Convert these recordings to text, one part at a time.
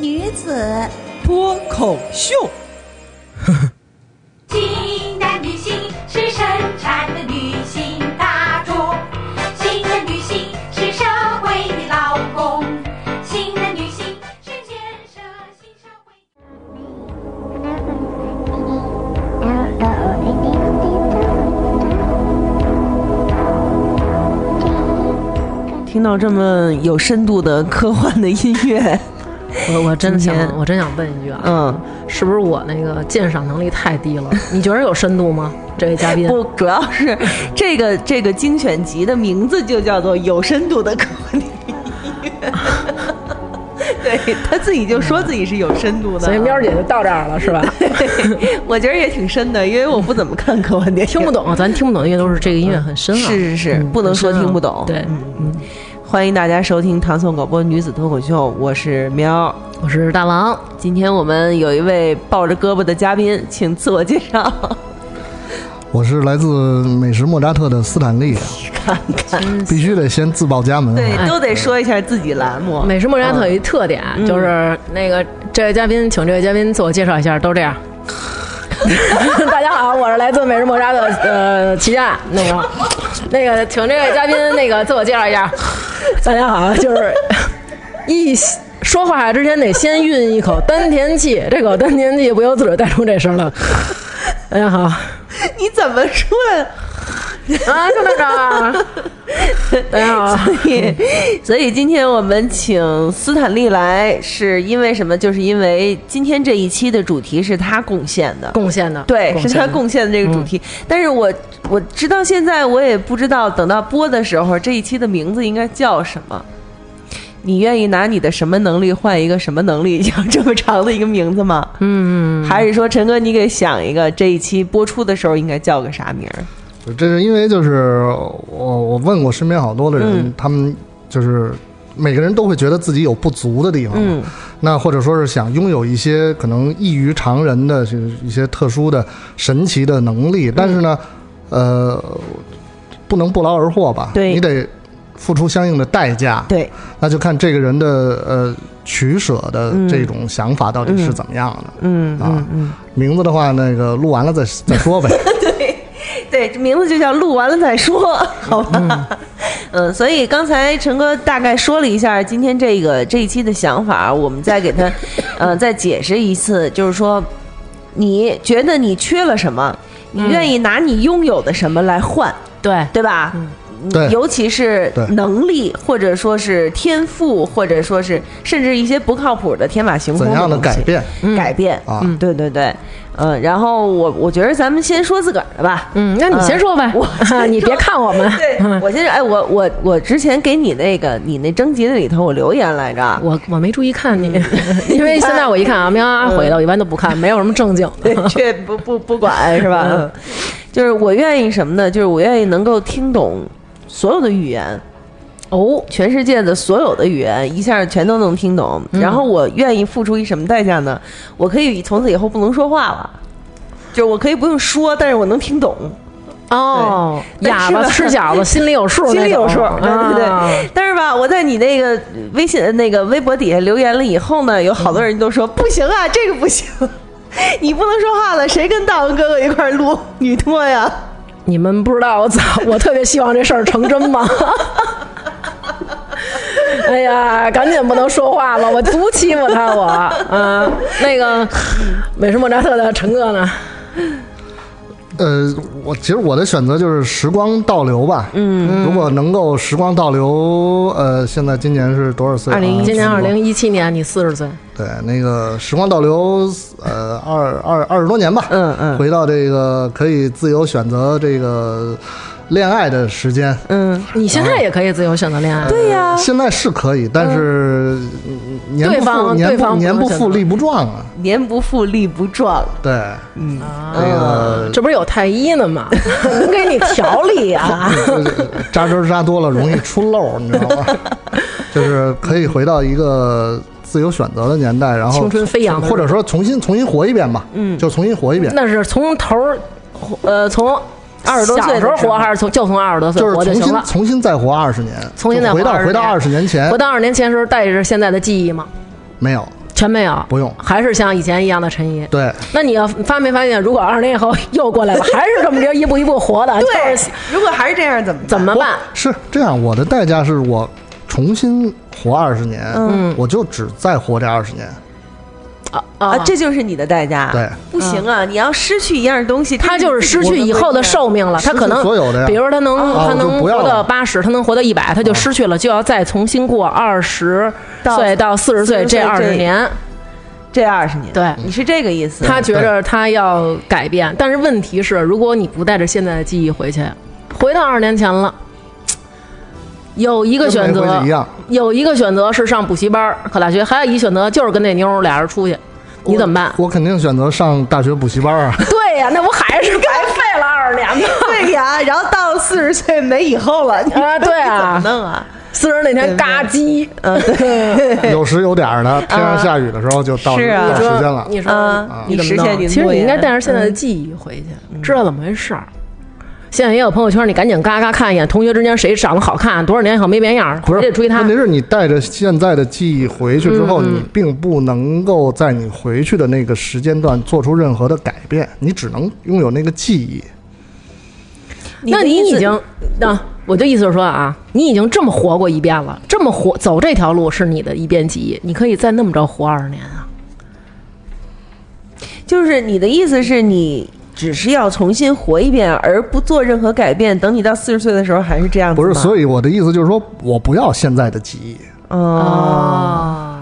女子脱口秀。新的女性是生产的女性大众，新的女性是社会的劳工，新的女性是建设新社会。听到这么有深度的科幻的音乐，我我真的今想天，我真想问一句啊， 嗯，是不是我那个鉴赏能力太低了？你觉得有深度吗？这位嘉宾，不，主要是这个这个精选集的名字就叫做有深度的科幻音乐。 对他自己就说自己是有深度的，所以喵姐就到这儿了，是吧？ 对我觉得也挺深的，因为我不怎么看科幻电影， 听不懂，啊咱听不懂的音乐都是这个音乐很深啊，是是是嗯不能说很深啊听不懂嗯对，欢迎大家收听唐宋广播女子脱口秀，我是喵。我是大王，今天我们有一位抱着胳膊的嘉宾，请自我介绍。我是来自美食莫扎特的斯坦利，必须得先自报家门啊。对，都得说一下自己栏目。哎嗯美食莫扎特有一特点，就是那个这位嘉宾，请这位嘉宾自我介绍一下，都这 样。大家好，我是来自美食莫扎特呃旗下那个那个，请这位嘉宾那个自我介绍一下。大家好，就是一说话之前得先运一口丹田气，这口丹田气不由自主带出这声了。大家好啊，你怎么说 的？就那个啊，大家好。所以今天我们请斯坦利来，是因为什么？就是因为今天这一期的主题是他贡献的。 贡献的对，是献他的嗯贡献的这个主题，但是我我直到现在我也不知道，等到播的时候这一期的名字应该叫什么？你愿意拿你的什么能力换一个什么能力，叫这么长的一个名字吗？嗯，还是说陈哥你给想一个，这一期播出的时候应该叫个啥名儿？这是因为就是我我问过身边好多的人，嗯他们就是每个人都会觉得自己有不足的地方，嗯那或者说是想拥有一些可能异于常人的就是一些特殊的神奇的能力，嗯但是呢，呃，不能不劳而获吧？对你得付出相应的代价。对，那就看这个人的呃取舍的这种想法到底是怎么样的。嗯啊，名字的话，那个录完了再 再说呗。对，这名字就叫录完了再说，好吧？嗯所以刚才陈哥大概说了一下今天这个这一期的想法，我们再给他，呃，再解释一次，就是说，你觉得你缺了什么，你愿意拿你拥有的什么来换，对对吧？对尤其是对能力，或者说是天赋，或者说是甚至一些不靠谱的天马行空怎样的的东西改变？改变啊嗯对对对，嗯，然后我我觉得咱们先说自个儿的吧，嗯，那你先说呗，我 你别看呃我们，嗯对，我先哎，我我我之前给你那个你那征集的里头，我留言来着。 我我没注意看你，嗯 因为现在我一看啊，喵啊回的，我一般都不看，没有什么正经的。却不不不管是吧？嗯就是我愿意什么呢？就是我愿意能够听懂所有的语言，哦，全世界的所有的语言一下全都能听懂。嗯然后我愿意付出一什么代价呢？我可以从此以后不能说话了，就是我可以不用说，但是我能听懂。哦，对 哑但巴是呢吃 饺子，心里有数那种，心里有数，对对 对。啊但是吧，我在你那个微信、那个微博底下留言了以后呢，有好多人都说、不行啊，这个不行， 你不能说话了，谁跟大文哥哥一块儿录女托呀？你们不知道，我操！我特别希望这事儿成真吧。 哎呀，赶紧不能说话吧，我毒欺负他我。嗯、那个美食莫扎特的陈哥呢？呃，我其实我的选择就是时光倒流吧。嗯，如果能够时光倒流，呃，现在今年是多少岁啊？今年二时光零一七年，你四十岁，对，那个时光倒流，呃，二二二十多年吧，嗯嗯回到这个可以自由选择这个恋爱的时间。嗯，你现在也可以自由选择恋爱，对呀、现在是可以，但是年嗯对不方复年对不方年不不能复选力不壮啊。年不复力不壮，对，嗯，那个这不是有太医呢吗？能给你调理啊。就是扎针扎多了容易出漏，你知道 吗？就是可以回到一个自由选择的年代，然后青春飞扬的或者说重新重新活一遍吧，嗯，就重新活一 遍，那是从头儿，呃，从二十多岁小的时候时候活，还是从就从二十多岁就是活就重行新了？重新再活二十年，重新就再活回到20回到年二十年前活，到二十年前时候带着现在的记忆吗？没有，全没有，不用还是像以前一样的陈怡。对，那你要发没发现，如果二十年以后又过来了，还是这么着一步一步活的，对就是如果还是这样，怎么办怎么办？是这样，我的代价是我重新活二十年，嗯，我就只再活这二十年，啊嗯啊，这就是你的代价。对，不行啊，你要失去一样东西，他这就是失去以后的寿命了，失啊他去可能所有的呀比如他能啊他我就能不要活到了八十，他能活到一百，他就失去了，就要再重新过二十到岁到四十岁40这岁二这十年。嗯这二十年，对你是这个意思？他觉着他要改变，但是问题是，如果你不带着现在的记忆回去，回到二十年前了，有一个选跟没择回去一样，有一个选择是上补习班儿考大学，还有一选择就是跟那妞儿俩人出去，你怎么办？我肯定选择上大学补习班啊，对呀、那不还 是白费了二十年吗？对呀，然后到四十岁没以后了，你啊，对 啊，弄啊？四十那天嘎叽，嗯，有时有点儿的，天上下雨的时候就到是啊到你时说间了，你啊说嗯你怎么你实现弄你的其实诺你应该言嗯带着现在的记忆回去，知道怎么回事儿。现在也有朋友圈，你赶紧嘎嘎看一眼，同学之间谁长得好看，多少年以后没变样儿，不回是去追他问。题是你带着现在的记忆回去之后，你并不能够在你回去的那个时间段做出任何的改变，你只能拥有那个记忆。那的你意已思经，啊，我就意思是说啊，你已经这么活过一遍了，这么活走这条路是你的一遍记忆，你可以再那么着活二十年啊。就是你的意思是你只是要重新活一遍，而不做任何改变，等你到四十岁的时候还是这样子不是，吗所以我的意思就是说，我不要现在的记忆，啊哦，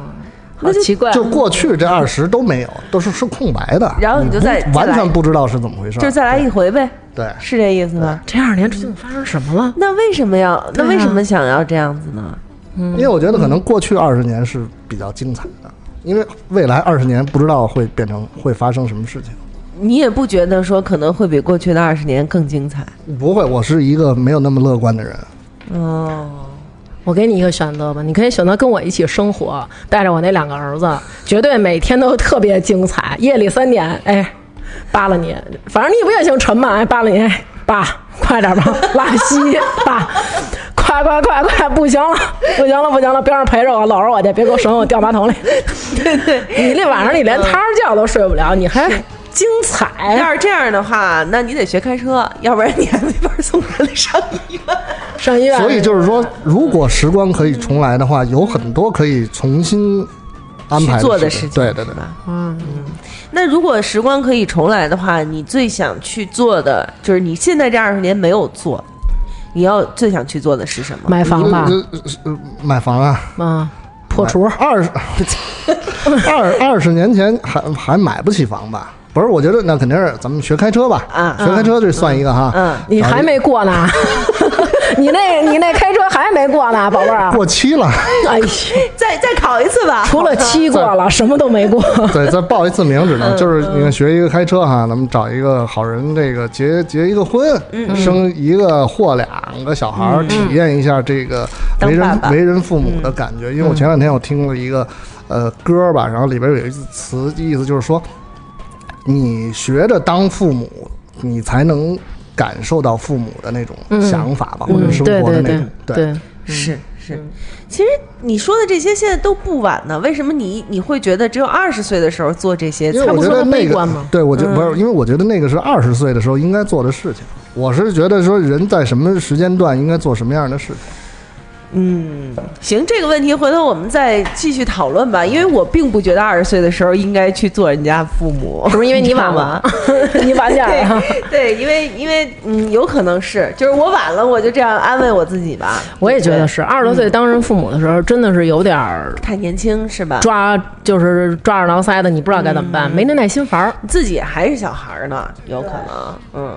好奇怪，就过去这二十都没有，都是是空白的。然后你就不再再完来全不知道是怎么回事儿。就是再来一回呗，对，是这意思吗？这二十年究竟发生什么了？那为什么要？啊那为什么想要这样子呢？因为我觉得可能过去二十年是比较精彩的，因为未来二十年不知道会变成会发生什么事情。你也不觉得说可能会比过去的二十年更精彩？不会，我是一个没有那么乐观的人。哦，我给你一个选择吧，你可以选择跟我一起生活，带着我那两个儿子，绝对每天都特别精彩。夜里三点，哎，扒拉你，反正你也不愿意姓陈嘛，哎，扒拉你，哎，爸，快点吧， 拉稀，爸，快快快快，不行了，不行了，不行了，边上陪着我，搂着我去，别给我绳我掉马桶里。对对，嗯你那晚上你连摊儿觉都睡不了，你还精哎彩，要是这样的话，那你得学开车，要不然你还没法送人来上医院。上啊医院。所以就是说，如果时光可以重来的话，有很多可以重新安排去做的事事情对对对是，吧？嗯那如果时光可以重来的话，你最想去做的就是你现在这二十年没有做，你要最想去做的是什么？买房吧，呃呃呃买房啊，嗯，破除。二十二二十年前还还买不起房吧？不是，我觉得那肯定是咱们学开车吧，啊学开车这算一个哈，嗯你还没过 呢，你那你那开车还没过呢，宝贝儿啊！过期 了，哎呀， 再再考一次吧。 除了七过了，什么都没过。 对，再报一次名只能就是你看学一个开车哈，咱们找一个好人，这个结结一个婚，生一个或两个小孩儿，体验一下这个当为爸人爸为人父母的感觉。因为我前两天我听了一个呃歌儿吧，然后里边有一句词，意思就是说，你学着当父母，你才能感受到父母的那种想法吧，或者生活的那种。对， 是是，其实你说的这些现在都不晚呢。为什么你你会觉得只有二十岁的时候做这些才因为他我不觉说得他那悲个观嗯吗，对我觉不是，因为我觉得那个是二十岁的时候应该做的事情。我是觉得说，人在什么时间段应该做什么样的事情。行？这个问题回头我们再继续讨论吧，因为我并不觉得二十岁的时候应该去做人家父母， 是不是因为你晚知道吗了？ 你晚点儿啊了。对对，因为因为嗯，有可能是，就是我晚了，我就这样安慰我自己吧。我也觉得是，二十多岁当人父母的时候，真的是有点儿太年轻是吧？抓，就是抓耳挠腮嗯的，你不知道该怎么办，没那耐心烦儿。自己还是小孩儿呢，有可能，嗯。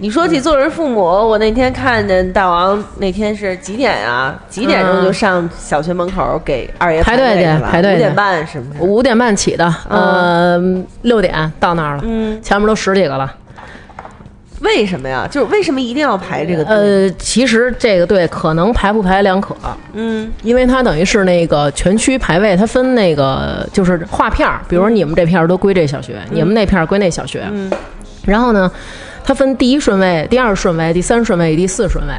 你说起做人父母，我那天看见大王那天是几点啊？几点钟就上小学门口给二爷嗯排队去了排队去五点半是不是？五点半起的，呃，六点到那儿了，嗯，前面都十几个了。为什么呀？就是为什么一定要排这个队？呃，其实这个队可能排不排两可，嗯，因为它等于是那个全区排位，它分那个就是划片儿，比如说你们这片儿都归这小学，你们那片儿归那小学，嗯，然后呢，它分第一顺位、第二顺位、第三顺位、第四顺位。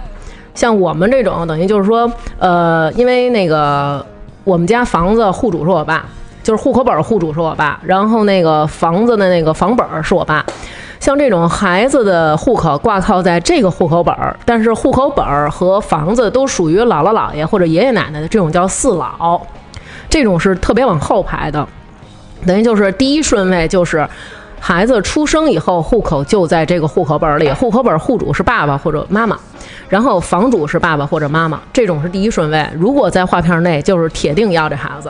像我们这种，等于就是说，呃，因为那个我们家房子户主是我爸，就是户口本儿户主是我爸，然后那个房子的那个房本儿是我爸。像这种孩子的户口挂靠在这个户口本儿，但是户口本儿和房子都属于姥姥姥爷或者爷爷奶奶的，这种叫四老，这种是特别往后排的，等于就是第一顺位就是。孩子出生以后，户口就在这个户口本儿里，户口本儿户主是爸爸或者妈妈，然后房主是爸爸或者妈妈，这种是第一顺位。如果在划片内，就是铁定要这孩子。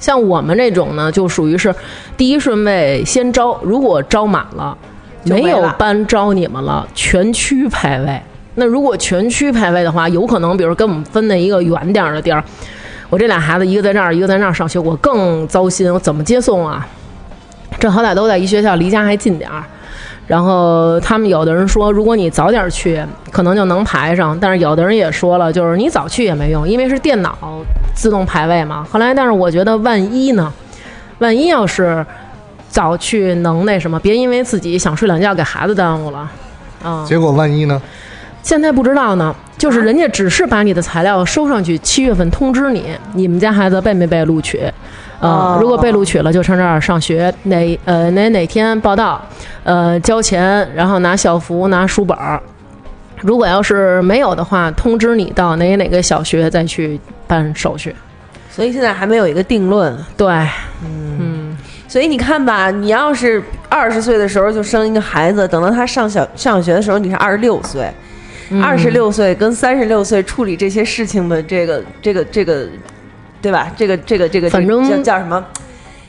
像我们这种呢，就属于是第一顺位先招，如果招满了，就没没有了班招你们了，全区排位。那如果全区排位的话，有可能，比如跟我们分的一个远点儿的地儿，我这俩孩子一个在这儿，一个在那儿上学，我更糟心，我怎么接送啊？这好歹都在一学校，离家还近点儿。然后他们有的人说，如果你早点去，可能就能排上。但是有的人也说了，就是你早去也没用，因为是电脑自动排位嘛。后来，但是我觉得万一呢？万一要是早去能那什么，别因为自己想睡懒觉给孩子耽误了。啊、结果万一呢？现在不知道呢，啊就是人家只是把你的材料收上去，七月份通知你，你们家孩子被没被录取。呃，哦如果被录取了，就上这儿上学，哪呃哪哪天报到，呃交钱，然后拿校服拿书本儿。如果要是没有的话，通知你到哪哪个小学再去办手续。所以现在还没有一个定论。对，所以你看吧，你要是二十岁的时候就生一个孩子，等到他上小上小学的时候，你是二十六岁。嗯二十六岁跟三十六岁处理这些事情的这个这个这个，对吧？这个这个这个，反正这个叫叫什么？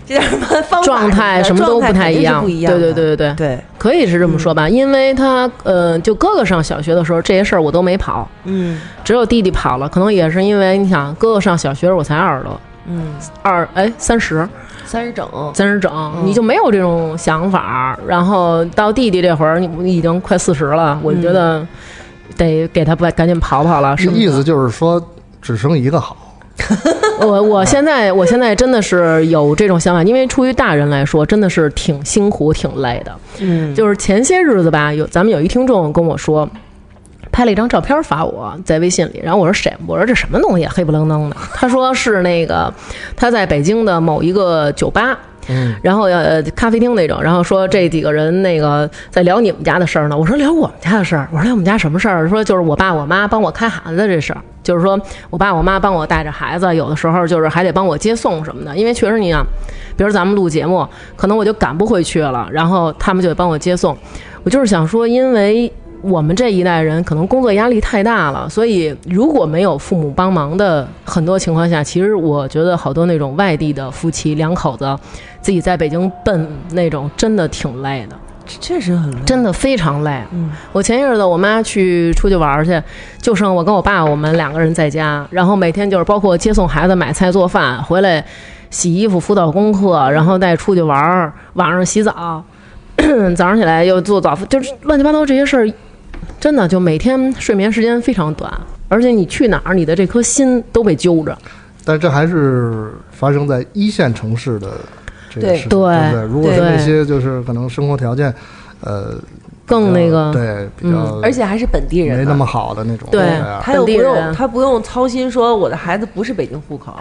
这叫什么方法状呃态什么都不不太一样。不一样对的。嗯对对对对，对，可以是这么说吧，因为他呃，就哥哥上小学的时候，这些事儿我都没跑。嗯，只有弟弟跑了，可能也是因为你想，哥哥上小学我才二十多，嗯，二哎三十三十整，三十整，你就没有这种想法儿。然后到弟弟这会儿，你你已经快四十了，我觉得得给他赶紧跑跑了，是意思就是说只生一个好。我我现在我现在真的是有这种想法，因为出于大人来说，真的是挺辛苦、挺累的。嗯，就是前些日子吧，有咱们有一听众跟我说，拍了一张照片发我在微信里，然后我说谁？我说这什么东西，黑不愣登的。他说是那个他在北京的某一个酒吧。嗯，然后呃，咖啡厅那种，然后说这几个人那个在聊你们家的事儿呢。我说聊我们家的事儿，我说聊我们家什么事儿？说就是我爸我妈帮我看孩子的这事儿，就是说我爸我妈帮我带着孩子，有的时候就是还得帮我接送什么的，因为确实你想，比如咱们录节目，可能我就赶不回去了，然后他们就得帮我接送。我就是想说，因为我们这一代人可能工作压力太大了，所以如果没有父母帮忙的，很多情况下，其实我觉得好多那种外地的夫妻两口子自己在北京奔那种，真的挺累的。确实很累。真的非常累。啊我前一阵子我妈去出去玩儿去，就剩我跟我爸我们两个人在家，然后每天就是包括接送孩子、买菜、做饭，回来洗衣服、辅导功课，然后再出去玩儿，晚上洗澡， 早上起来又做早饭，就是乱七八糟这些事儿，真的就每天睡眠时间非常短。而且你去哪儿，你的这颗心都被揪着。但这还是发生在一线城市的这个对事情，对对不对？如果是对那些就是可能生活条件，呃，更那个嗯比较对，啊比较而且还是本地人呢，没那么好的那种，对啊他又不啊本地人用他不用操心说我的孩子不是北京户口，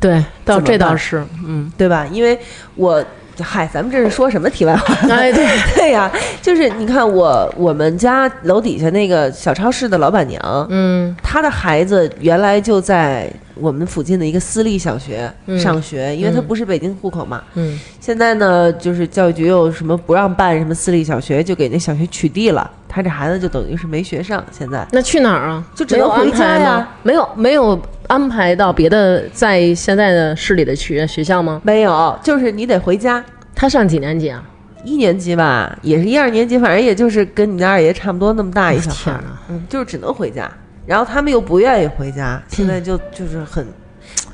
对，到怎么这倒办是， 嗯，对吧？因为我，嗨，咱们这是说什么题外话？ 哎，对，对呀、就是你看我我们家楼底下那个小超市的老板娘，嗯她的孩子原来就在我们附近的一个私立小学上学，因为她不是北京户口嘛。嗯，现在呢，就是教育局又什么不让办什么私立小学，就给那小学取缔了，她这孩子就等于是没学上。现在那去哪儿啊？就只能回家呀没有安排吗没有没有安排到别的在现在的市里的学学校吗？没有，就是你得回家。他上几年级啊？一年级吧，也是一二年级，反正也就是跟你的二爷差不多那么大一小孩儿天哪，嗯，就是只能回家。然后他们又不愿意回家，现在就就是很，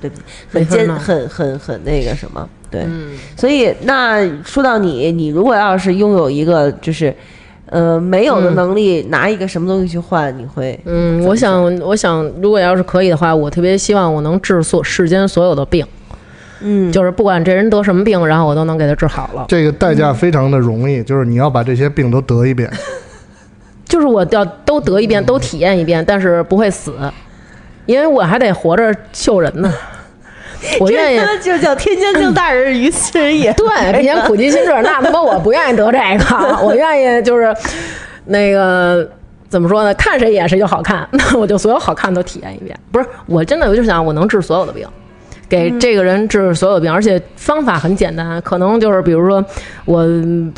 对不起，没很法艰，弄很很很那个什么，对。嗯所以那说到你，你如果要是拥有一个就是，呃，没有的能力，拿一个什么东西去换，你会嗯，我想，我想，如果要是可以的话，我特别希望我能治所世间所有的病，嗯，就是不管这人得什么病，然后我都能给他治好了。这个代价非常的容易，就是你要把这些病都得一遍。就是我要都得一嗯遍，都体验一遍，但是不会死，因为我还得活着救人 呢。我愿意，哎这 就叫天将降大任于斯人也。对，以前普及心智，那他妈我不愿意得这个，我愿意就是那个怎么说呢？看谁演谁就好看，那我就所有好看都体验一遍。不是，我真的我就想我能治所有的病。给嗯这个人治所有病，而且方法很简单，可能就是比如说，我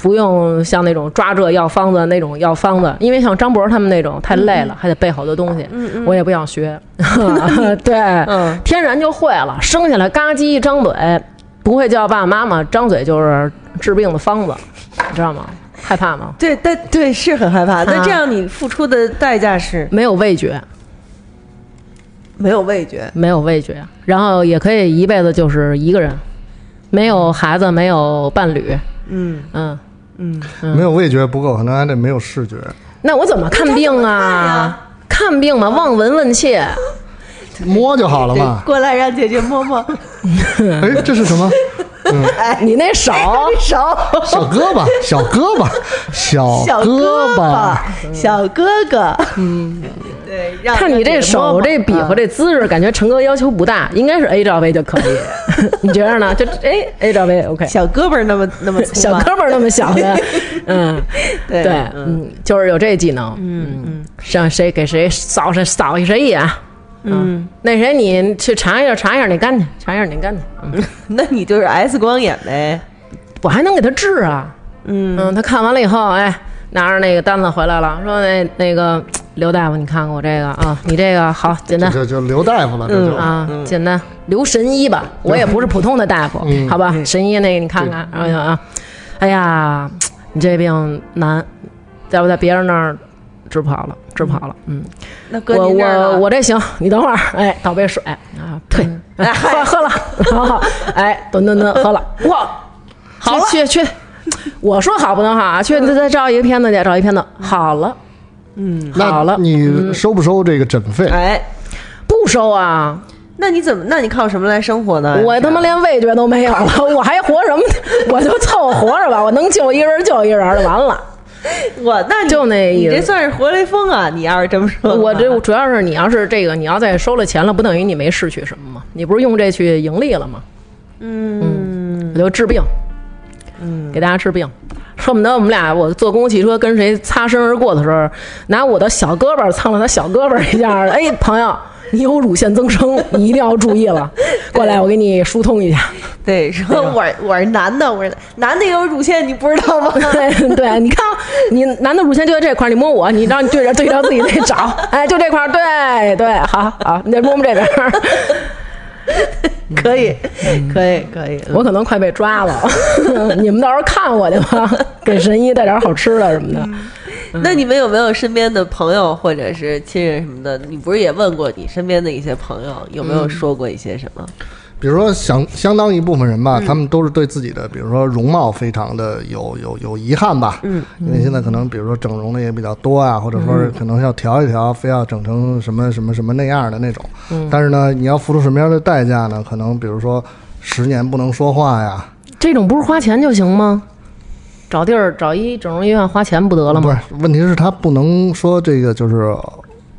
不用像那种抓这药方子那种药方子，因为像张博他们那种太累嗯了，还得背好多东西，我也不想学。 对，嗯天然就会了，生下来嘎叽一张嘴，不会叫爸爸妈妈，张嘴就是治病的方子，你知道吗？害怕吗？对，但对是很害怕。那啊这样你付出的代价是没有味觉，没有味觉，没有味觉，然后也可以一辈子就是一个人，没有孩子，没有伴侣，嗯，嗯。没有味觉不够，可能还得没有视觉。那我怎么看病啊？看病嘛，望闻问切，摸就好了对嘛，。过来让姐姐摸 摸哎，这是什 么？哎你那手，手，小胳膊，小胳膊，小小胳膊，小哥哥，嗯，对，让看你这让姐姐摸啊手摸这笔划这姿势，感觉陈哥要求不大，应该是 A 罩杯就可 以。你觉着呢？就哎 A 罩杯 OK，小胳膊儿那么那么粗啊小吗哥们儿那么小的， 嗯，对对，嗯嗯，就是有这技能，嗯嗯，让谁给谁扫谁扫一谁眼，嗯，那谁你去查一下查一下你肝去，查一下你肝去，嗯那你就是 S 光眼呗。我还能给他治啊。嗯他看完了以后，哎，拿着那个单子回来了，说那那个刘大夫，你看看我这个啊，你这个 好简单膊，这就刘大夫了，这就。嗯啊，简单，留神医吧，我也不是普通的大夫，好吧，神医那个你看看，然后就啊，哎呀，你这病难，在不在别人那儿治不好了，治不好了，嗯，那哥我您这儿呢我我这行，你等会儿，哎，倒杯水啊，退，哎 喝喝了，好好，哎，吨吨吨喝了， 哇，好了，去去，去我说好不能好啊，去再照一个片子去，照一片子，好了，嗯，好那了，嗯你收不收这个诊费？哎，不收啊，那你怎么？那你靠什么来生活呢？我他妈连味觉都没有了，我还活什么？ 我就凑合活着吧，我能救一人就一人了，完了。我那你就那你意思这算是活雷锋啊！你要是这么说的话， 我这主要是你要是这个，你要再收了钱了，不等于你没失去什么吗？你不是用这去盈利了吗？嗯，我就治病，嗯，给大家治病。恨不得我们俩，我坐公共汽车跟谁擦身而过的时候，拿我的小胳膊蹭了他小胳膊一下，哎，朋友，你有乳腺增生，你一定要注意了，过来，我给你疏通一下。 对说我是我是男的，我是男的也有乳腺，你不知道吗？ 对对，你看你男的乳腺就在这块儿，你摸我，你让你对着对着自己那找，哎，就这块儿，对对，好好，你再摸摸这边儿， 可以，嗯可以，可以。我可能快被抓了， 你们到时候看我去吧，给神医带点好吃的什么的。那你们有没有身边的朋友或者是亲人什么的？你不是也问过你身边的一些朋友有没有说过一些什么？比如说相相当一部分人吧，嗯他们都是对自己的，比如说容貌非常的有有有遗憾吧，嗯，因为现在可能比如说整容的也比较多嗯啊，或者说是可能要调一调，非要整成什么什么什么那样的那种，嗯但是呢，你要付出什么样的代价呢？可能比如说十年不能说话呀，这种不是花钱就行吗？找地儿找一整容医院花钱不得了不吗？是，问题是他不能说这个就是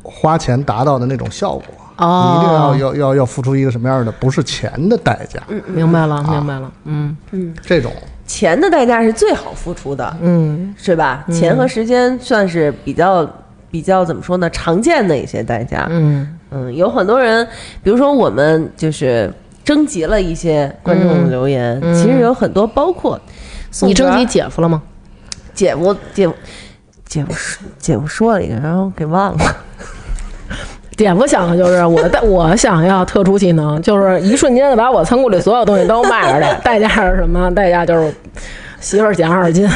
花钱达到的那种效果，你一定要哦，要要要付出一个什么样的不是钱的代价，明白了，明白了，嗯这种钱的代价是最好付出的，嗯，是吧？钱和时间算是比较比较怎么说呢？常见的一些代价。嗯嗯，有很多人，比如说我们就是征集了一些观众的留言，其实有很多包括宋你征哲集姐夫了吗？姐夫姐夫姐夫说姐夫说了一个，然后给忘了。姐夫想的就是我，但 我想要特殊技 能，就是一瞬间的把我仓库里所有东西都卖出去，代价是什么？代价就是媳妇儿减二十 斤，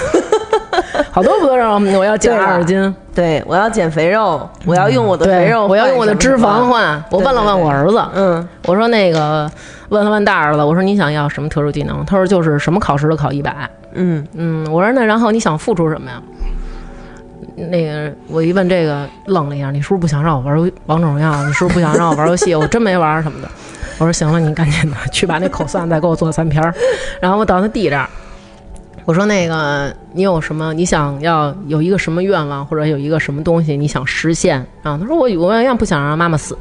好多不都让我要减对啊二十斤？对，我要减肥肉，我要用我的肥嗯对，肉，我要用我的脂肪。换。我问了问我儿子，嗯，我说那个，问了问大儿子，我说你想要什么特殊技能？他说就是什么考试都考一百。嗯，嗯，我说那然后你想付出什么呀？那个我一问这个愣了一下，你是不是不想让我玩王者荣耀？你是不是不想让我玩游戏？我真没玩什么的。我说行了，你赶紧的去把那口算再给我做三篇儿。然后我到他弟这儿，我说那个你有什么？你想要有一个什么愿望，或者有一个什么东西你想实现？然后他说我我永远不想让妈妈死。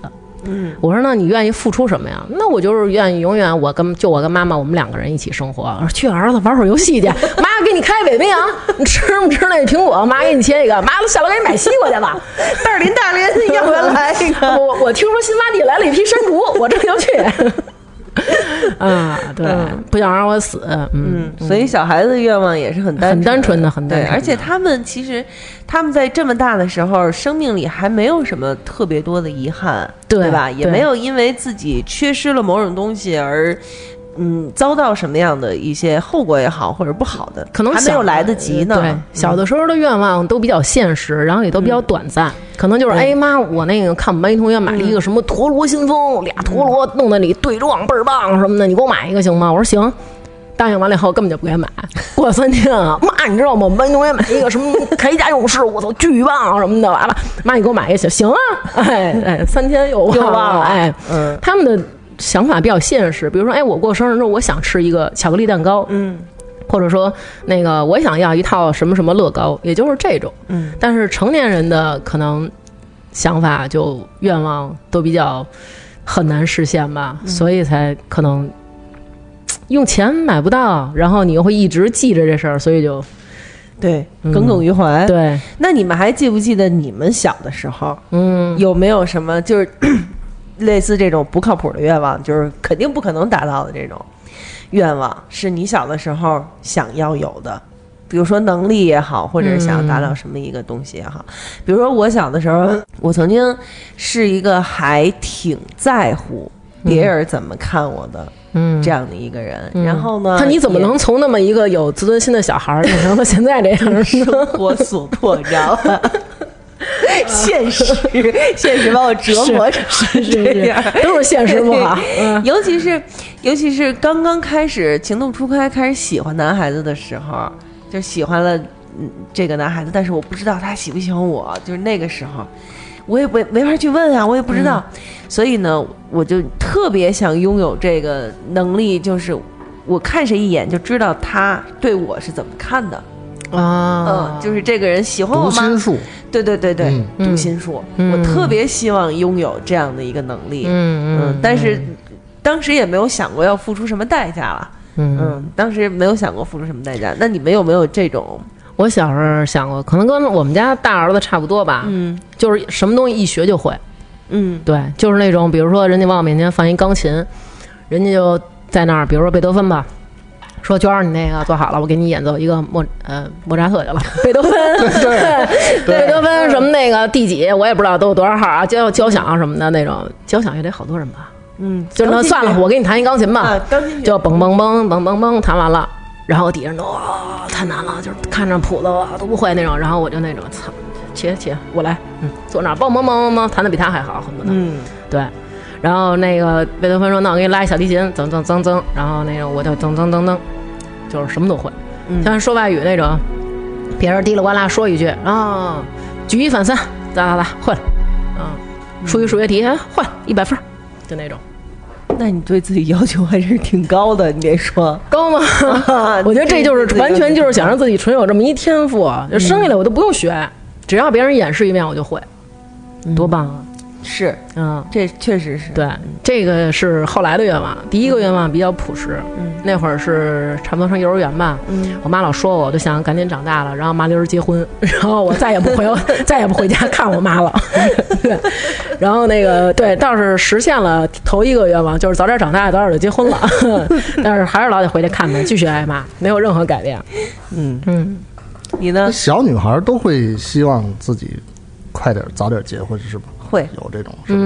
嗯，我说那你愿意付出什么呀？那我就是愿意永远我跟就我跟妈妈我们两个人一起生活。我说去儿子玩会儿游戏去，妈给你开北冰洋，你吃不吃那苹果？妈给你切一个，妈下楼给你买西瓜去吧。大林大林要不要来一个？我我听说新发地来了一批山竹，我这就去。 啊，对，不想让我死， 嗯，嗯，所以小孩子的愿望也是很单很单纯的很单对，纯的而且他们其实他们在这么大的时候，生命里还没有什么特别多的遗憾，对吧？也对没有因为自己缺失了某种东西而。嗯，遭到什么样的一些后果也好，或者不好的，可能还没小有来的呃得及呢。嗯对，小的时候的愿望都比较现实，然后也都比较短暂，可能就是哎妈，我那个看我们班一同学买了一嗯个什么陀螺新风，俩陀螺弄在里对撞，倍儿棒什么的，你给我买一个行吗？我说行。答应完了以后根本就不给买， 过了三天啊，妈，你知道吗？我们班同学买一个什么铠甲勇士，我操，巨棒什么的，完了，妈，你给我买一个行行啊， 哎哎，三天又忘又忘了哎，嗯他们的想法比较现实，比如说，哎，我过生日的时候我想吃一个巧克力蛋糕，嗯，或者说那个我想要一套什么什么乐高，也就是这种。嗯，但是成年人的可能想法就愿望都比较很难实现吧，嗯所以才可能嘖用钱买不到，然后你又会一直记着这事儿，所以就对，嗯耿耿于怀。，对，那你们还记不记得你们小的时候嗯，有没有什么就是 类似这种不靠谱的愿望，就是肯定不可能达到的这种愿望，是你小的时候想要有的，比如说能力也好，或者是想要达到什么一个东西也好。比如说我小的时候， 我曾经是一个还挺在乎别人怎么看我的。嗯这样的一个人，然后呢？那你怎么也能从那么一个有自尊心的小孩儿变成了现在这 样 呢？生活所迫，你知道 吧？现实，现实把我折磨成这样， 都是现实不 好。嗯尤其是，尤其是刚刚开始情窦初开，开始喜欢男孩子的时候，就喜欢了嗯这个男孩子，但是我不知道他喜不喜欢我，就是那个时候，我也没没法去问啊，我也不知道，嗯所以呢，我就特别想拥有这个能力，就是我看谁一眼就知道他对我是怎么看的，啊嗯，就是这个人喜欢我读吗心？哦术，对对对对，嗯读心术，嗯我特别希望拥有这样的一个能力。嗯嗯但是当时也没有想过要付出什么代价了。嗯嗯，当时没有想过付出什么代价。那你们有没有这种？我小时候想过，可能跟我们家大儿子差不多吧，嗯就是什么东西一学就会。嗯对，就是那种，比如说人家往我面前放一钢琴，人家就在那儿，比如说贝多芬吧，说娟儿你那个做好了，我给你演奏一个莫呃莫扎特 去了，贝多芬，对， 贝多芬什么那个第几我也不知道都有多少号啊，交交响什么的那种，交响也得好多人吧，嗯，就是那算了，我给你弹一钢琴吧，啊，刚进去就嘣嘣嘣嘣嘣嘣弹完了，然后底下人都哇太难了，就是看着谱子哇都不会那种，然后我就那种操，起起我来，嗯，坐那儿嘣嘣嘣嘣嘣弹的比他还好，恨不得，嗯对。然后那个贝多芬说：“那我给你拉一小提琴，噌噌噌噌。”然后那个我就噌噌噌噌，就是什么都会，像说外语那种，别人滴里呱啦说一句啊，举一反三，哒哒哒，会了，啊，数一数学题，哎会了，一百分儿，就那种那你对自己要求还是挺高的，你别说。高吗？ 我觉得 这嗯就是完全就是想让自己纯有这么一天赋，啊就生下来我都不用学，只要别人演示一遍我就会，多棒啊！是，嗯，这确实是。对，这个是后来的愿望。第一个愿望比较朴实，嗯，那会儿是差不多上幼儿园吧，嗯，我妈老说我，我就想赶紧长大了，然后麻溜儿结婚， 然后我再也不回 再也不回家看我妈了。 对，然后那个对，倒是实现了头一个愿望，就是早点长大，早点就结婚了， 但是还是老得回去看她，继续挨骂，没有任何改变。你呢？小女孩都会希望自己快点早点结婚是吧？会嗯有这种是不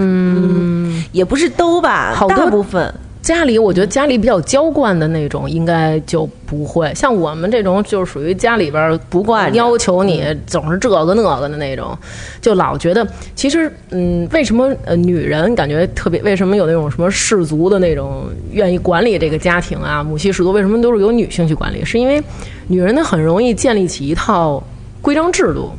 是？也不是都吧，好多大部分家里，我觉得家里比较娇惯的那种，应该就不会像我们这种，就是属于家里边儿不惯着要求你总是这个那个的那种，就老觉得其实，嗯，为什么呃女人感觉特别，为什么有那种什么氏族的那种愿意管理这个家庭啊，母系氏族为什么都是由女性去管理？是因为女人她很容易建立起一套规章制度，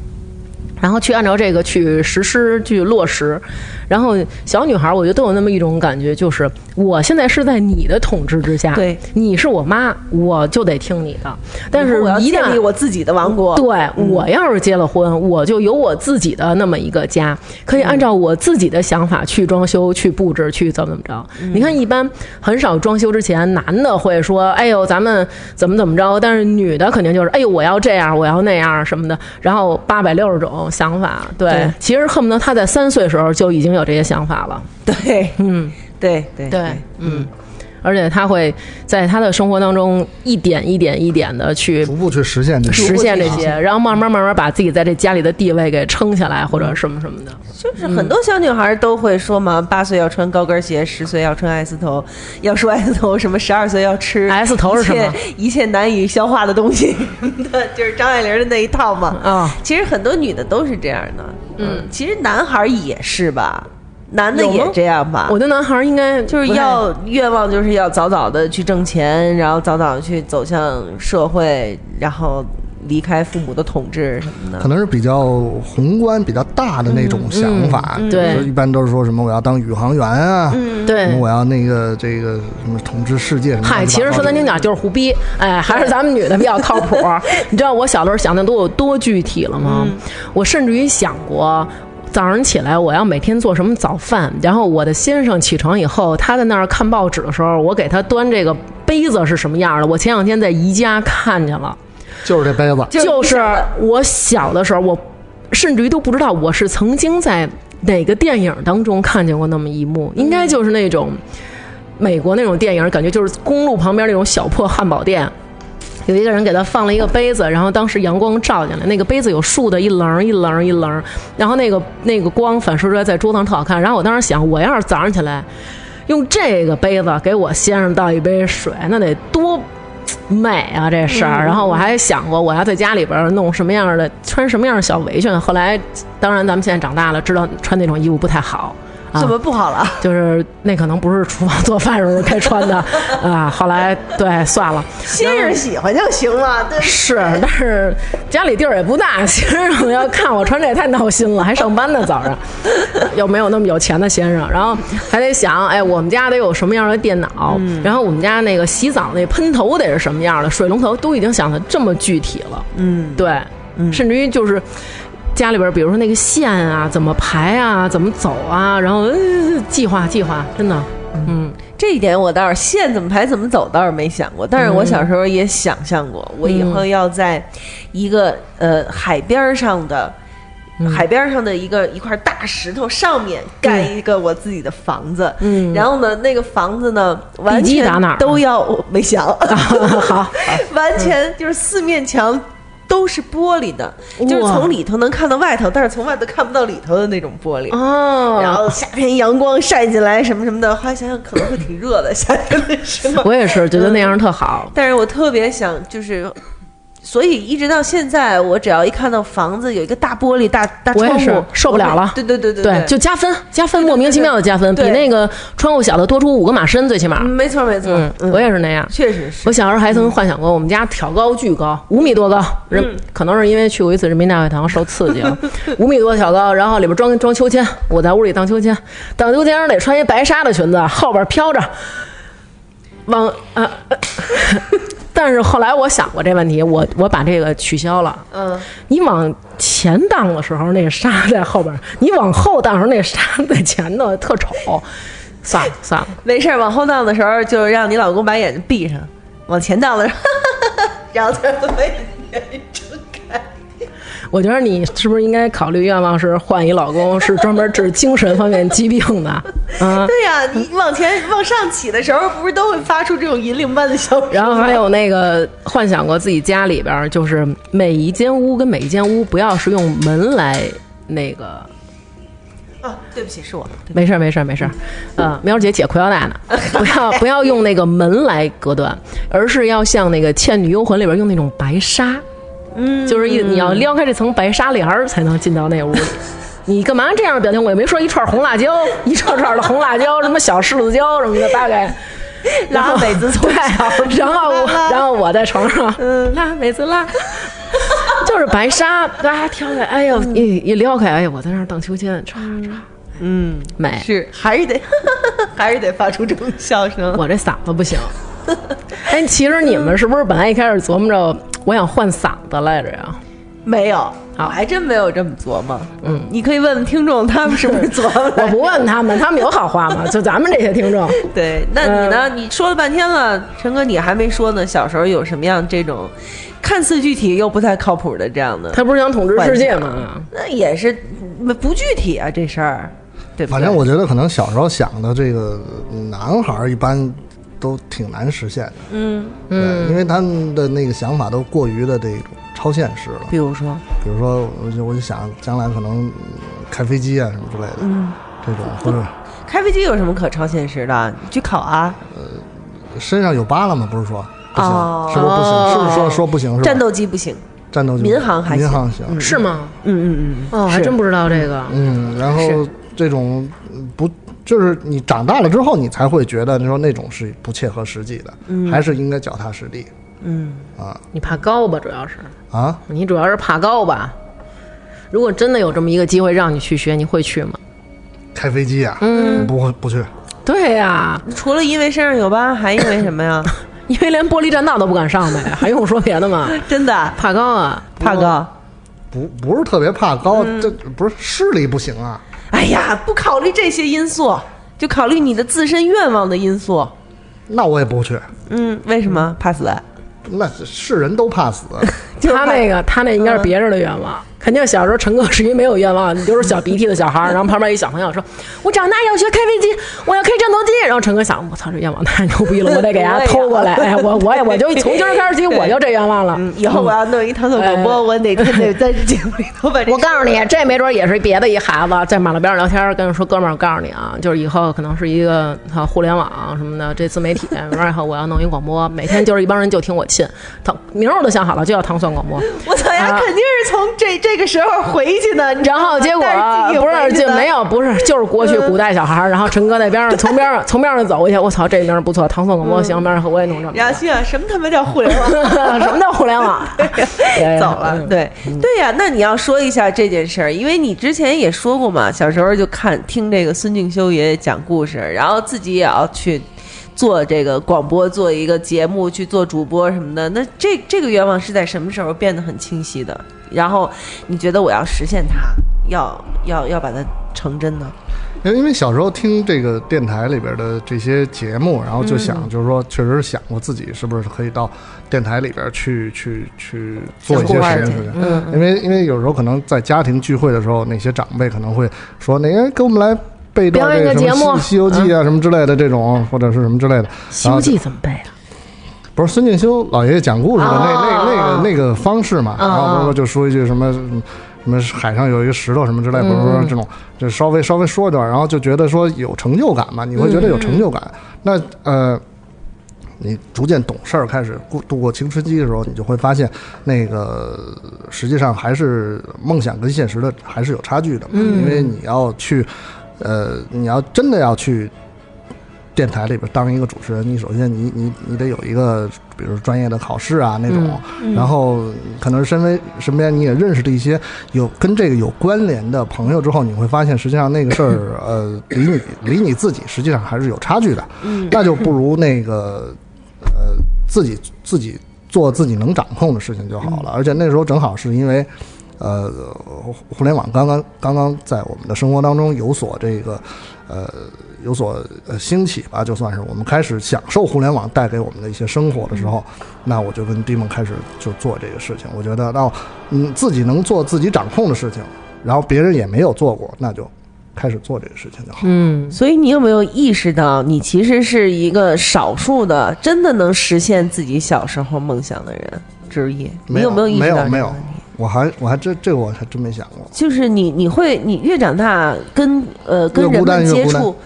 然后去按照这个去实施、去落实。然后小女孩儿，我觉得都有那么一种感觉，就是我现在是在你的统治之下，对，你是我妈，我就得听你的。但是我要一建旦立我自己的王国。嗯嗯对、我要是结了婚，我就有我自己的那么一个家，可以按照我自己的想法去装修、去布置、去怎么怎么着。嗯你看，一般很少装修之前，男的会说：“哎呦，咱们怎么怎么着。”但是女的肯定就是：“哎呦，我要这样，我要那样什么的。”然后八百六十种想法。对，对其实恨不得他在三岁时候就已经有这些想法了。对，嗯，对对对，嗯。而且他会在他的生活当中一点一点一点的去逐步去实现这实个。现这啊些，然后慢慢慢慢把自己在这家里的地位给撑起来，或者什么什么的。就是很多小女孩都会说嘛，八岁要穿高跟鞋，十岁要穿 S 头，要说 S 头什么，十二岁要吃 S 头是什么一切一切难以消化的东西 对，就是张爱玲的那一套嘛。啊其实很多女的都是这样的，哦嗯，其实男孩也是吧，男的有吗也这样吧。我觉得男孩儿应该啊就是不太要愿望，就是要早早的去挣钱，然后早早地去走向社会，然后离开父母的统治什么 的可。能是比较宏观、比较大的那种想法，嗯嗯对嗯比如说一般都是说什么我要当宇航员啊，什么对。我要那个这个什么统治世界什么乱嗨，七其八糟实的。说难听点就是胡逼，哎，还是咱们女的比较靠谱。 你知道我小的时候想的都有多具体了吗？嗯我甚至于想过。早上起来，我要每天做什么早饭？然后我的先生起床以后，他在那儿看报纸的时候，我给他端这个杯子是什么样的？我前两天在宜家看见了，就是这杯子，就是我小的时候，我甚至于都不知道我是曾经在哪个电影当中看见过那么一幕，嗯应该就是那种美国那种电影，感觉就是公路旁边那种小破汉堡店。有一个人给他放了一个杯子，然后当时阳光照进来，那个杯子有竖的一棱儿一棱儿一棱儿，然后那个那个光反射出来在桌子上特好看。然后我当时想，我要是早上起来用这个杯子给我先生倒一杯水，那得多美啊这事嗯儿。然后我还想过我要在家里边儿弄什么样的，穿什么样的小围裙。后来，当然咱们现在长大了，知道穿那种衣服不太好。啊怎么不 好了？就是那可能不是厨房做饭时候该 穿的啊。后来对算了，先生喜欢就行了，对吧是，但是家里地儿也不大， 先生要看我穿这也太闹心了，还上班呢早上，又没有那么有钱的先生，然后还得想，哎，我们家得有什么样的电脑，然后我们家那个洗澡那喷头得是什么样的，水龙头都已经想的这么具体了，嗯，对，甚至于就是。家里边，比如说那个线啊，怎么排啊，怎么走啊，然后、呃、计划计划，真的，嗯，这一点我倒是线怎么排怎么走倒是没想过，但是嗯我小时候也想象过，我以后要在一个呃海边儿上的。嗯海边儿上的一个一块大石头上面盖一个我自己的房子，嗯然后呢，那个房子呢，完地基全打哪儿啊啊都要我没想， 好，完全就是四面墙都是玻璃的，就是哇从里头能看到外头，但是从外头看不到里头的那种玻璃。哦，然后夏天阳光晒进来什么什么的，后来想想可能会挺热的，夏天的时候。嗯我也是觉得那样特好，但是我特别想就是，所以一直到现在，我只要一看到房子有一个大玻璃、大大我也窗户，是受不了了我会对对对对对，就加分，加分，莫名其妙的加分，比对那个窗户小的多出五个马身，最起码嗯。没错没错，嗯，我也是那样。确实是我。小时候还曾幻想过，我们家挑高巨高，五米多高，人可能是因为去过一次人民大会堂受刺激了，啊五米多挑高，然后里边装装秋千，我在屋里荡秋千，荡秋千上得穿一白纱的裙子，后边飘着，往啊。呃 但是后来我想过这问题，我我把这个取消了。嗯，你往前荡的时候，那纱在后边儿；你往后荡的时候，那纱在前头，特丑。算了算了，没事儿，往后荡的时候就让你老公把眼睛闭上，往前荡的时候， 然后再把眼睛睁开。我觉得你是不是应该考虑愿望是换一老公，是专门治精神方面疾病的啊？对呀、你往前往上起的时候，不是都会发出这种银铃般的笑声？然后还有那个幻想过自己家里边儿，就是每一间屋跟每一间屋不要是用门来那个啊对不起，是我。没事儿，没事儿，没事儿。呃，苗姐解裤腰带呢，不要不要用那个门来隔断，而是要像那个《倩女幽魂》里边用那种白纱，嗯，就是一你要撩开这层白纱帘儿才能进到那 屋里。你干嘛这样表情？我也没说一串红辣椒，一串串的红辣椒，什么小柿子椒什么的，大概。然后美子从小，然后我，然后我在床上，拉美子拉， 就是白 纱，大家挑开，哎呦，一一撩开，哎呦，我在那儿荡秋千，唰唰，嗯，美，是，哎还是得， 还是得发出这种笑声。我这嗓子不行。 哎，其实你们是不是本来一开始琢磨着我想换嗓子来着呀？没有，我好还真没有这么琢磨。嗯，你可以问问听众，他们是不是琢磨我来？不问他们，他们有好话吗？就咱们这些听众， 对，那你呢？你说了半天了，陈哥，你还没说呢。小时候有什么样这种看似具体又不太靠谱的这样的？他不是想统治世界吗？那也是嗯不具体啊，这事儿，对不对？反正我觉得可能小时候想的这个男孩儿一般都挺难实现的，嗯因为他们的那个想法都过于的这种超现实了。比如说，比如说，我就我就想将来可能开飞机啊什么之类的，嗯这种或者开飞机有什么可超现实的？你去考啊，身上有疤了吗？不是说不行，哦是不是不行？是不是说说不行是吧？战斗机不行。战斗就民航还行民航行，是吗？嗯嗯哦，还真不知道这个。嗯，然后这种嗯不就是你长大了之后，你才会觉得说那种是不切合实际的，还是应该脚踏实地你怕高吧？主要是啊。你主要是怕高吧？如果真的有这么一个机会让你去学，你会去吗？开飞机啊，嗯，不会不去，对呀、嗯，除了因为身上有疤，还因为什么 呀？因为连玻璃栈道都不敢上呗，还用说别的吗？真的，怕高啊！怕高。不不是特别怕高，这不是视力不行啊。哎呀，不考虑这些因素，就考虑你的自身愿望的因素。那我也不去，嗯，为什么怕死？那是人都怕死，啊他那个，他那嗯应该是别人的愿望。肯定小时候陈哥是一没有愿望，你就是小鼻涕的 小孩儿。然后旁边一小朋友说：“我长大要学开飞机，我要开战斗机。”然后陈哥想：“我操，这愿望太牛逼了，我得给 他偷过来。哎，我我也我就从今儿开始起，我就这愿望了。嗯，以后我要弄一糖蒜广播，哎我哪天得在这节目里头把这 我告诉你，这没准儿也是别的一孩子在马路边上聊天儿，跟人说：“哥们儿，我告诉你啊，就是以后可能是一个啊互联网什么的这自媒体，完以后我要弄一广播，每天就是一帮人就听我亲。糖名儿我都想好了，就叫糖蒜广播。我操呀，啊肯定是从这这个时候回去的。 你知道然后结果带着啊记忆不回是去就的没 有不是就是过去古代小孩儿，然后陈哥在边上从边上从边上走过去，我操这名儿不错，唐宋广播嗯行，边上我也弄这么然后个。心想什么他妈叫互联网？ 什么叫互联网？啊 对走了，，对对呀、那你要说一下这件事儿，因为你之前也说过嘛，小时候就看听这个孙敬修爷爷讲故事，然后自己也要去做这个广播，做一个节目，去做主播什么的。那这这个愿望是在什么时候变得很清晰的？然后你觉得我要实现它，要要要把它成真呢？因为因为小时候听这个电台里边的这些节目，然后就想，嗯就是说，确实是想过自己是不是可以到电台里边去去去做一些事情。嗯，因为因为有时候可能在家庭聚会的时候，那些长辈可能会说，那个给我们来背段表演个这什节目嗯么西《西游记》啊什么之类的这种，或者是什么之类的。 《西游记》怎么背啊？不是孙敬修老爷爷讲故事的那哦那那个那个方式嘛，哦然后不是就说一句什么什么海上有一个石头什么之类，不是说这种，就稍微稍微说一段，然后就觉得说有成就感嘛，你会觉得有成就感。那呃，你逐渐懂事儿，开始过度过青春期的时候，你就会发现，那个实际上还是梦想跟现实的还是有差距的嘛，因为你要去，呃，你要真的要去电台里边当一个主持人，你首先你你你得有一个，比如专业的考试啊那种，然后可能身为身边你也认识了一些有跟这个有关联的朋友之后，你会发现实际上那个事儿，呃，离你离你自己实际上还是有差距的，那就不如那个呃自己自己做自己能掌控的事情就好了。而且那时候正好是因为。呃，互联网刚刚刚刚在我们的生活当中有所这个，呃，有所呃兴起吧，就算是我们开始享受互联网带给我们的一些生活的时候，嗯那我就跟 d i m o 开始就做这个事情。我觉得，那嗯自己能做自己掌控的事情，然后别人也没有做过，那就开始做这个事情就好。嗯，所以你有没有意识到，你其实是一个少数的真的能实现自己小时候梦想的人之一？你没有没有意识到没有这个没有问题？我还我还这这个我还真没想过。就是你你会你越长大跟呃跟越人孤单们接越孤单触。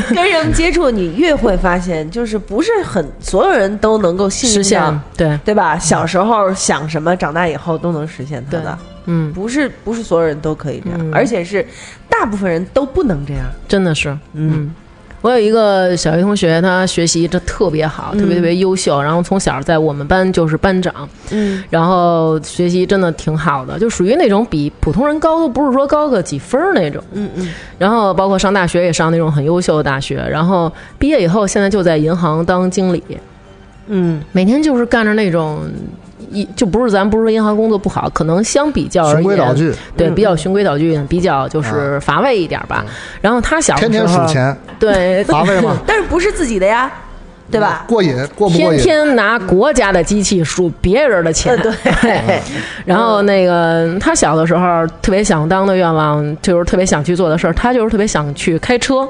跟人们接触，你越会发现，就是不是很所有人都能够幸实运 现到，对，对吧？小时候想什么，长大以后都能实现它的，嗯，不是不是所有人都可以这样，嗯而且是大部分人都不能这样。真的是，嗯，我有一个小学同学，他学习这特别好，特别特别优秀，然后从小在我们班就是班长，嗯，然后学习真的挺好的，就属于那种比普通人高，都不是说高个几分儿那种，嗯嗯。然后包括上大学也上那种很优秀的大学，然后毕业以后现在就在银行当经理，嗯，每天就是干着那种。一就不是咱不是说银行工作不好，可能相比较而言，循规蹈矩，嗯对，比较循规蹈矩，比较就是乏味一点吧。然后他小的时天候，嗯啊天数 钱， 对，乏味吗？但是不是自己的呀，对吧？过瘾过不过天瘾？天拿国家的机器数别人的呃钱。对。 嗯然后那个他小的时候特别想当的愿望，就是特别想去做的事儿，他就是特别想去开车。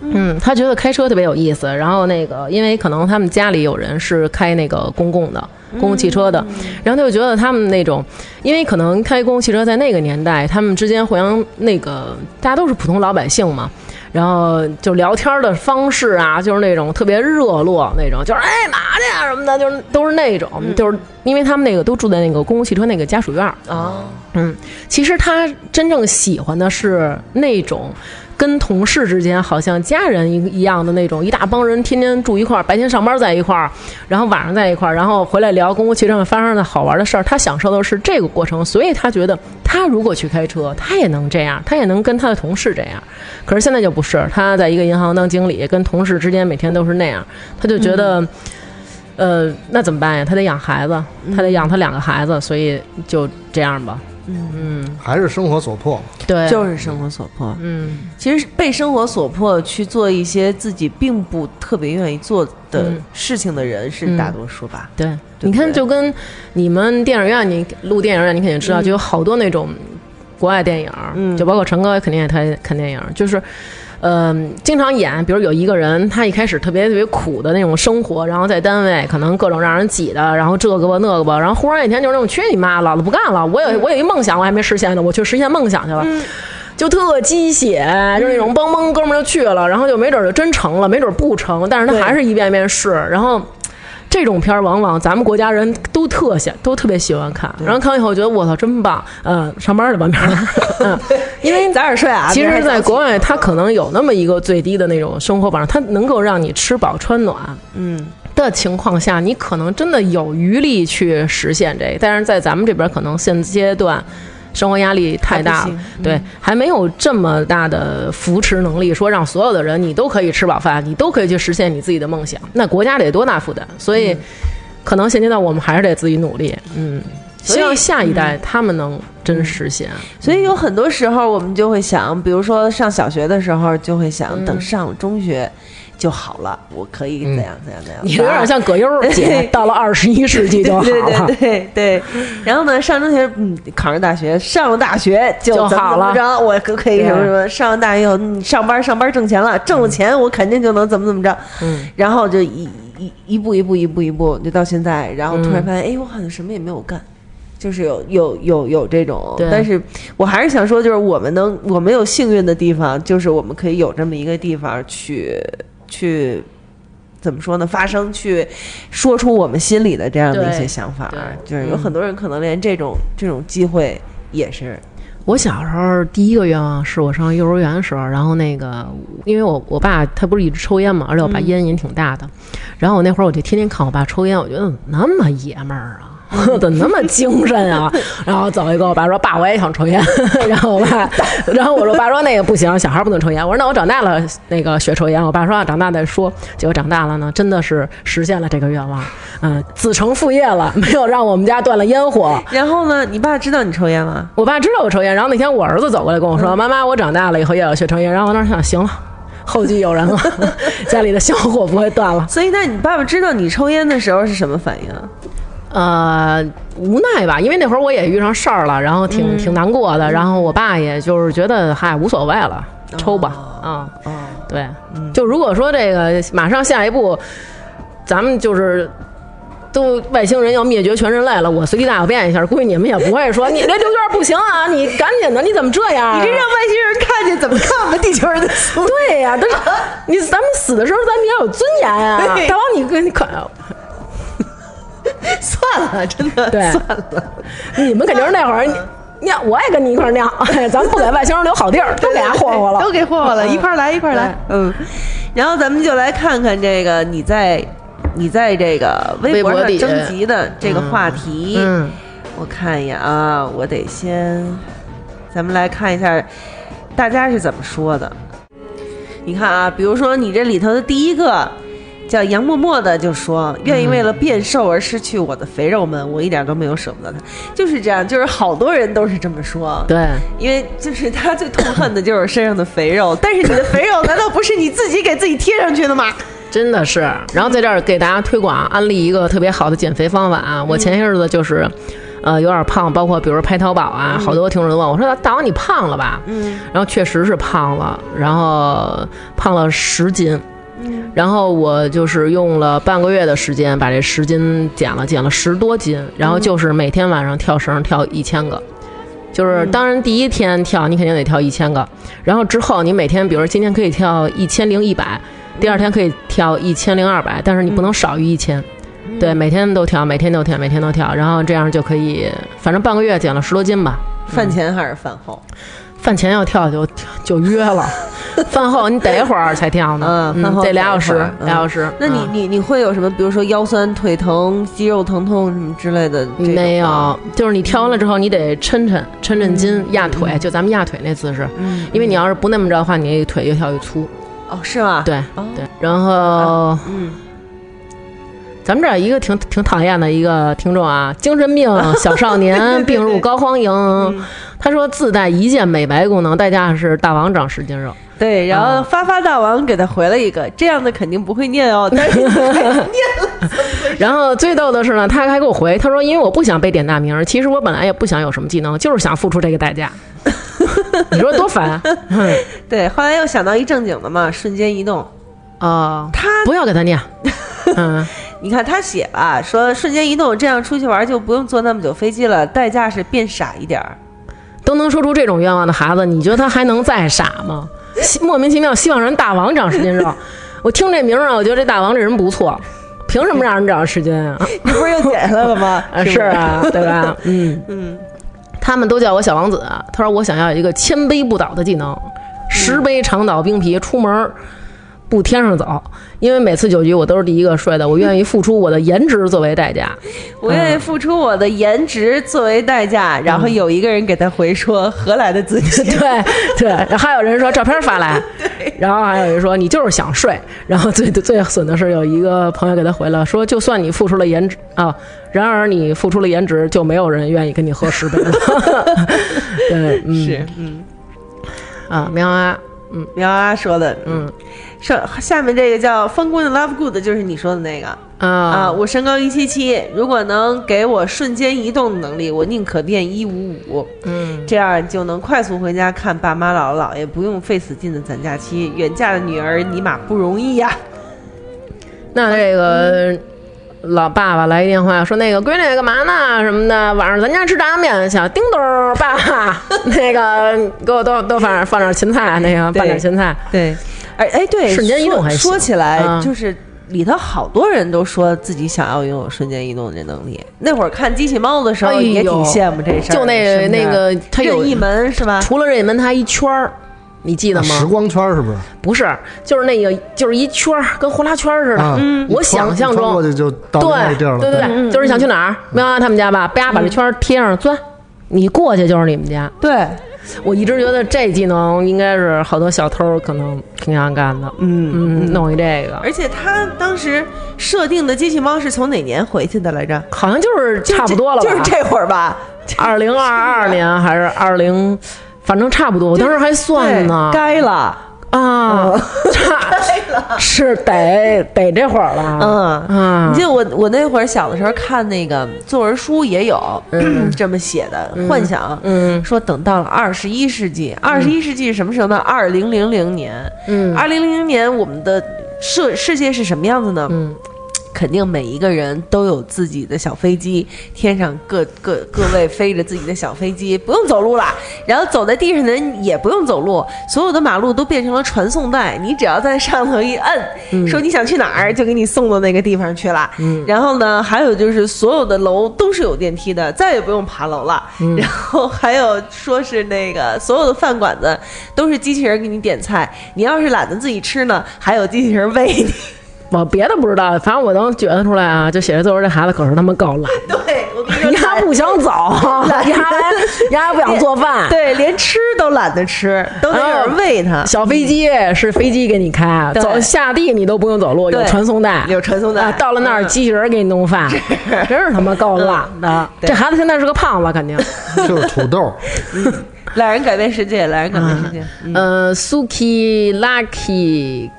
嗯，他觉得开车特别有意思。然后那个，因为可能他们家里有人是开那个公共的公共汽车的，然后他就觉得他们那种，因为可能开公共汽车在那个年代，他们之间互相那个大家都是普通老百姓嘛，然后就聊天的方式啊，就是那种特别热络那种，就是哎嘛去啊什么的，就是都是那种，就是因为他们那个都住在那个公共汽车那个家属院儿啊，嗯，其实他真正喜欢的是那种。跟同事之间好像家人一一样的那种，一大帮人天天住一块儿，白天上班在一块儿，然后晚上在一块儿，然后回来聊公共汽车上发生的好玩的事儿。他享受的是这个过程，所以他觉得他如果去开车，他也能这样，他也能跟他的同事这样。可是现在就不是，他在一个银行当经理，跟同事之间每天都是那样，他就觉得，呃，那怎么办呀？他得养孩子，他得养他两个孩子，所以就这样吧。还是生活所迫，对，就是生活所迫。嗯，其实被生活所迫去做一些自己并不特别愿意做的嗯事情的人是大多数吧。对，对你看，对就跟你们电影院，你录电影院，你肯定知道，就有好多那种国外电影，嗯就包括陈哥肯定也他看电影，就是。嗯，经常演，比如有一个人，他一开始特别特别苦的那种生活，然后在单位可能各种让人挤的，然后这个吧那个吧，然后忽然一天就是那种去你妈，老子不干了，我嗯有我有一梦想，我还没实现呢，我去实现梦想去了。就特鸡血，就是那种帮帮哥们儿就去了，然后就没准儿就真成了，没准儿不成，但是他还是一遍一遍试，然后。这种片儿往往咱们国家人都特喜，都特别喜欢看。然后看完以后觉得我操真棒，嗯，上班去吧，明儿。嗯，因为早点睡啊。其明实，儿还在早起国外，它可能有那么一个最低的那种生活保障，它能够让你吃饱穿暖。嗯，的情况下，你可能真的有余力去实现这个，但是在咱们这边，可能现阶段生活压力太大还了不行，嗯对，还没有这么大的扶持能力，说让所有的人你都可以吃饱饭，你都可以去实现你自己的梦想，那国家得多大负担？所以，嗯可能现阶段我们还是得自己努力，嗯，所以嗯希望下一代他们能真实现，所以有很多时候我们就会想，比如说上小学的时候就会想，等上了中学就好了，我可以怎样怎样怎样。你有点像葛优姐 对，到了二十一世纪就好了。对对对对，然后呢，上中学，嗯，考上大学，上了大学就就怎么好了怎么着，我可可以对什么什么，上了大学以后，嗯，上班上班挣钱了，挣了钱我肯定就能怎么怎么着，嗯，然后就一一一步一步一步一步就到现在，然后突然发嗯现，哎、我好像什么也没有干。就是有有有有这种对，但是我还是想说，就是我们能我们有幸运的地方，就是我们可以有这么一个地方去去怎么说呢？发声去说出我们心里的这样的一些对想法儿，对就是有嗯很多人可能连这种、这种机会也是，我小时候第一个愿望是我上幼儿园的时候，然后那个因为我我爸他不是一直抽烟嘛，而且我爸烟瘾挺大的，然后我那会儿我就天天看我爸抽烟，我觉得怎么那么爷们儿啊。 怎么那么精神啊？ 然后走一个，我爸说：“爸，我也想抽烟。” 然后我爸，然后我说：“爸说那个不行，小孩不能抽烟。”我说：“那我长大了那个学抽烟。”我爸说：“啊，长大再说。”结果长大了呢，真的是实现了这个愿望，嗯、子承父业了，没有让我们家断了烟火。然后呢，你爸知道你抽烟吗？我爸知道我抽烟，然后那天我儿子走过来跟我说：“妈妈，我长大了以后也要学抽烟。”然后我当时想，行了，后继有人了， 家里的香火不会断了。所以，那你爸爸知道你抽烟的时候是什么反应啊？呃，无奈吧，因为那会儿我也遇上事儿了，然后挺、挺难过的。然后我爸也就是觉得，嗨，无所谓了，抽吧，啊、嗯对，就如果说这个马上下一步，咱们就是都外星人要灭绝全人类了，我随地大小便一下，估计你们也不会说你这刘娟不行啊，你赶紧的，你怎么这样？你啊这让外星人看见怎么看我们 地球人的？对呀、但是你咱们死的时候，咱们也要有尊严啊。 大王，你跟你可算了，真的 对算了。你们肯定是那会儿你尿，我也跟你一块儿尿， 哎，咱们不给外星人留好地儿，都给他霍霍了，都给霍霍了，一块儿来一块儿来。嗯，然后咱们就来看看这个你在你在这个微博微博上底下征集的这个话题，嗯我看一眼啊，我得先，咱们来看一下大家是怎么说的。你看啊，比如说你这里头的第一个叫杨默默的就说，愿意为了变瘦而失去我的肥肉们，我一点都没有舍不得他，就是这样，就是好多人都是这么说，对。因为就是他最痛恨的就是身上的肥肉，但是你的肥肉难道不是你自己给自己贴上去的吗？真的是。然后在这儿给大家推广安利一个特别好的减肥方法啊！我前些日子就是。呃，有点胖，包括比如拍淘宝啊，好多听众都问我说：“大王，你胖了吧？”嗯，然后确实是胖了，然后胖了十斤，嗯，然后我就是用了半个月的时间把这十斤减了，减了十多斤，然后就是每天晚上跳绳跳一千个，就是当然第一天跳你肯定得跳一千个，然后之后你每天，比如说今天可以跳一千零一百，第二天可以跳一千零二百，但是你不嗯能少于一千。对，每天都跳，每天都跳，每天都跳，然后这样就可以，反正半个月减了十多斤吧。饭前还是饭后？饭前要跳就就 约了，饭后你得一会儿才跳呢，嗯饭后得得一俩小会时儿，嗯俩小时。那你嗯你你会有什么，比如说腰酸、腿疼、肌肉疼痛什么之类的？这种嗯没吗，有，就是你跳完了之后，你得抻抻抻抻筋、嗯压腿，就咱们压腿那姿势。因为你要是不那么着的话，你腿越跳越粗。哦，是吗？，对哦对，然后嗯，咱们这儿一个挺挺讨厌的一个听众啊，精神病小少年病入膏肓营，他说自带一键美白功能，代价是大王长十斤肉。对。然后发发大王给他回了一个，这样的肯定不会念哦，但是 然后最逗的是呢，他还给我回，他说因为我不想被点大名儿，其实我本来也不想有什么技能，就是想付出这个代价。你说多烦啊嗯对。后来又想到一正经的嘛，瞬间移动，啊！他不要给他念，嗯，你看他写吧，说瞬间移动这样出去玩就不用坐那么久飞机了，代价是变傻一点儿。都能说出这种愿望的孩子，你觉得他还能再傻吗？希莫名其妙希望人大王长十斤肉，我听这名儿啊，我觉得这大王这人不错，凭什么让人长十斤啊？？你 不是又减下来了吗是 啊，对吧？嗯 嗯，他们都叫我小王子。啊他说我想要一个千杯不倒的技能，十杯长岛冰啤，出门儿不天上走，因为每次酒局我都是第一个睡的，我愿意付出我的颜值作为代价。我愿意付出我的颜值作为代价，然后有一个人给他回说：“何来的自 信嗯 对对，然后还有人说照片发来，然后还有人说你就是想睡，然后最最损的是有一个朋友给他回了说，就算你付出了颜值啊，然而你付出了颜值，就没有人愿意跟你喝十杯了。 对，嗯、是嗯啊，喵啊，？”苗阿说的，嗯，上下面这个叫“风 good love good”，就是你说的那个啊啊。我身高一七七，如果能给我瞬间移动的能力，我宁可变一五五，嗯，这样就能快速回家看爸妈、姥姥姥爷，不用费死劲的攒假期。远嫁的女儿尼玛不容易呀、那这个老爸爸来一电话说那个闺女干嘛呢什么的，晚上咱家吃炸酱面去。叮咚儿，爸，那个给我多多放放点芹菜，那个拌点芹菜。对，哎哎，对，瞬间移动还行说说起来、嗯就是。里头好多人都说自己想要拥有瞬间移动这能力。那会儿看机器猫的时候，哎呦也挺羡慕这事儿的。就那是不是那个它有任意门是吧？除了任意门，它还一圈儿，你记得啊时吗？嗯光圈是不是？不是，就是那个，就是一圈儿，跟呼啦圈儿似的。嗯啊，我想象穿过中，去就到另外对一地儿了。对对对，就是你想去哪儿，喵啊他们家吧，啪把这圈儿贴上，钻，你过去就是你们家。对，我一直觉得这技能应该是好多小偷可能挺想干的，嗯嗯，弄一这个，哎而且他当时设定的机器猫是从哪年回去的来着？好像就是差不多了吧，就是这会儿吧。 二零二二年还是二零，反正差不多，我当时还算呢对，该了，啊，嗯 差是得得这会儿了，嗯。啊你记，得我我那会儿小的时候看那个作文书也有、 这么写的，幻想，嗯说等到了二十一世纪，二十一世纪是什么时候呢？二零零零年，嗯二零零零年我们的世世界是什么样子呢？嗯肯定每一个人都有自己的小飞机，天上各各各位飞着自己的小飞机，不用走路了，然后走在地上的人也不用走路，所有的马路都变成了传送带，你只要在上头一摁，说你想去哪儿，就给你送到那个地方去了。然后呢，还有就是所有的楼都是有电梯的，再也不用爬楼了。然后还有说是那个所有的饭馆子都是机器人给你点菜，你要是懒得自己吃呢，还有机器人喂你。我别的不知道，反正我能觉得出来啊，就写这作文这孩子可是他妈够懒的， 对，我跟你你说，还不想走，你还你还不想做饭，啊对，连吃都懒得吃，都得有人喂他。小飞机是飞机给你开，对走下地你都不用走路，有对传送带，有传送带啊到了那儿嗯机器人给你弄饭，真是他妈够懒的。对这孩子现在是个胖子，肯 定。就是土豆， 懒人改变世界，懒人改变世界。呃，Suki Lucky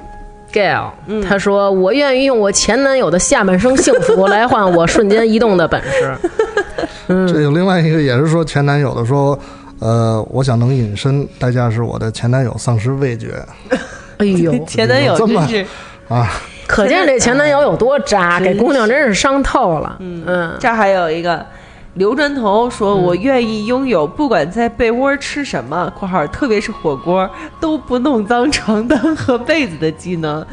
Gal，他说：“我愿意用我前男友的下半生幸福来换我瞬间移动的本 事。这有另外一个也是说前男友的说，呃，我想能隐身，代价是我的前男友丧失味觉”哎呦，前男友这么真是啊，可见这前男友有多渣，给姑娘真是伤透了。嗯，这儿还有一个刘砖头说：“我愿意拥有，不管在被窝吃什么（括号特别是火锅），都不弄脏床单和被子的技能。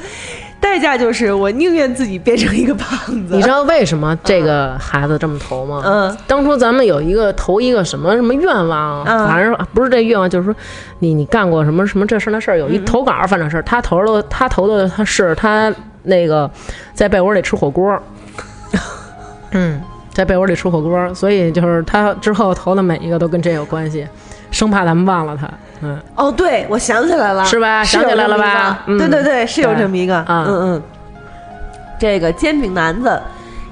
代价就是我宁愿自己变成一个胖子。你知道为什么这个孩子这么投吗？嗯，当初咱们有一个投一个什么什么愿望，嗯反正不是这愿望，就是说你你干过什么什么这事儿那事儿，有嗯一投稿，反正是他投的，他投的他是他那个在被窝里吃 火锅，嗯，在被窝里吃火锅，所以就是他之后投的每一个都跟这有关系，生怕咱们忘了他，嗯，哦，对，我想起来了，是吧有想起来这了么一吧个嗯对对对，是有对这么一个，啊嗯嗯。这个煎饼男子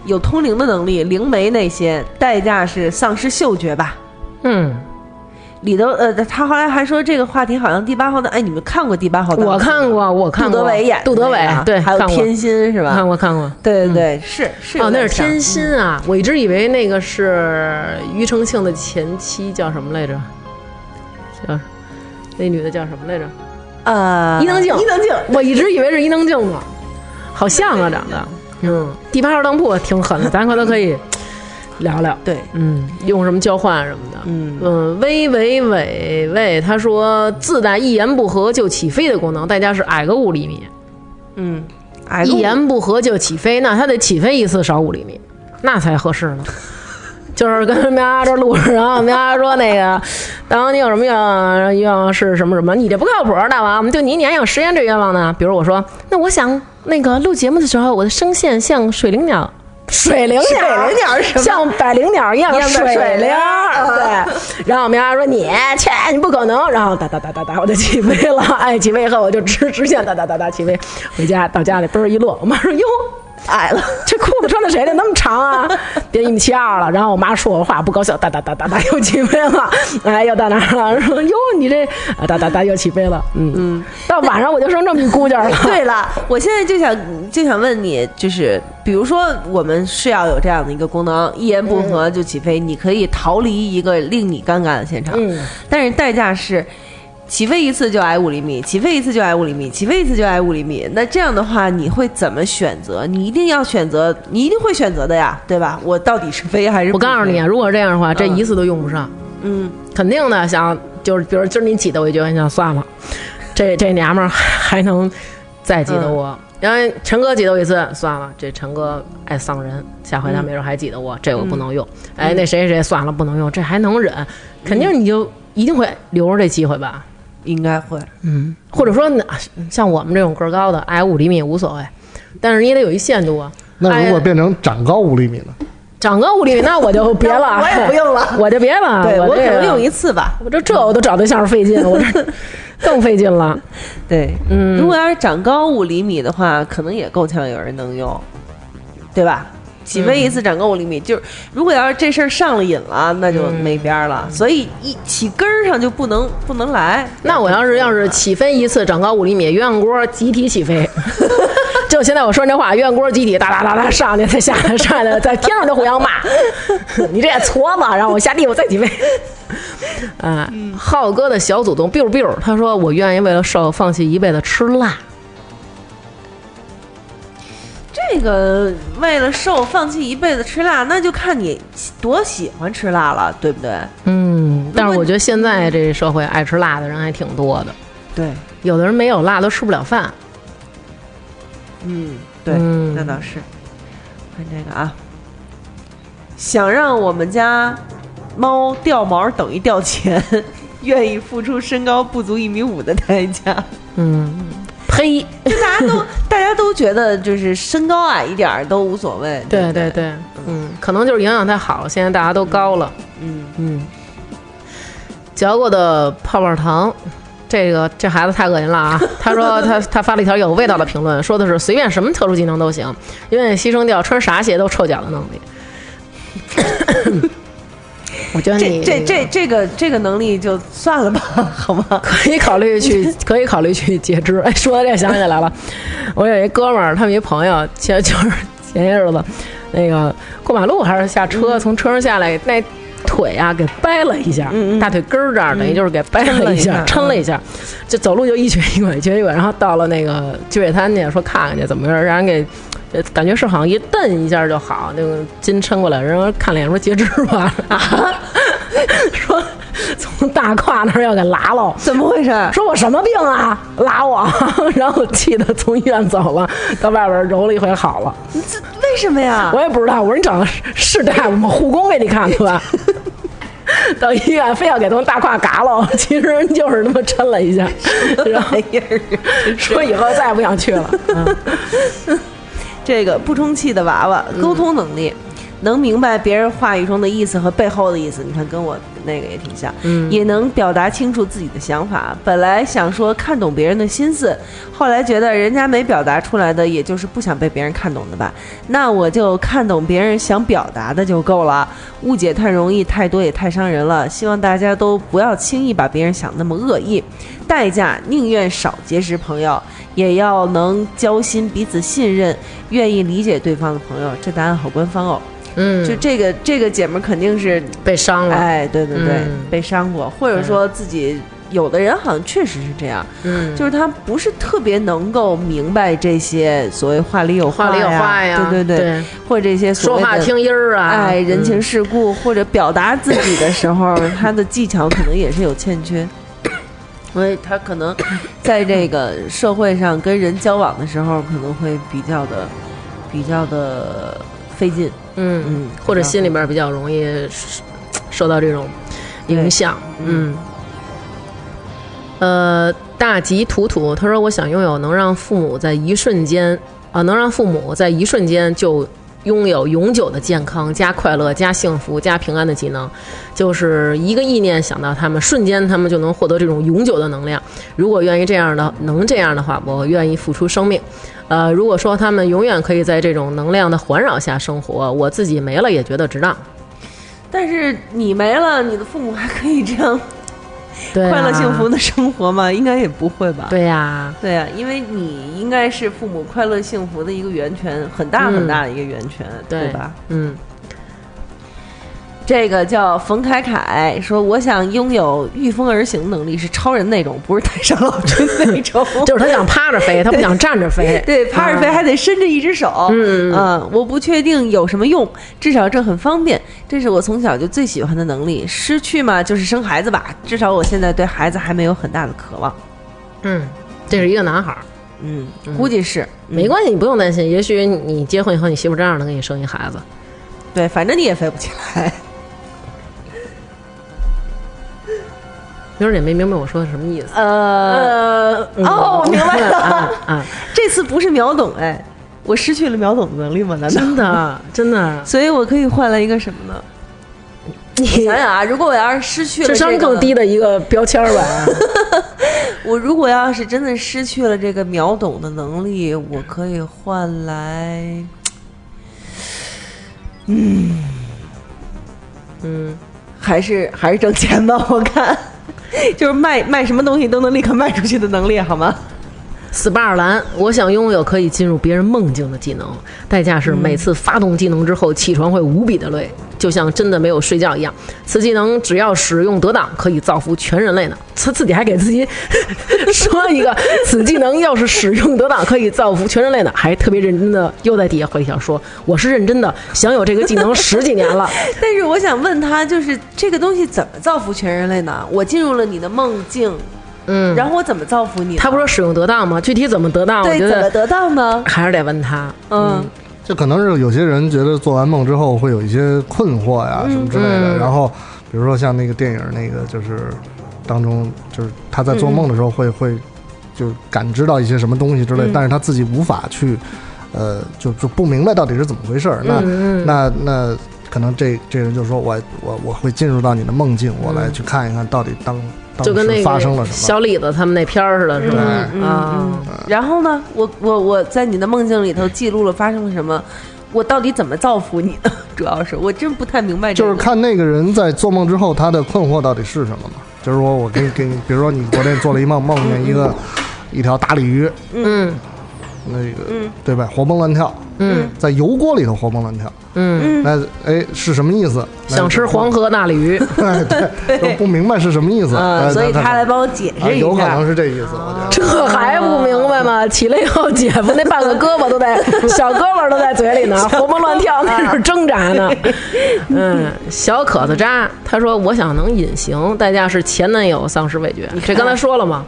有通灵的能力，灵媒那些，代价是丧失嗅觉吧。嗯，里头呃，他后来还说这个话题好像第八号的，哎，你们看过第八号档案吗？我看过，我看杜过，德伟演的那个啊，杜德伟对，还有看过天心是吧看？过看过，对对对，是是有哦，那点是像嗯天心啊！我一直以为那个是庾澄庆的前妻，叫什么来着？叫那女的叫什么来着？呃，伊能静伊能静，我一直以为是伊能静呢，好像啊，长得。嗯，第八号当铺挺狠的，咱回头可以聊聊。对，嗯，用什么交换什么的。嗯嗯，微微伟伟他说，自带一言不合就起飞的功能，代价是矮个五厘米。嗯，哎一言不合就起飞，那他得起飞一次少五厘米，那才合适呢。 就是跟喵丫这路上，喵丫说那个，当你有什么愿望，愿望是什么什么，你这不靠谱，大王，我们就你一年有实现这愿望呢。比如我说，那我想那个录节目的时候，我的声线像水灵鸟，水灵鸟，水灵鸟是什么像百灵鸟一样一样的水灵灵儿，啊对。然后我们家说你切，你不可能。然后哒哒哒哒哒，我就起飞了。哎，起飞以后我就直直线哒哒哒哒起飞，回家到家里嘣儿一落，我妈说哟。 矮了，这裤子穿的谁的那么长 啊？别一米七二了。然后我妈说我话不高效，哒哒哒哒哒又起飞了，哎，又到哪儿了？说哟，你这啊哒哒哒又起飞了，嗯嗯。到晚上我就剩这么一姑娘了。对了，我现在就想就想问你，就是比如说我们是要有这样的一个功能，一言不合就起飞，你可以逃离一个令你尴尬的现场，嗯但是代价是。起飞一次就矮五厘米，起飞一次就矮五厘米，起飞一次就矮五厘米。那这样的话，你会怎么选择？你一定要选择，你一定会选择的呀，对吧？我到底是飞还是不我告诉飞你，啊，如果这样的话，这嗯一次都用不上。嗯，肯定的，想就是比如今儿你挤的我一脚，你想算了，这这娘们儿还能再挤嗯得我。然后陈哥挤得我一次，算了，这陈哥爱丧人，下回他嗯没准还挤得我，这我不能用。哎，那谁谁谁算了，不能用，这还能嗯忍，肯定你就一定会留着这机会吧。应该会。或者说，那像我们这种个儿高的，矮五厘米无所谓，但是你也得有一限度啊。那如哎果变成长高五厘米呢？长个五厘米，那我就 别了，我也不用了 我就别了。对我我可这能个用一次吧。我这这我都找对象费劲，我 这更费劲了。对，嗯如果要是长高五厘米的话，可能也够呛有人能用，对吧？起飞一次长高五厘米，就是如果要是这事儿上了瘾了，那就没边儿了。所以一起根儿上就不能不能来。 那我要是要是起飞一次长高五厘米，鸳鸯锅集体起飞。 就现在我说这话，鸳鸯锅集体哒哒哒哒上去，再下来，上来，在天上就互相骂。 你这也矬子，让我下地我再起飞。 啊，浩哥的小祖宗 biu biu，他说嗯我愿意为了瘦放弃一辈子吃辣。这个为了瘦放弃一辈子吃辣，那就看你多喜欢吃辣了，对不对？嗯，但如是果我你觉得现在这社会爱吃辣的人还挺多的，对，有的人没有辣都吃不了饭。嗯，对，嗯那倒是。看这个啊，想让我们家猫掉毛等于掉钱， 愿意付出身高不足一米五的代价。 嗯，呸！就大家都大家都觉得就是身高矮一点儿都无所谓。对不对对，嗯，可能就是营养太好，现在大家都高了。嗯嗯，嚼过的泡泡糖，这个这孩子太恶心了啊！他说他他发了一条有味道的评论，说的是随便什么特殊技能都行，永远牺牲掉穿啥鞋都臭脚的能力。我觉得这你这这这个这个能力就算了吧， 好吗？可以考虑 去，可以考虑去截肢。哎，说到这想起来了，我有一哥们儿，他们一朋友，其实就是前些日子，那个过马路还是下车，从车上下来，那腿啊给掰了一下，大腿根儿这儿等于就是给掰了一下，抻嗯了一下，嗯就走路就一瘸一拐，一瘸一拐，然后到了那个积水滩去，说看看去怎么着，让人给。呃感觉是好像一蹬一下就好，那个筋抻过来，然后看脸说截肢 吧，啊，说从大胯那儿要给拉喽，怎么回事？说我什么病啊，拉我， 然后气得从医院走了，到外边揉了一回好了，为什么呀？ 我也不知道，我说你找的是是大夫吗？护工给你看去吧。 到医院非要给从大胯嘎了， 其实就是他妈抻了一下，然哎后说以后再也不想去了。这个不充气的娃娃，沟通能力。能明白别人话语中的意思和背后的意思，你看跟我那个也挺像，也能表达清楚自己的想法。本来想说看懂别人的心思，后来觉得人家没表达出来的，也就是不想被别人看懂的吧。那我就看懂别人想表达的就够了。误解太容易，太多也太伤人了。希望大家都不要轻易把别人想那么恶意，代价宁愿少结识朋友，也要能交心，彼此信任，愿意理解对方的朋友。这答案好官方哦。嗯就这个这个姐们儿肯定是，被伤了，哎，对对对，嗯被伤过，或者说自己有的人好像确实是这样，嗯，就是他不是特别能够明白这些所谓话里有话里有话呀，对对对，或者这些所说谓的话听音儿啊，哎人情嗯世故、或者表达自己的时 候，他的技巧可能也是有欠缺。所以他可能在这个社会上跟人交往的时候，可能会比较的、比较的费劲。嗯嗯，或者比较心里边比较容易受受到这种影响。嗯，呃，大吉图图他说：“我想拥有能让父母在一瞬间啊、能让父母在一瞬间就拥有永久的健康、加快乐、加幸福、加平安的技能，就是一个意念想到他们，瞬间他们就能获得这种永久的能量。如果愿意这样的，能这样的话，我愿意付出生命。”呃，如果说他们永远可以在这种能量的环绕下生活，我自己没了也觉得值当。但是你没了，你的父母还可以这样 对、啊快乐幸福。的生活吗？应该也不会吧。对呀、对啊，因为你应该是父母快乐幸福的一个源泉，很大很大的一个源泉，对吧？？嗯，这个叫冯凯凯说：“我想拥有御风而行能力，是超人那种，不是太上老君那 种。。就是他想趴着飞，他不想站着飞 对，帕尔菲啊还得伸着一只手。嗯嗯嗯啊我不确定有什么用，至少这很方便。这是我从小就最喜欢的能力。失去嘛，就是生孩子吧。至少我现在对孩子还没有很大的渴望。嗯，这是一个男孩儿，嗯，估计是、嗯没关系，你不用担心。也许你结婚以后，你媳妇照样能给你生一孩子。对，反正你也飞不起来。有点没明白我说的什么意思。呃， 呃，嗯哦我明白了 啊啊，这次不是秒懂哎，我失去了秒懂的能力吗？难道？真的真的，所以我可以换来一个什么呢？你想想啊，如果我要是失去了、智商更，低的一个标签儿吧。我如果要是真的失去了这个秒懂的能力，我可以换来，嗯嗯，还是还是挣 钱吧，我看。就是卖卖什么东西都能立刻卖出去的能力，好吗？斯巴尔兰，我想拥有可以进入别人梦境的技能，代价嗯是每次发动技能之后起床会无比的累，就像真的没有睡觉一样。此技能只要使用得当，可以造福全人类呢。他自己还给自己 说一个，此技能要是使用得当，可以造福全人类呢，还特别认真的又在底下回想说，我是认真的，享有这个技能十几年了。 但是我想问他，就是这个东西怎么造福全人类呢？我进入了你的梦境，嗯，然后我怎么造福你呢？他不说使用得当吗？具体怎么得当，我对，觉怎么得得到呢？还是得问他。嗯，就可能是有些人觉得做完梦之后会有一些困惑呀什么之类的，嗯然后比如说像那个电影那个就是当中就是他在做梦的时候嗯会会就感知到一些什么东西之类，但是他自己无法去呃就就不明白到底是怎么回事儿。那嗯嗯那那可能这这人就说我我我会进入到你的梦境，我来去看一看到底当当嗯就跟那时个发生了什么。小李子他们那片儿似的，是吧？嗯对啊，然后呢？我我我在你的梦境里头记录了发生了什么，我到底怎么造福你呢？ 主要是我真不太明白这就个。是看那个人在做梦之后他的困惑到底是什么嘛。就是说我给你给你，比如说你昨天做了一梦，梦见一个一条大鲤鱼，嗯那个、嗯对吧？活蹦乱跳，嗯在油锅里头活蹦乱跳，嗯，那哎是什么意思？那想吃黄河大鲤 鱼， 就不明白是什么意思，嗯，哎所以那他来帮我解啊释一有可下能。是这意思，我觉得。这还不明白吗？起来以后，姐夫那半个胳膊都 在，小胳膊都在嘴里呢，活蹦乱跳，那是挣扎呢。 嗯，小可子渣，他说我想能隐形，代价是前男友丧失味觉，这刚才说了吗？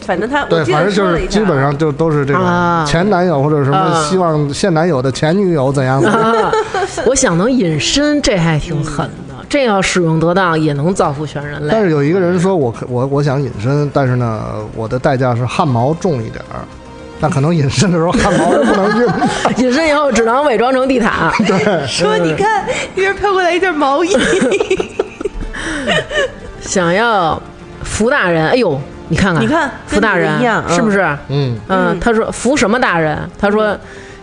反正他对我，记反得正就说了是一基本下。上就都是这啊种前男友或者什么啊希望现男友的前女 友怎样怎样，啊，我想能隐身，这还挺狠的，嗯这要使用得当，也能造福全人类但。是有一个人说我可我我想隐身，但是呢，我的代价是汗毛重一点儿，那可能隐身的时候汗毛是不能运的。隐身以后只能伪装成地毯。 呃说你看，一边飘过来一件 毛衣，想要福大人，哎呦，你看看，你看福大跟人你一 样嗯是不是？嗯，嗯，他说服什么大人？他说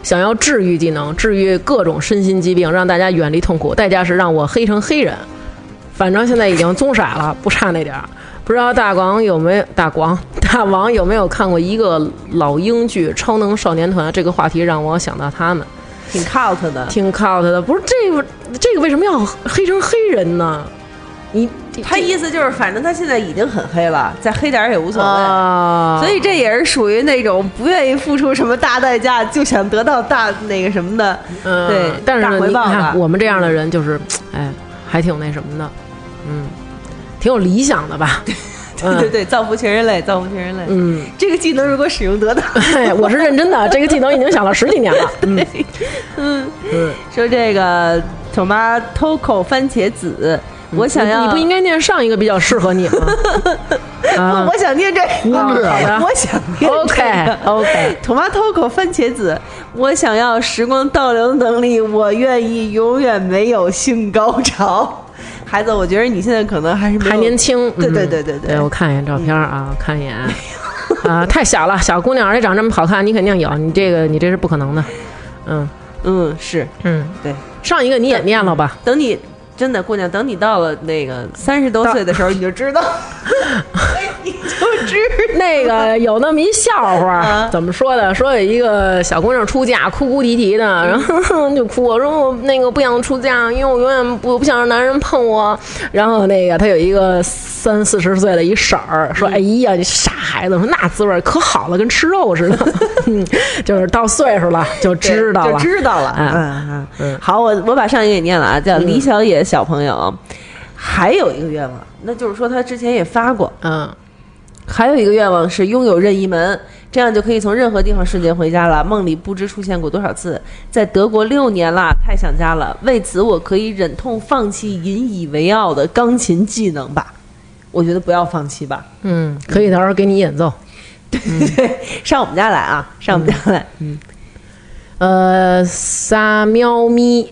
想要治愈技能，治愈各种身心疾病，让大家远离痛苦，代价是让我黑成黑人。反正现在已经棕色了，不差那点儿。不知道大王有没有大王大王有没有看过一个老英剧《超能少年团》？这个话题让我想到他们，挺 cult 的。挺靠他的。不是这个这个为什么要黑成黑人呢？你他意思就是，反正他现在已经很黑了，再黑点儿也无所谓。啊，所以这也是属于那种不愿意付出什么大代价就想得到大那个什么的，嗯对，但大是回你报的看。我们这样的人就是，哎，还挺那什么的，嗯，挺有理想的吧？ 对对对，造福全人类，造福全人类。嗯，这个技能如果使用得当，哎，我是认真的，这个技能已经想了十几年了。嗯 说这个 tomato 番茄子，我想要你不应该念上一个比较适合 你吗？啊我想念这个，忽略了 我想念这个 OK OK， tomato 番茄子，我想要时光倒流的能力，我愿意永远没有性高潮。孩子，我觉得你现在可能还是没有还年轻。对嗯对对对对嗯我看一眼照片啊，看一眼。啊，太小了，小姑娘而且长这么好看，你肯定有，你这个你这是不可能的。嗯嗯，是嗯，对。上一个你也念了吧？等你真的姑娘，等你到了那个三十多岁的时候，你就 知道，哎你就知那个有那么一笑话，啊怎么说的？说有一个小姑娘出嫁，哭哭啼啼的，嗯然后就哭，我说我那个不想出嫁，因为我永远不不想让男人碰我。然后那个她有一个三四十岁的一婶儿嗯说：“哎呀，你傻孩子，我说那滋味儿可好了，跟吃肉 似的。嗯”就是到岁数了就知道就 了，知道了。哎嗯嗯，好，我我把上一个也念了啊，叫李小野小朋友，还有一个愿望，那就是说他之前也发过，嗯，还有一个愿望是拥有任意门，这样就可以从任何地方瞬间回家了。梦里不知出现过多少次，在德国六年啦，太想家了。为此，我可以忍痛放弃引以为傲的钢琴技能吧。我觉得不要放弃吧。嗯，可以到时候给你演奏。对，嗯 上我们家来啊，上我们家来。呃，撒喵咪。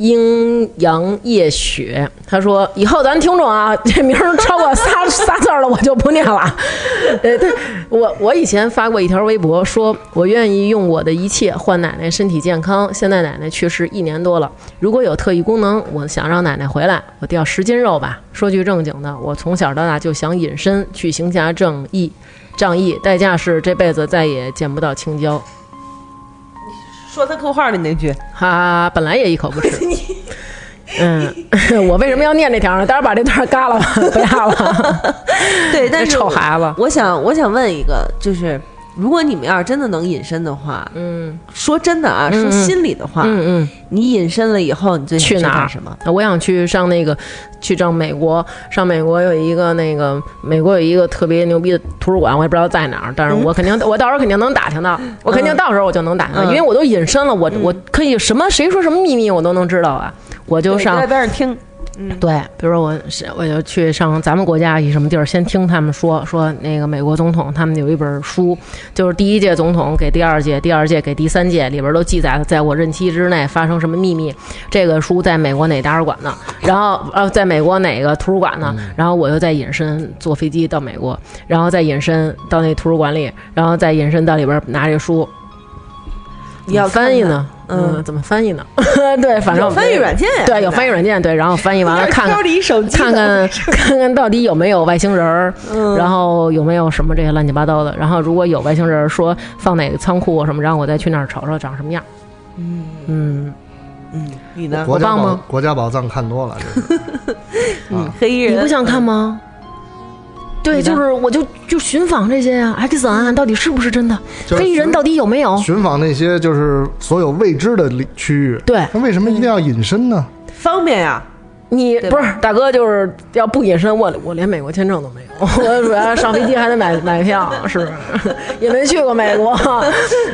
阴阳夜雪，他说：“以后咱听众啊，这名儿超过仨仨字儿了，我就不念了。” 呃，对我我以前发过一条微博，说我愿意用我的一切换奶奶身体健康。现在奶奶去世一年多了，如果有特异功能，我想让奶奶回来，我掉十斤肉吧。说句正经的，我从小到大就想隐身去行侠正义，仗义，代价是这辈子再也见不到青椒。说他扣号的那句，哈哈，本来也一口不 吃。嗯， 我为什么要念这条呢？待会儿把这段嘎了吧， 不要了。对， 但这是丑我孩子，我想，我想问一个，就是如果你们要是真的能隐身的话，嗯说真的啊，说心里的话，嗯嗯，你隐身了以后，你最想去哪儿干什么？？我想去上那个，去上美国，上美国有一个那个，美国有一个特别牛逼的图书馆，我也不知道在哪儿，但是嗯我肯定，我到时候肯定能打听到，我肯定到时候我就能打听到，嗯因为我都隐身了，我我可以什么谁说什么秘密我都能知道啊，我就对上在边上听，嗯对，比如说我是我就去上咱们国家一什么地儿，先听他们说说那个美国总统，他们有一本书，就是第一届总统给第二届，第二届给第三届，里边都记载了在我任期之内发生什么秘密。这个书在美国哪大使馆呢？然后呃，在美国哪个图书馆呢？然后我又再隐身坐飞机到美国，然后再隐身到那图书馆里，然后再隐身到里边拿这书。你要翻译看看呢？嗯嗯，怎么翻译呢？ 对，反正有我们翻译这个软件呀对，有现在翻译软件，对，然后翻译 完了看看挑着一手机嗯看呢， 看看看到底有没有外星人儿，然后有没有什么这些乱七八糟的，然后如果有外星人儿说放哪个仓库什么，然后我再去那儿瞅瞅长什么样。嗯你呢？国我家棒宝吗国家宝藏看多了，这是啊，黑衣你人，不想看吗？对，就是我就就寻访这些呀、x 档案到底是不是真的？就是黑衣人寻到底有没哦有？寻访那些就是所有未知的领区域。对那为什么一定要隐身呢？方便呀、你对吧不是大哥，就是要不隐身，我我连美国签证都没有， 我主要上飞机还得买买票，是不 是？也没去过美国，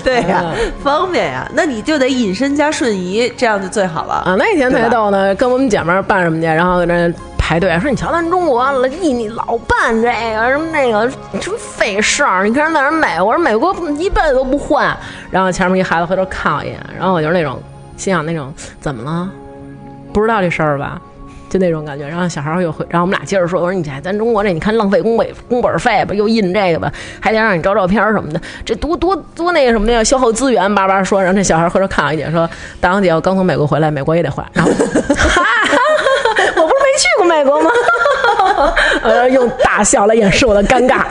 对呀、 嗯方便呀、那你就得隐身加瞬移，这样就最好了。啊，那天对特吧别逗呢，跟我们姐们儿办什么去，然后在那排队，说你瞧咱中国了，印尼老办这个什么那个什么费事儿，你看人在那美国，美国一辈子都不换。然后前面一孩子回头看我一眼，然后我就是那种心想那种怎么了，不知道这事儿吧？就那种感觉，然后小孩儿又回，然后我们俩接着说，我说你看咱中国这，你看浪费工本工本费吧，又印这个吧，还得让你照照片儿什么的，这多多多那个什么呀，消耗资源，叭叭说，然后这小孩儿回头看我一眼说，大王姐，我刚从美国回来，美国也得换，然后 我哈哈我不是没去过美国吗？ 呃，用大笑来掩饰我的尴尬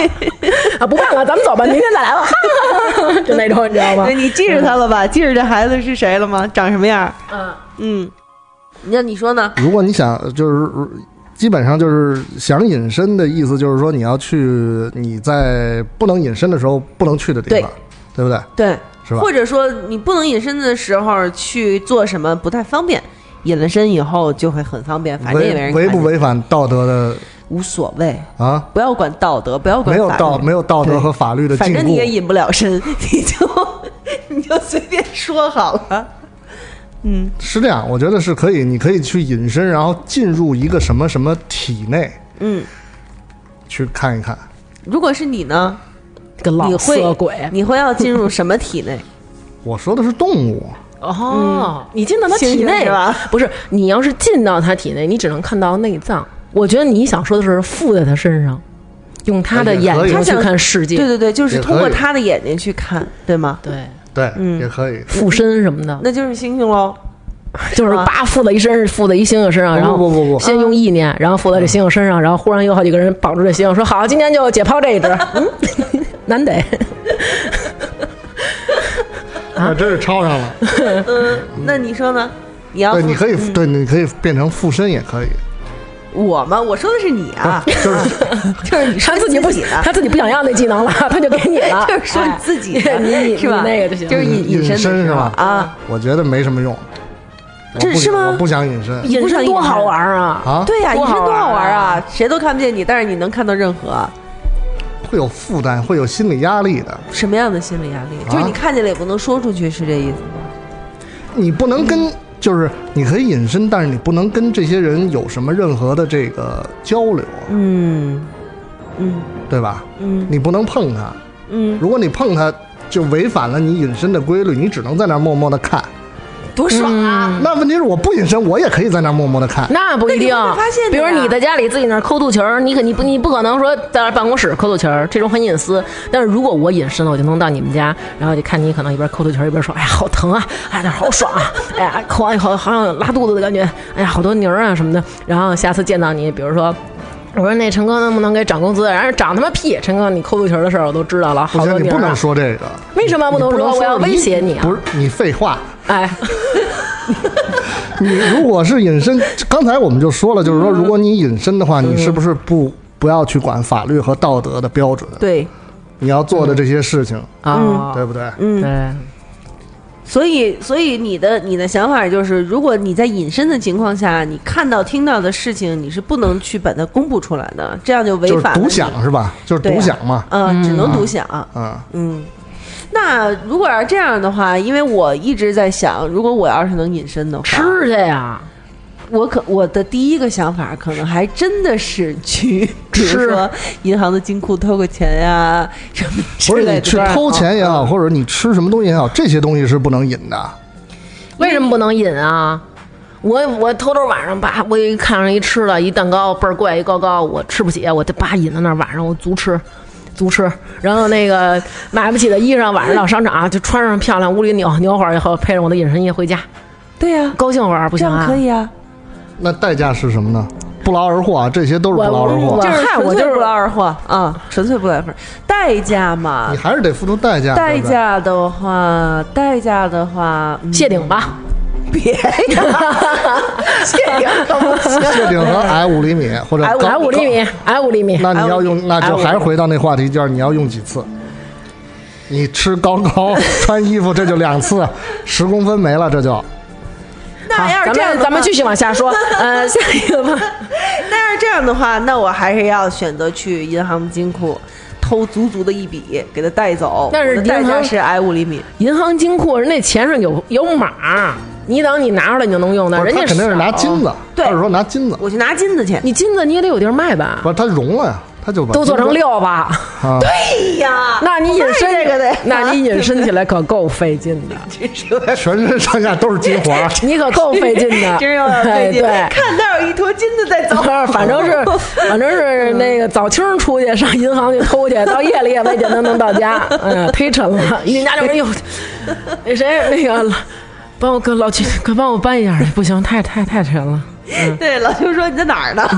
啊，不办了，咱们走吧，明天再来吧， 哈哈就那种你知 道吗对，？你记着他了吧？记着这孩子是谁了吗？长什么样？嗯嗯，那你说呢？如果你想，就是基本上就是想隐身的意思，就是说你要去你在不能隐身的时候不能去的地方，对不对？对，是吧或者说你不能隐身的时候去做什么不太方便，隐了身以后就会很方便，反正也没人违看违见不违反道德的无所谓，啊？不要管道德，不要管没有法律道没有道德和法律的反禁正你也锢。隐不了身，你就你就随便说好了。是这样，我觉得是可以，你可以去隐身，然后进入一个什么什么体内嗯，去看一看。如果是你呢？个你老会色鬼，你会要进入什么体内？我说的是动物，嗯哦，你进到他猩体猩内是吧？不是，你要是进到他体内，你只能看到内脏。我觉得你想说的是附在他身上，用他的也眼可以睛他 去想看世界，对对对，就是也可通过以他的眼睛去看，对吗？对对，嗯也可以。啊附身什么的，那就是猩猩喽。就是吗叭附在一身，附在一猩猩身上，然后不不不不先用意念，然后附在这猩猩身上，然后忽然有好几个人绑住这猩猩，说好，今天就解剖这 一只，嗯，难得。啊，真是抄上 了。嗯那你说呢？你要对，你可嗯以，对，你可以变成附身，也可以。我吗？我说的是你 啊，就是就是你说他自己不你的，，他自己不想要那技能了， 他就给你 了就是 说你自己的哎 你你是吧？你那个就行了，是隐嗯隐身的身时是候吧？啊，，我觉得没什么用。我这不是吗我不想隐身隐不想身隐多身好玩儿啊！啊，对呀，隐多身好嗯多玩好玩啊啊！谁都看不见你，但是你能看到任何会有负担，会有心理压力的。什么样的心理压力？啊就是你看见了也不能说出去，是这意思吗？你不能跟，嗯就是你可以隐身，但是你不能跟这些人有什么任何的这个交流，嗯嗯对吧？嗯你不能碰他，嗯，如果你碰他，就违反了你隐身的规律，你只能在那儿默默的看。多爽啊！那问题是我不隐身，我也可以在那儿默默的看。那不一定，那你会发现的比如呀你在家里自己那儿抠肚脐儿，你肯你不你不可能说在办公室抠肚脐儿，这种很隐私。但是如果我隐身了，我就能到你们家，然后就看你可能一边抠肚脐儿一边说，哎呀好疼啊，哎呀好爽啊，哎呀抠完以后好像有拉肚子的感觉，哎呀好多泥儿啊什么的。然后下次见到你，比如说。我说那陈哥能不能给涨工资？然后涨他妈屁！陈哥，你扣肚皮儿的事儿我都知道了，不好多行，你年嗯不能了说这个。为什么不能你说？我要威胁你啊！不是你废话，哎，你如果是隐身，刚才我们就说了，就是说，如果你隐身的话，你是不是不不要去管法律和道德的标准？对，你要做的这些事情，嗯啊，对不对？嗯，对，所以所以你的你的想法就是，如果你在隐身的情况下，你看到听到的事情，你是不能去把它公布出来的，这样就违就是反了独你享是吧？就是对独啊享嘛，嗯，只能独享。嗯，嗯，那如果要是这样的话，因为我一直在想，如果我要是能隐身的话，吃去呀，我可我的第一个想法可能还真的是去，比如吃说银行的金库偷个钱呀、什么之不是类你的。哦去偷钱也啊嗯好，或者你吃什么东西也好，这些东西是不能引的。为什么不能饮啊？我我偷偷晚上叭，我一看上一吃的，一蛋糕倍儿贵，一高高，我吃不起，我就叭引到那儿，晚上我足吃，足吃。然后那个买不起的衣裳，晚上到商场就穿上漂亮，屋里扭扭会儿以后，配上我的隐身衣回家，对呀、高兴会儿不这行样啊可？以啊，那代价是什么呢？不劳而获啊，这些都是不劳而获我就啊，是嗨纯我粹就是不劳而获啊，纯粹不劳而获，代价嘛你。还是得付出代价。代对不对价的话，代价的话，嗯谢顶吧，别呀， 谢顶可不行。谢 顶和矮五厘米或者高矮五厘，米，矮五厘米， 啊那你 要用，那就矮五厘米还是回到那话题，就是你要用几次？你吃高 高穿衣服，这就两次，十公分没了，这就那要是咱这样们的话，咱们继续往下说，呃，下一个吧。那要是这样的话，那我还是要选择去银行金库偷足足的一笔，给他带走。但是我的银代价行是挨五厘米。银行金库人那钱上有有码，你等你拿出来你就能用的，不是人他家哦肯定是拿少金子，对他是说拿金子，我去拿金子去。你金子你也得有地儿卖吧不？是他融了呀，他就把都做金成子 六吧？啊，哎呀，那你隐身这个得，那你隐身起来可够费劲 的， 全身上下都是金环。你可够费劲的，真有点费劲。哎对。看那儿有一坨金子在 走，反正是，反正是那个早清儿出去上银行去偷去，到夜里也未见得能到 家。哎呀，忒沉了，一进家就哎呦，那谁那个老帮我哥老去，快帮我搬一下儿，不行，太太太沉了。对，老舅说你在哪儿呢？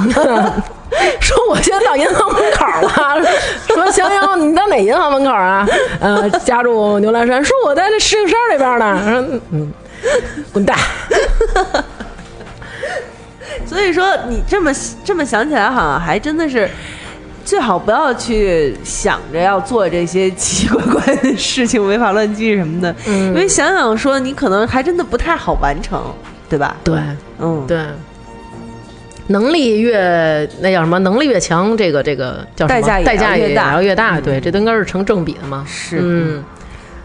说我现在到银行门口了， 说行行，你到哪银行门口啊？呃，家住牛栏山。说我在这石景山这边呢。说嗯，滚蛋！所以说你这么这么想起来，好像还真的是。最好不要去想着要做这些奇奇怪怪的事情，违法乱纪什么的，嗯因为想想说你可能还真的不太好完成，对吧？对嗯，对，能力越那叫什么？能力越强，这个这个叫什代么价也代价要越大嗯要越大。对，这都应该是成正比的嘛。是嗯。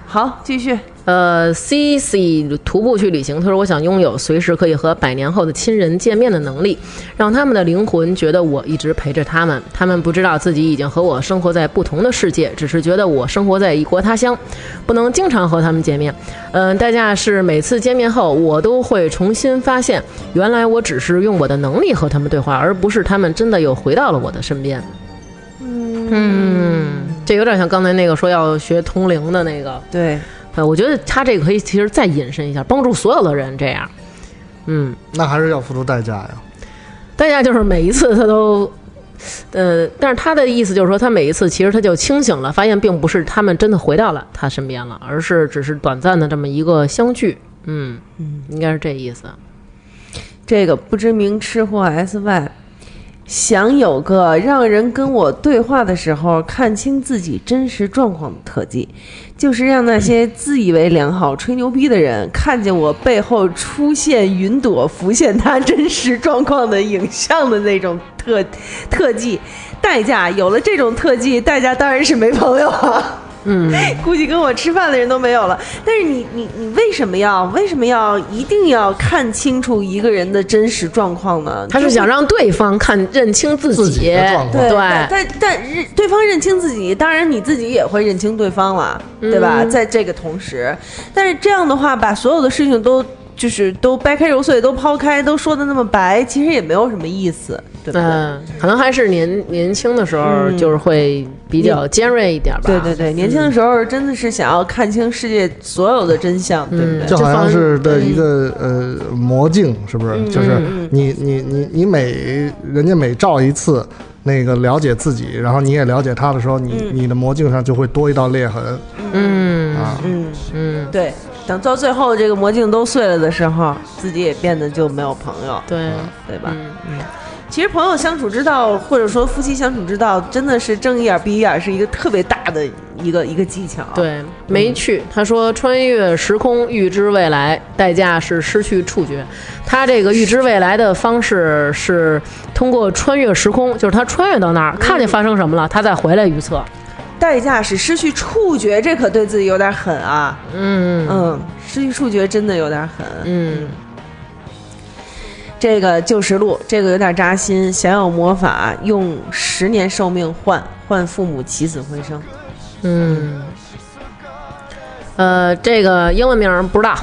好，继续。呃，C C 徒步去旅行，他说我想拥有随时可以和百年后的亲人见面的能力，让他们的灵魂觉得我一直陪着他们。他们不知道自己已经和我生活在不同的世界，只是觉得我生活在异国他乡，不能经常和他们见面。嗯、代价是每次见面后，我都会重新发现，原来我只是用我的能力和他们对话，而不是他们真的又回到了我的身边。嗯，这有点像刚才那个说要学通灵的那个。对，呃，我觉得他这个可以其实再引申一下，帮助所有的人这样。嗯， 那还是要付出代价呀。代价就是每一次他都，呃，但是他的意思就是说，他每一次其实他就清醒了，发现并不是他们真的回到了他身边了，而是只是短暂的这么一个相聚。嗯嗯，应该是这意思。这个不知名吃货 S Y 想有个让人跟我对话的时候看清自己真实状况的特技，就是让那些自以为良好、吹牛逼的人看见我背后出现云朵，浮现他真实状况的影像的那种特特技。代价有了这种特技，代价当然是没朋友啊。嗯，估计跟我吃饭的人都没有了。但是你你你为什么要为什么要一定要看清楚一个人的真实状况呢？他是想让对方看认清自己，自己的状况对对但但但认对方认清自己，当然你自己也会认清对方了，对吧？嗯在这个同时，但是这样的话，把所有的事情都就是都掰开揉碎，都抛开，都说的那么白，其实也没有什么意思，对不对？嗯，可能还是年年轻的时候就是会比较尖锐一点吧。嗯对对对，年轻的时候真的是想要看清世界所有的真相，对嗯不对？就好像是的一个嗯呃魔镜，是不是？就是你你你你每人家每照一次，那个了解自己，然后你也了解他的时候，你、嗯你的魔镜上就会多一道裂痕。嗯啊，嗯嗯，对，等到最后这个魔镜都碎了的时候，自己也变得就没有朋友，对，对吧？其实朋友相处之道，或者说夫妻相处之道，真的是啊睁一眼闭一眼，是一个特别大的一个一个技巧。，对，没去。他说穿越时空预知未来，代价是失去触觉。他这个预知未来的方式是通过穿越时空，就是他穿越到那儿，看见发生什么了，他再回来预测。代价是失去触觉，这可对自己有点狠啊。嗯嗯，失去触觉真的有点狠。嗯，这个旧实录，这个有点扎心。想有魔法，用十年寿命换换父母起死回生。嗯，呃，这个英文名儿不知道。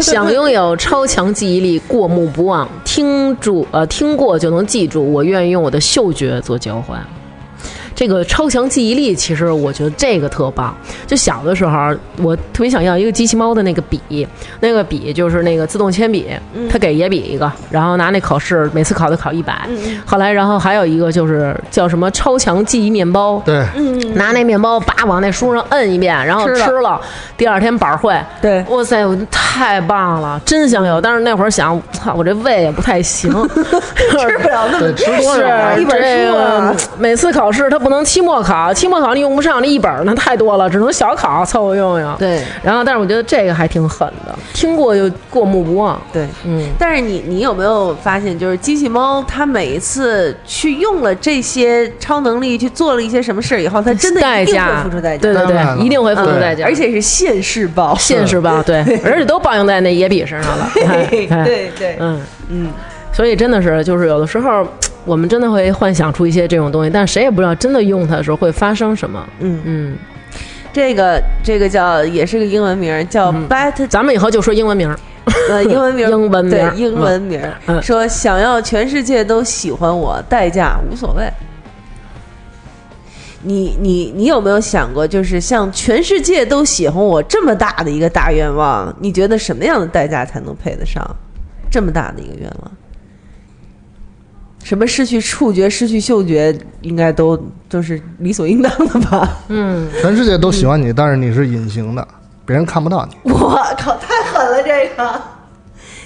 想拥有超强记忆力，过目不忘，听住呃听过就能记住。我愿意用我的嗅觉做交换。这个超强记忆力，其实我觉得这个特棒。就小的时候，我特别想要一个机器猫的那个笔，那个笔就是那个自动铅笔，他给野笔一个，然后拿那考试，每次考都考一百。后来，然后还有一个就是叫什么超强记忆面包，对，拿那面包叭往那书上摁一遍，然后嗯吃吃了了，第二天板会。对哇塞，我太棒了，真想有，但是那会儿想，操，我这胃也不 太行，吃不了那么多对吃多少啊是一本这书啊个每次考试它不能期末考，期末考你用不上，那一本儿那太多了，只能小考凑合用用。对然后，但是我觉得这个还挺狠的，听过就过目不忘。对，嗯，但是你你有没有发现，就是机器猫它每一次去用了这些超能力去做了一些什么事儿以后，它真的代一定会价付出代价，嗯对对当然了对，一定会付出对代价，而且是现世报。 现实吧， 对，而且都报应在那野比身上了。对哎哎对对，嗯，嗯，所以真的是，就是有的时候我们真的会幻想出一些这种东西，但谁也不知道真的用它的时候会发生什么。嗯嗯，这个这个叫也是个英文名儿，叫嗯 Bat，、咱们以后就说英文名儿。呃，英文名儿， 英文名儿对，英文名儿、嗯说想要全世界都喜欢我，代价无所谓。你你你有没有想过，就是像全世界都喜欢我这么大的一个大愿望，你觉得什么样的代价才能配得上这么大的一个愿望？什么失去触觉、失去嗅觉，应该都就是理所应当的 吧？全世界都喜欢你，但是你是隐形的，别人看不到你，我靠，太狠了，这个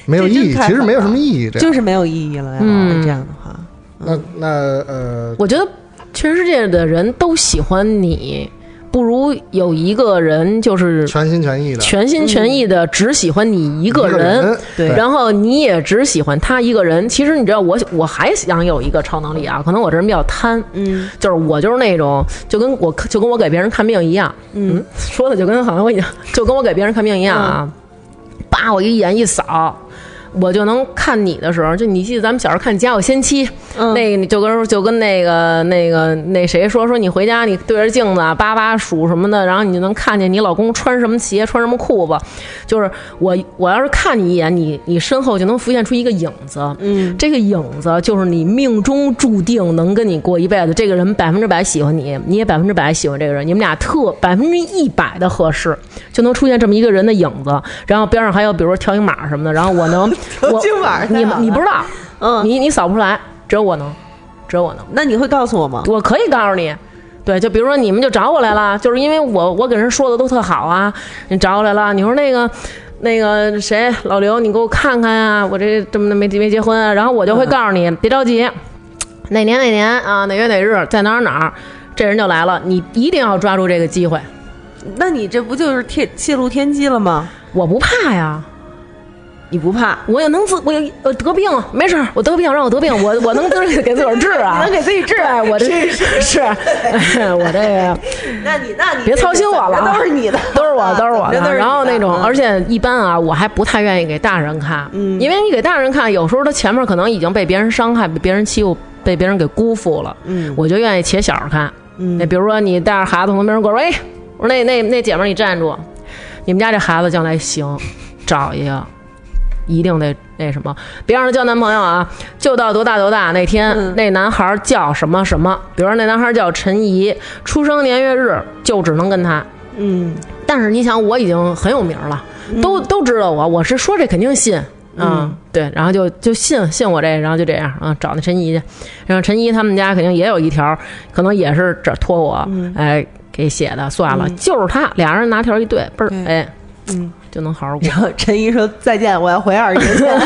没有这意真义，太其实狠没有什了么意义。这样就是没有意义了呀。嗯这样的话，那那呃，我觉得全世界的人都喜欢你，不如有一个人就是全心全意的全心全意的只喜欢你一一个人。对然后你也只喜欢他一个人。其实你知道我，我还想有一个超能力啊，可能我这人比较贪，嗯，就是我就是那种就跟我就跟我给别人看病一样，嗯，说的就跟好像我已经就跟我给别人看病一样啊，叭我一眼一扫。我就能看你的时候，就你记得咱们小时候看《家有仙妻》，嗯那你就跟就跟那个那个那谁说说你回家你对着镜子啊叭叭数什么的，然后你就能看见你老公穿什么鞋穿什么裤子，就是我我要是看你一眼，你你身后就能浮现出一个影子，嗯，这个影子就是你命中注定能跟你过一辈子，这个人百分之百喜欢你，你也百分之百喜欢这个人，你们俩特百分之一百的合适，就能出现这么一个人的影子，然后边上还有比如说条形码什么的，然后我能我今晚上你太好你了不知道，嗯你你扫不出来，只有我能，只有我能。那你会告诉我吗？我可以告诉你。对，就比如说你们就找我来了，就是因为我我给人说的都特好啊，你找我来了，你说那个那个谁老刘，你给我看看啊，我这这么的没没结婚啊，然后我就会告诉你，别着急，哪年哪年啊，哪月哪日在哪儿哪儿，这人就来了，你一定要抓住这个机会，那你这不就是天泄露天机了吗？我不怕呀，你不怕？我也能自我有呃得病没事儿，我得病让我得病，我我能自己给自个儿治 啊，能给自己治，我这是是， 我这个。那你那你别操心我了，都是你的， 都是我，都是我 怎么着都是的。你的然后那种，嗯而且一般啊，我还不太愿意给大人看，因为你给大人看，有时候他前面可能已经被别人伤害、被别人欺负、被别人给辜负了，嗯我就愿意且小着看。那比如说你带着孩子从边上过，说，哎，我说那那那姐们儿你站住，你们家这孩子将来行， 找一个。一定得那什么，别让他交男朋友啊！就到多大多大那天，嗯那男孩叫什么什么，比如说那男孩叫陈怡，出生年月日就只能跟他。嗯但是你想，我已经很有名了，都都知道我，我是说这肯定信。嗯，对，然后就就信信我这，然后就这样啊，找那陈姨去，然后陈姨他们家肯定也有一条，可能也是这托我，嗯哎，给写的，算了，就是他，俩人拿条一对，倍儿对哎，嗯，就能好好过 然。后陈怡说再见，我要回二十年 前。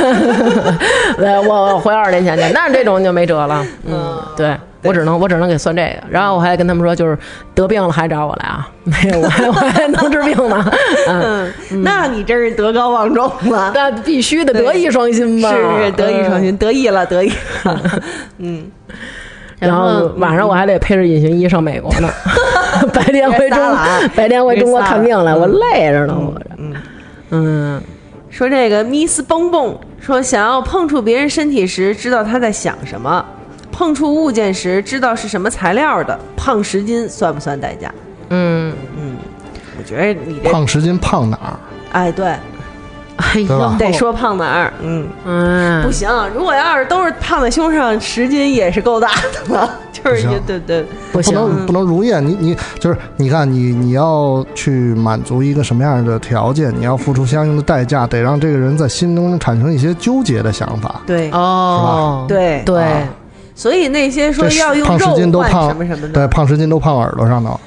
对，我我回二十年前去，那这种就没 辙了。嗯，对我只能我只能给算这个。然后我还跟他们说，就是得病了还找我来啊，没有，我还我还能治病呢。嗯，那你真是德高望重了。那必须的，德艺双馨吧？ 是是德艺 双嗯。馨，得意了，得意了。然后嗯晚上我还得配着隐形衣上美国 呢， 白天回中别撒了啊白天回中国别撒了看病来，我累着呢，我这。嗯，说这个 Miss 蹦蹦说，想要碰触别人身体时，知道他在想什么；碰触物件时，知道是什么材料的。胖十斤算不算代价？嗯，我觉得你这，胖十斤胖哪儿？哎，对，哎对呦吧，得，说胖哪儿，嗯，嗯不，行，如果要是都是胖在胸上，十斤也是够大的了， 就是不行对对，不不行，能不能如愿，你你就是你看你你要去满足一个什么样的条件，你要付出相应的代价，得让这个人在心中产生一些纠结的想法。对哦，对啊对，所以那些说这是要用胖十斤肉都换胖什么什么的，对，胖十斤都胖耳朵上头，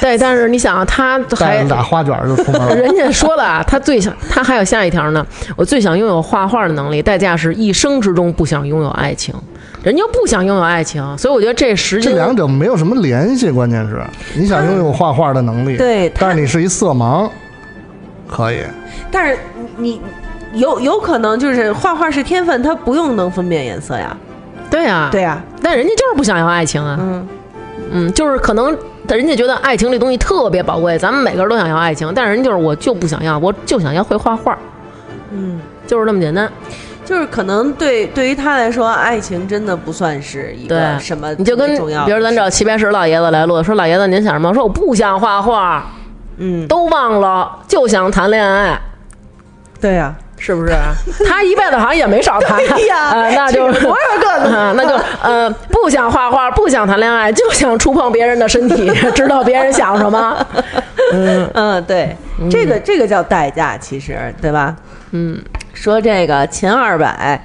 对，但是你想啊，他带还着俩花卷儿就出门 了。人家说了啊，他最想，他还有下一条呢。我最想拥有画画的能力，代价是一生之中不想拥有爱情。人就不想拥有爱情，所以我觉得这时这间两者没有什么联系，关键是你想拥有画画的能力，对他但是你是一色盲，可以，但是你你有有可能就是画画是天分，他不用能分辨颜色呀，对啊，对。呀，但人家就是不想要爱情啊，嗯嗯，就是可能人家觉得爱情这东西特别宝贵，咱们每个人都想要爱情，但是人就是我就不想要，我就想要会画画，嗯，就是这么简单。就是可能对对于他来说，爱情真的不算是一个对，什么你就跟特别重要的事，比如咱找齐白石老爷子来录，说老爷子您想什么？说我不想画画，嗯，都忘了，就想谈恋爱。对啊呀，是不是？他一辈子好像也没少谈 对呀啊那就这有多少个呢 啊那就呃，不想画画，不想谈恋爱，就想触碰别人的身体，知道别人想什么。嗯，对，这个这个叫代价，其实对吧？嗯，说这个前二百，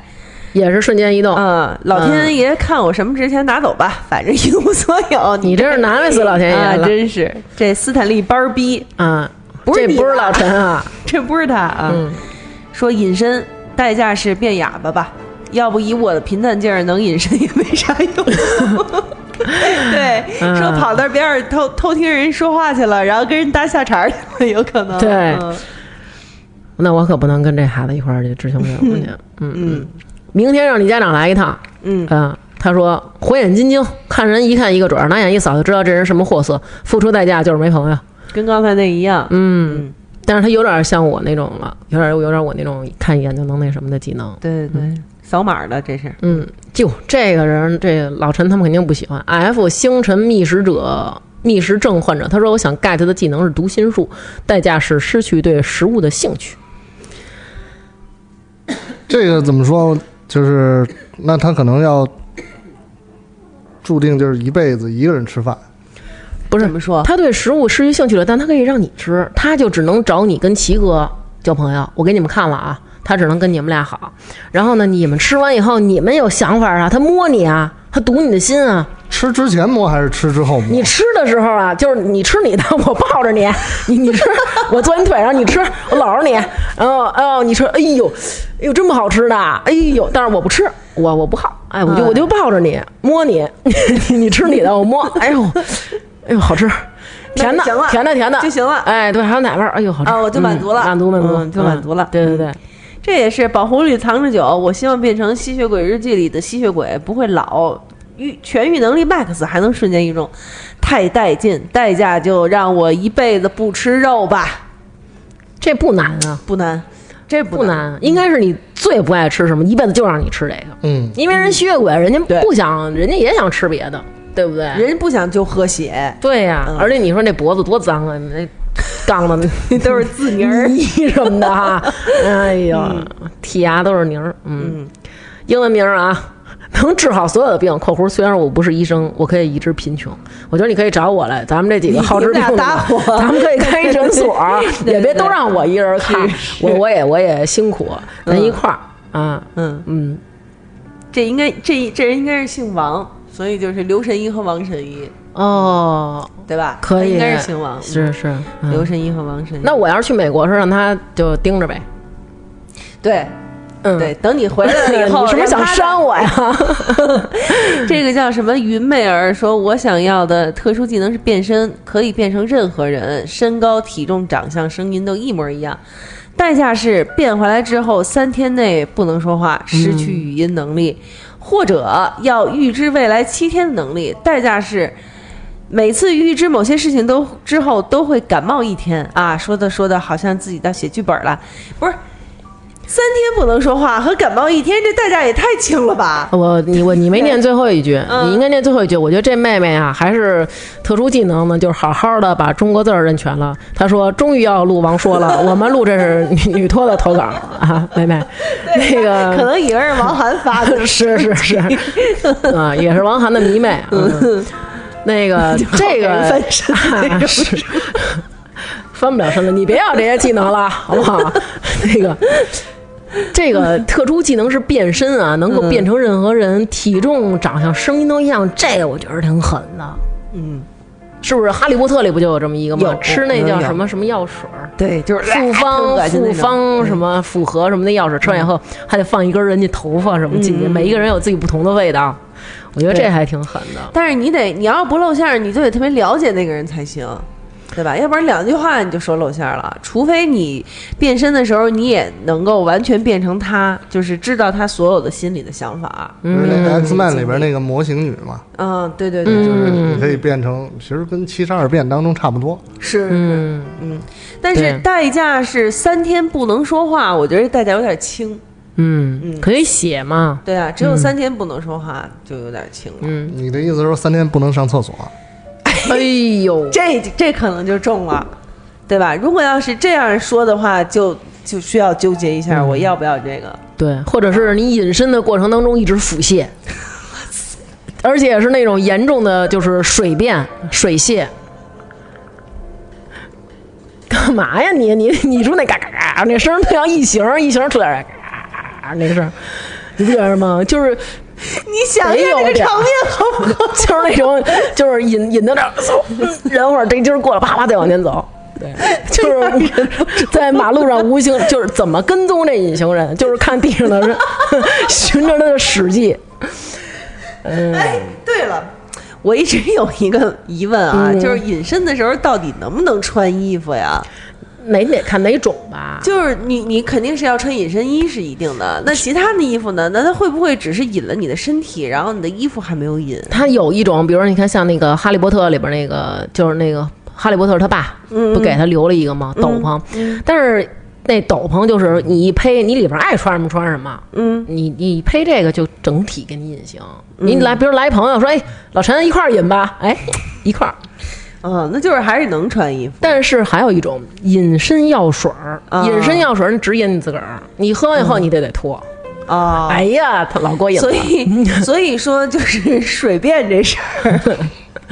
也是瞬间移动。嗯，老天爷看我什么值钱拿走吧，反正一无所有。嗯 你这是难为死老天爷啊，了真是这斯坦利班儿逼，啊！不是这你不是吧老陈啊，这不是他啊。嗯说隐身代价是变哑巴吧？要不以我的平淡劲儿，能隐身也没啥 用。对，嗯说跑到边儿偷偷听人说话去了，然后跟人搭下茬儿去了，有可能。对嗯那我可不能跟这孩子一块儿去执行任务 去。嗯嗯，明天让你家长来一趟。嗯嗯，他说火眼金睛，看人一看一个准儿，拿眼一扫就知道这人什么货色，付出代价就是没朋友。跟刚才那一样。嗯，但是他有点像我那种了，有点有点我那种看一眼就能那什么的技能。对对对，扫码的这是。嗯，就这个人，这老陈他们肯定不喜欢。F 星辰觅食者，觅食症患者，他说我想 get 的技能是读心术，代价是失去对食物的兴趣。这个怎么说？就是那他可能要注定就是一辈子一个人吃饭，不是怎么说？他对食物失去兴趣了，但他可以让你吃，他就只能找你跟齐哥交朋友。我给你们看了啊，他只能跟你们俩好。然后呢，你们吃完以后，你们有想法啊，他摸你啊，他读你的心啊。吃之前摸还是吃之后摸你？吃的时候啊，就是你吃你的，我抱着你，你你吃，我坐你腿上，你吃，我搂着你，然后哦，你吃，哎呦，哎呦，这么好吃的，哎呦，但是我不吃，我我不好，哎，我就我就嗯抱着你，摸你，你你吃你的，我摸，哎呦，哎呦，好吃，甜那就的行了，甜的，甜的就行了哎，对，还有奶味儿，哎呦，好吃，啊我就满足了嗯满足满足，嗯就满足了嗯对对对，这也是保护绿藏着酒。我希望变成《吸血鬼日记》里的吸血鬼，不会老，愈痊愈能力 max，还能瞬间移动，太带劲！代价就让我一辈子不吃肉吧，这不难啊，不难，这不不难，应该是你最不爱吃什么，一辈子就让你吃这个。嗯，因为人吸血鬼，人家对不想，人家也想吃别的，对不对？人家不想就喝血，对呀、嗯而且你说那脖子多脏啊，那杠的 这都是字泥儿。泥 什么 的嗯嗯哈，哎呦，剔牙都是泥儿，嗯，英文名儿啊， 能治好所有的病。（括弧虽然我不是医生，我可以医治贫穷。）我觉得你可以找我来，咱们这几个好治病你的们俩搭伙 咱们可以开一诊所， 对也对别都让我一人看。我我也 我也辛苦，咱一块儿啊，嗯，嗯，这应该这这人应该是姓王，所以就是刘神医和王神医，哦，对吧？可嗯他以，应该是姓王，是是，嗯刘神医和王神医。那我要是去美国，是让他就盯着呗。对嗯，对，，等你回来了以后， 你是不是想让他删我呀？ 这个叫什么？云妹儿说：“我想要的特殊技能是变身，可以变成任何人，身高、体重、长相、声音都一模一样。代价是变回来之后三天内不能说话，失嗯去语音能力，或者要预知未来七天的能力。代价是每次预知某些事情都之后都会感冒一天啊。说的说的，好像自己到写剧本了，不是。”三天不能说话和感冒一天，这代价也太轻了吧？我你我你没念最后一句，嗯你应该念最后一句。我觉得这妹妹啊，还是特殊技能呢，就是好好的把中国字儿认全了。她说：“终于要录王说 了，我们录这是女女托的投稿啊， 妹妹，那个，可能以为是王涵发的是是是，啊，也是王涵的迷妹啊。那 个 这个翻身 啊是翻不了身了，你别要这些技能了，好不好？ 那个。这个特殊技能是变身啊，能够变成任何人，体重、长相、声音都一样，这我觉得挺狠的。嗯，是不是《哈利波特》里不就有这么一个吗？有吃那有叫有什么什么药水儿， 对，就是复方、复方什么，么复合什么的药水，吃完以后嗯还得放一根人家头发什么进去，每一个人有自己不同的味道，我觉得这还挺狠的。但是你得，你要是不露馅儿，你就得特别了解那个人才行，对吧？要不然两句话你就说露馅儿了，除非你变身的时候你也能够完全变成他，就是知道他所有的心里的想法。就是那个 X 嗯 man 里边那个模型女嘛，嗯，对对对，就是你可以变成，其实跟七十二变当中差不多。是，嗯，嗯，但是对代价是三天不能说话，我觉得这代价有点轻。嗯，可以写嘛，对啊，只有三天不能说话就有点轻了。嗯，你的意思是说三天不能上厕所？哎呦，这这可能就中了，对吧？如果要是这样说的话，就就需要纠结一下，我要不要这个？对，或者是你隐身的过程当中一直腹泻，而且是那种严重的，就是水便、水泻。干嘛呀你你你说那嘎嘎嘎那声儿特像异形儿，异形儿出来嘎嘎嘎嘎那声儿，你不觉得吗？就是你想没有点儿 好不好？就是那种就是引引到这儿，嗖然后这劲儿过了，啪啪再往前走。对，就是在马路上无形，就是怎么跟踪这隐形人，就是看地上的人， 循着他的史记。哎， 对了，我一直有一个疑问啊，就是隐身的时候到底能不能穿衣服呀？哪得看哪种吧，就是你你肯定是要穿隐身衣是一定的，那其他的衣服呢？那它会不会只是隐了你的身体，然后你的衣服还没有隐？他有一种，比如说你看像那个《哈利波特》里边那个，就是那个哈利波特他爸不给他留了一个吗？斗篷，但是那斗篷就是你一披，你里边爱穿什么穿什么。嗯，你你披这个就整体给你隐形。你来，比如来一朋友说，哎，老陈一块儿隐吧，哎，一块儿。嗯，那就是还是能穿衣服。但是还有一种隐身药水儿，啊隐身药水儿你只隐你自个儿，你喝完以后你得得脱。啊。嗯哎呀，他老过瘾了。所以， 所以说就是水变这事儿，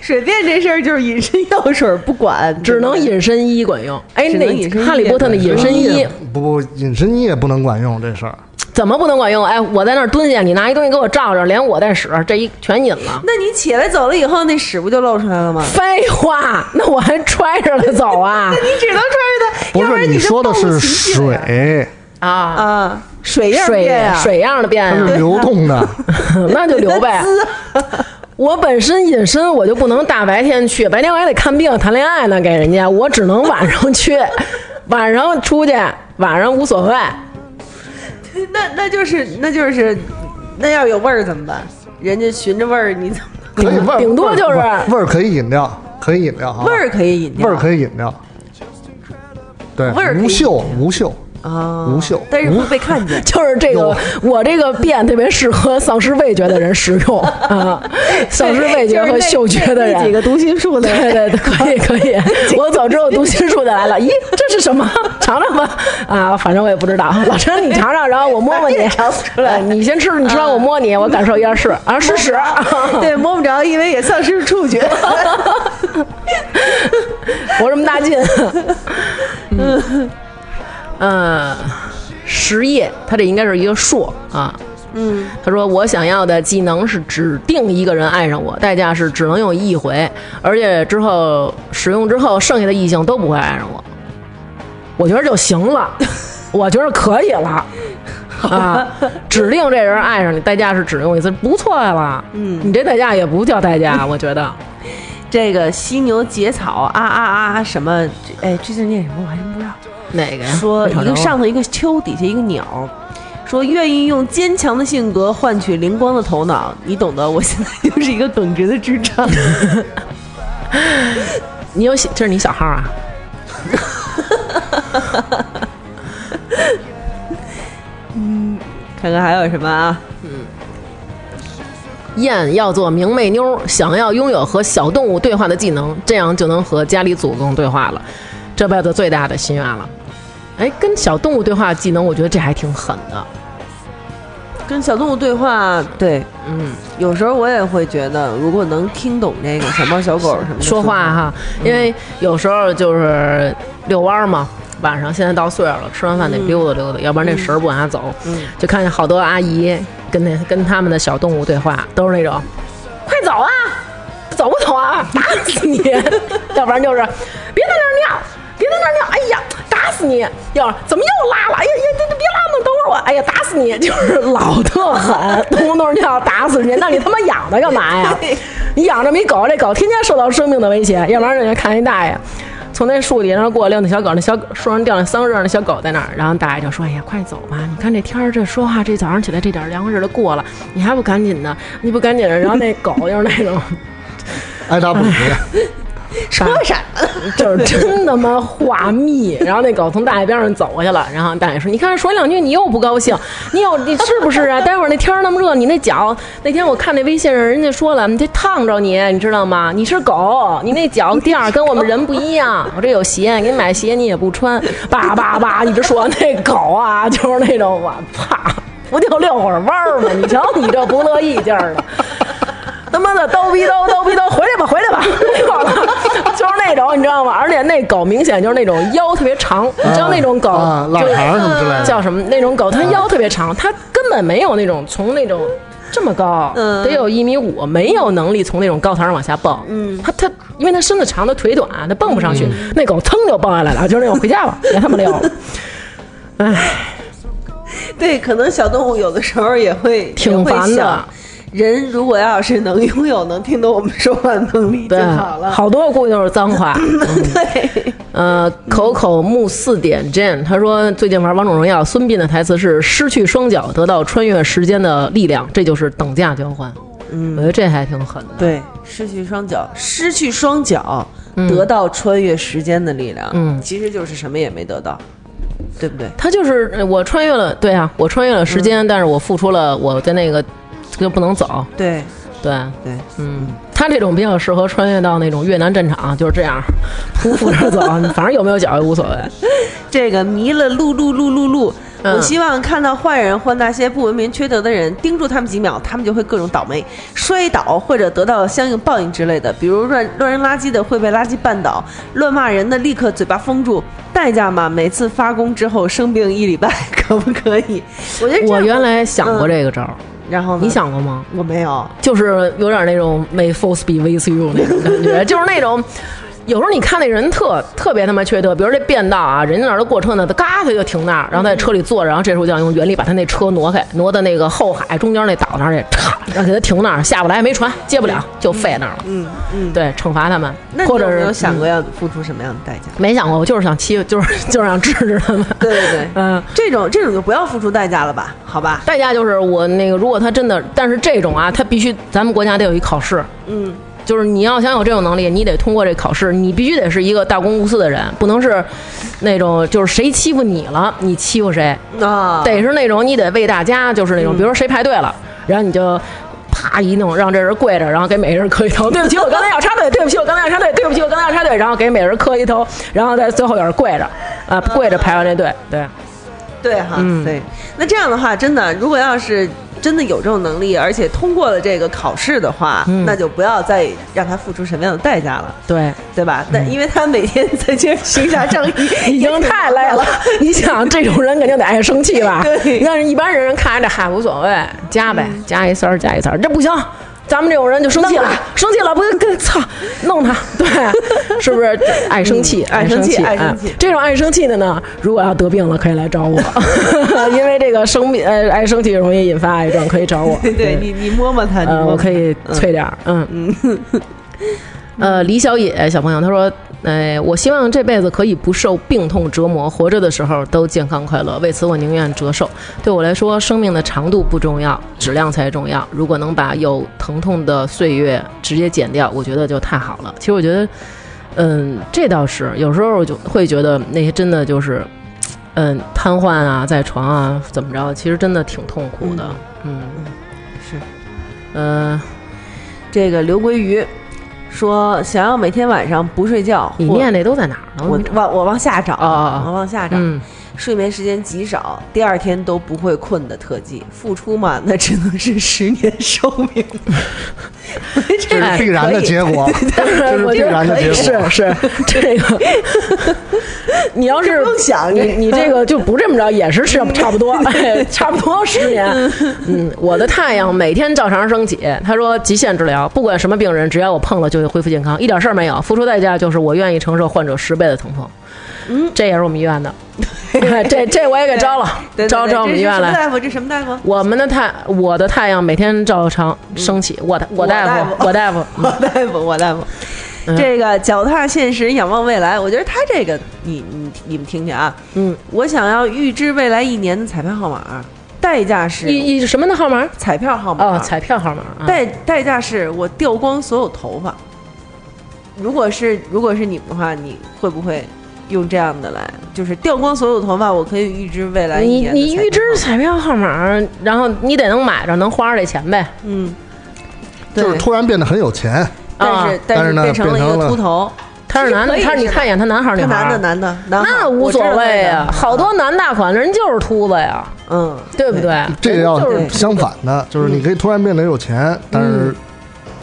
水变这事儿就是隐身药水儿不管，只能隐身衣管用。哎，只能那隐身衣哈利波特那隐身衣不不，隐身衣也不能管用这事儿。怎么不能管用？哎，我在那儿蹲下，你拿一东西给我罩着，连我带屎这一全引了。那你起来走了以后，那屎不就露出来了吗？废 话，那我还揣着它走啊你只能穿着它，不要是然你就说的暴露是奇迹了呀水，啊！啊，水样水变啊，水样的变它是啊，流动的。 那就留呗。我本身隐身，我就不能大白天去，白天我还得看病、谈恋爱呢，给人家，我只能晚上 去，晚上出去，晚上无所谓。 那那就是那就是那要有味儿怎么办？人家寻着味儿，你怎么可以味儿顶多就是味儿味儿可以饮料，可以饮料啊，味儿可以隐味掉？儿可以饮料，对，味儿可以无饮嗅无嗅，啊，无袖但是会被看见。就是这个，我这个变特别适合丧失味觉的人使用 啊， 丧失味觉和嗅觉的那几人。个读心术的对 对对，可以可以，我走之后读心术的来了，咦，这是什么？尝尝吧，啊，反正我也不知道。老陈，你尝尝，然后我摸摸 你，尝出来。你先吃，你吃完我摸你，我感受一下是啊， 是屎。对，摸不着，因为也丧失触觉。 活这么大劲。 嗯，实业，它这应该是一个硕啊。嗯，他说我想要的技能是指定一个人爱上我，代价是只能用一回，而且之后使用之后，剩下的异性都不会爱上我。我觉得就行了，我觉得可以 了。啊，指定这人爱上你，代价是只用一次，不错了。嗯，你这代价也不叫代价，我觉 得。这个犀牛结草啊啊啊什么？这哎，这字念什么？我还真不知道。哪个呀？说快找一着个我上头一个丘，底下一个鸟。说愿意用坚强的性格换取灵光的头脑，你懂得。我现在就是一个耿直的智 障。你有小，这是你小号啊？看看还有什么啊？燕要做明媚妞儿，想要拥有和小动物对话的技能，这样就能和家里祖宗对话了，这辈子最大的心愿了。哎，跟小动物对话技能，我觉得这还挺狠的。跟小动物对话，对，嗯，有时候我也会觉得，如果能听懂这个小猫、小狗什么的说话哈，因为有时候就是遛弯儿嘛，晚上现在到岁数了，吃完饭得溜达溜达，要不然这神儿不往下走。就看见好多阿姨跟那跟他们的小动物对话，都是那种，快走啊，走不走啊，打死你！要不然就是别在那儿尿，别在那儿尿，哎呀，打死你！要是怎么又拉了？哎呀呀，这这别拉嘛，等会儿我，哎呀，打死你！就是老特狠，动不动就要打死人家，那你他妈养它干嘛呀？你养这么一狗，这狗天天受到生命的威胁，要不然人家看一大爷。从那树底上过来，遛那小狗，那小狗树上掉那桑热，那小狗在那儿。然后大爷就说：“哎呀，快走吧！你看这天儿，这说话，这早上起来这点凉快日子过了，你还不赶紧的？你不赶紧的？”然后那狗就是那种爱答不理。说啥，就是真他妈话密。然后那狗从大爷边上走过去了，然后大爷说：“你看说两句你又不高兴，你有你是不是啊？待会儿那天儿那么热，你那脚那天我看那微信上人家说了，你这烫着你，你知道吗？你是狗，你那脚垫儿跟我们人不一样。我这有鞋，给你买鞋你也不穿，叭叭叭一直说那狗啊，就是那种我啪，不就遛会儿弯儿吗？你瞧你这不乐意劲儿的。” 他妈的叨逼叨叨逼叨，回来吧回来吧， 没有了，就是那种你知道吗？而且那狗明显就是那种腰特别长，你知道那种狗啊，就腊是肠什么之类的，啊叫什么？那种狗它腰特别长，它根本没有那种从那种这么高，嗯得有一米五，没有能力从那种高台上往下蹦。嗯，它它因为它身子长，它腿短，它蹦不上去。嗯那狗噌就蹦下来了，就是那种回 家吧，别他妈溜了。唉，对，可能小动物有的时候也会挺也会烦的想人如果要是能拥有能听懂我们说话的能力就对，好了。好多估计都是脏话。 对，呃，口口木四点 Jane，他说嗯最近玩王者荣耀，孙膑的台词是“失去双脚，得到穿越时间的力量”，这就是等价交换。嗯，我觉得这还挺狠的。对，失去双脚，失去双脚，嗯得到穿越时间的力量，嗯其实就是什么也没得到，对不对？他就是呃我穿越了，对啊，我穿越了时间，但是我付出了我在那个就不能走，对对，对，嗯，他这种比较适合穿越到那种越南战场，啊就是这样匍匐着走，反正有没有脚也无所谓。哎这个迷了路路路路路。嗯我希望看到坏人或那些不文明、缺德的人，盯住他们几秒，他们就会各种倒霉、摔倒或者得到相应报应之类的。比如乱乱扔垃圾的会被垃圾绊倒，乱骂人的立刻嘴巴封住。代价嘛，每次发功之后生病一礼拜， 可不可以？我觉得这样我原来想过这个招儿，然后呢你，想过吗？我没有，就是有点那种 may force be with you 那种感觉，就是那种。有时候你看那人特特别他妈缺德，比如这变道啊，人家那儿都过车呢，他嘎他就停那儿，然后在车里坐着，然后这时候就要用原力把他那车挪开，挪到那个后海中间那岛那儿去，嚓，然后给他停那儿，下不来没船，接不了就废那儿了。嗯嗯。对，惩罚他们那，你或有者没有是想嗯过要付出什么样的代价？没想过，我就是想欺负，就是就是想治治他们。对对对， 嗯，这种这种就不要付出代价了吧？好吧，代价就是我那个，如果他真的，但是这种啊，他必须咱们国家得有一考试，嗯，就是你要想有这种能力，你得通过这考试，你必须得是一个大公无私的人，不能是那种就是谁欺负你了，你欺负谁，啊，得是那种你得为大家，就是那种，比如说谁排队了，然后你就。啪一弄，让这人跪着，然后给每人磕 一头。对不起，我刚才要插队。对不起，我刚才要插队。对不起，我刚才要插队。然后给每人磕一头，然后在最后有人跪着，啊，跪着排完这队。对，对哈，嗯对。那这样的话，真的，如果要是真的有这种能力，而且通过了这个考试的话，嗯那就不要再让他付出什么样的代价了，对，对吧？但因为他每天在这行侠仗义，嗯 已经太累了。 你想，这种人肯定得爱生气吧？ 对嗯你看一般人看着这嗨无所谓，加呗，加一丝儿，加一丝儿，这不行。咱们这种人就生气了，生气了不跟操弄他， 对，是不是爱生气，嗯爱生生气爱爱生哎气这种爱生气的呢，如果要得病了，可以来找我， 因为这个生病呃爱生气容易引发癌症，可以找我。 对对，你你摸摸他，你呃，摸摸我可以他脆点儿，嗯嗯。 呃，李小野小朋友他说：“呃，我希望这辈子可以不受病痛折磨，活着的时候都健康快乐。为此，我宁愿折寿。对我来说，生命的长度不重要，质量才重要。如果能把有疼痛的岁月直接减掉，我觉得就太好了。其实我觉得，嗯，这倒是有时候我就会觉得那些真的就是，嗯，瘫痪啊，在床啊，怎么着，其实真的挺痛苦的。嗯，是，嗯、这个刘鲑鱼说，想要每天晚上不睡觉，你或念那都在哪儿呢？我没找往我往下找，哦哦哦我往下找， 嗯，睡眠时间极少，第二天都不会困的特技，付出嘛，那只能是十年寿命。 这哎是必然的结果，这是我必觉得然的可以，结果。是是 这个，你要是不用想你你这个就不这么着，也是差差不多，哎差不多十年。嗯，我的太阳每天照常升起。他说极限治疗，不管什么病人，只要我碰了就会恢复健康，一点事儿没有。付出代价就是我愿意承受患者十倍的疼痛。嗯，这也是我们医院的，哎这这我也给招了对，对招对招我们这医是院什么来。大夫，这什么大夫？我们的太，我的太阳每天照常升起。我的我大夫，我我大夫，我大夫，我大夫。嗯这个脚踏现实，仰望未来。我觉得他这个，你你你们听听啊。嗯，我想要预知未来一年的彩票号码，代价 是啊一一什么的号码？彩票号码。哦，彩票号码啊。代代价是我掉光所有头发。如果是如果是你们的话，你会不会用这样的来？就是掉光所有头发，我可以预知未来一你年的你彩预知票号码彩票号码，然后你得能买着，能花着这钱呗。嗯，对就是突然变得很有钱，但啊是、但但是呢变成了一变成个了秃头，他是男的，他是你看一眼，他男孩儿他女孩男儿的？男的男孩那儿无我知所道谓那啊个，好多男大款的人就是秃子呀，嗯，对不对？这个就是要相反的，就是你可以突然变得有钱，但是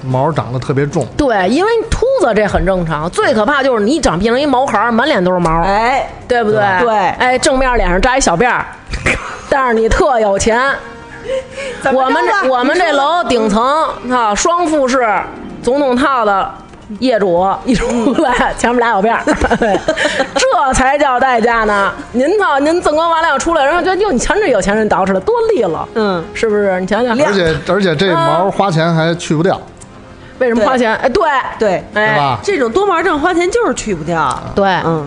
毛长得特别重。对，因为秃子这很正常。最可怕就是你长变成一毛孩儿，满脸都是毛，哎，对不对？对哎，正面脸上扎一小辫儿，但是你特有钱。怎么我们着啊吧这我们这楼顶层啊，双复式总统套的业主嗯一出来， 前面俩小辫儿， 这才叫代价呢！您操，您锃光瓦亮出来，然后觉得哟，你瞧这有钱人捯饬的多利落，嗯，是不是？你想想，而且而且这毛花钱还去不掉，为什么花钱？哎，对对，对哎，吧？这种多毛症花钱就是去不掉，对，嗯，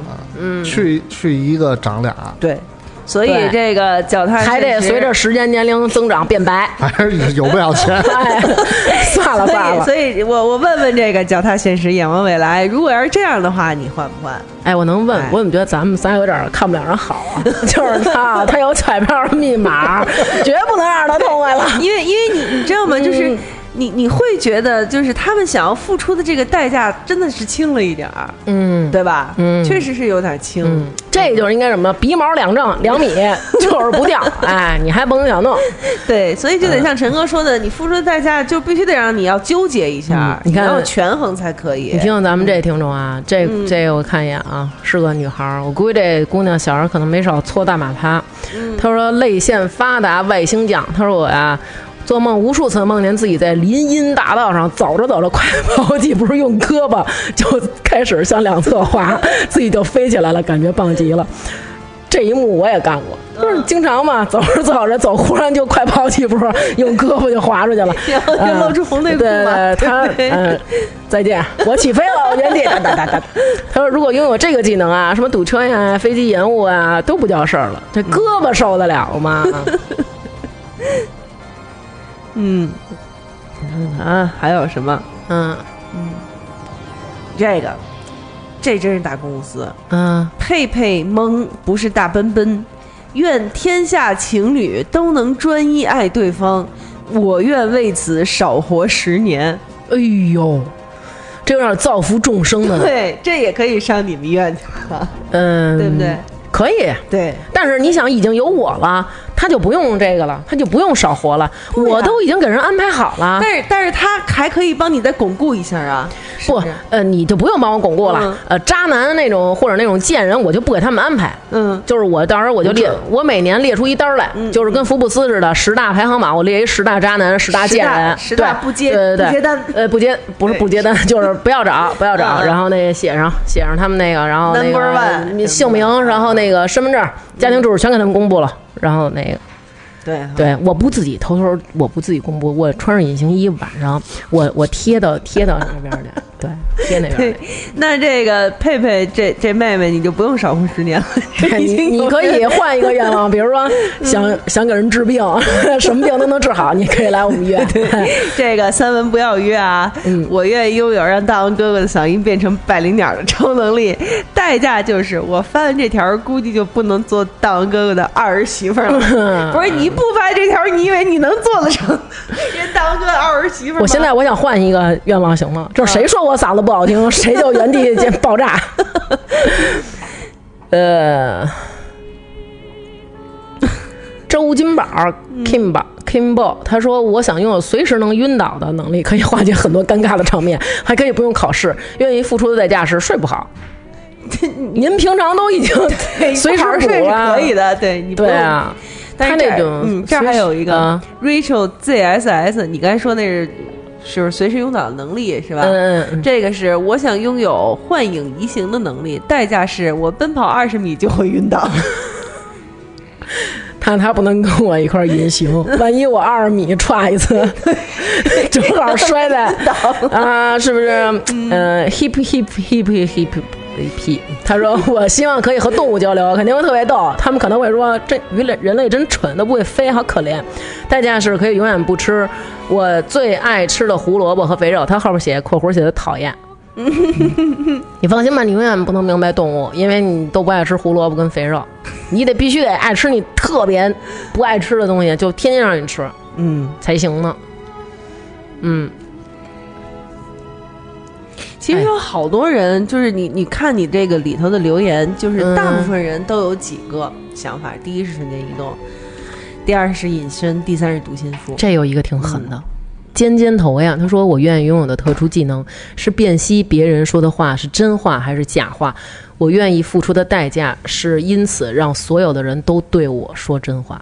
去去一个长俩，对，所以对这个脚踏还得现实随着时间年龄增长变白。还是有不了钱。哎， 算了算了所，以，所以我我问问这个脚踏现实，眼望未来。如果要是这样的话，你换不换？哎，我能问哎，我怎么觉得咱们仨有点儿看不了人好啊？ 就是他，他有彩票密码，绝不能让他痛快了。因为因为你你知道吗？嗯就是你你会觉得，就是他们想要付出的这个代价真的是轻了一点儿，嗯，对吧？嗯确实是有点轻。嗯，这就是应该什么鼻毛两正两米， 就是不掉。哎，你还甭想弄。对，所以就嗯得像陈哥说的，你付出的代价就必须得让你要纠结一下嗯，你看要有权衡才可以。你听听咱们这听众啊，这这我看一眼啊，是个女孩儿。我估计这姑娘小时候可能没少搓大马趴。她说泪腺发达，外星酱。她说我呀、做梦无数次梦见自己在林荫大道上走着走着，快跑几步，用胳膊就开始向两侧滑，自己就飞起来了，感觉棒极了。这一幕我也干过，嗯就是经常嘛，走着走着走，忽然就快跑几步，用胳膊就滑出去了，然后就嗯露出红内裤对嘛对，他对嗯，再见，我起飞了，我原地哒哒哒哒。他说，如果拥有这个技能啊，什么堵车呀、飞机延误啊，都不叫事儿了。这胳膊受得了吗？嗯，啊，还有什么？嗯，这个，这真是大公无私。嗯，佩佩蒙不是大奔奔，愿天下情侣都能专一爱对方，我愿为此少活十年。哎呦，这有点造福众生的，对，这也可以上你们医院去了，嗯，对不对？？可以，对，但是你想，已经有我了，他就不用这个了，他就不用少活了，我都已经给人安排好了。但是但是他还可以帮你再巩固一下啊，是不是，呃，你就不用帮我巩固了。嗯呃，渣男那种或者那种贱人，我就不给他们安排。嗯，就是我到时候我就列无知，我每年列出一单儿来，嗯就是跟福布斯似的，十大排行榜，我列一十大渣男、十大十贱大人，十大对不接对对不接单呃，不接不是对不接单， 就是不 要找，不要找，嗯嗯然后那个写上写上他们那个，然后那 Number 个 one 你姓名，然后那个身份证、家庭住址全给他们公布了，然后那个。对对，我不自己偷偷，我不自己公布，我穿上隐形衣晚上，我我贴到贴到那边儿去，对，贴那边对 儿去。，那这个佩佩这这妹妹你就不用少活十年了， 已哎你经有嗯你可以换一个愿望，比如说想想给人治病， 什么病都能治好，你可以来我们医院。 这个三文不要约啊！嗯我愿意拥有让大王哥哥的嗓音变成百灵鸟的超能力，代价就是我发完这条，估计就不能做大王哥哥的儿媳妇儿嗯了。不是你不发这条，你以为你能做得成 人大王哥的儿媳妇儿吗？啊我现在我想换一个愿望行吗？就是谁说我嗓子不 好听，谁就原地见爆炸。呃，周金宝嗯 Kimbo Kimbo，他说我想拥有随时能晕倒的能力，可以化解很多尴尬的场面，还可以不用考试。愿意付出的代价是睡 不好。您平常都已经对随时好好补睡是了，可以的，对你不对用。啊。但是他那这种嗯，这儿随还时有一个啊 Rachel ZSS，你刚才说那是就是随时拥倒的能力是吧？嗯嗯嗯这个是我想拥有幻影移形的能力，代价是我奔跑二十米就会晕 倒。但他不能跟我一块儿隐形，万一我二十米歘一次，正好摔在啊，是不是？呃，hip hip hip hip hip。他说：“ 我希望可以和动物交流，肯定会特别逗。他们可能会说，这鱼类人类真蠢，都不会飞，好可怜。代价是可以永远不吃我最爱吃的胡萝卜和肥肉。他后边写括弧写的讨厌。嗯你放心吧，你永远不能明白动物，因为你都不爱吃胡萝卜跟肥肉。你得必须得爱吃你特别不爱吃的东西，就天天让你吃嗯，才行呢。嗯，其实哎有好多人，就是你你看你这个里头的留言，嗯就是大部分人都有几个想法：第一是瞬间移动，第二是隐身，第三是读心术。这有一个挺狠的，尖尖头呀，他说我愿意拥有的特殊技能是辨析别人说的话是真话还是假话，我愿意付出的代价是因此让所有的人都对我说真话。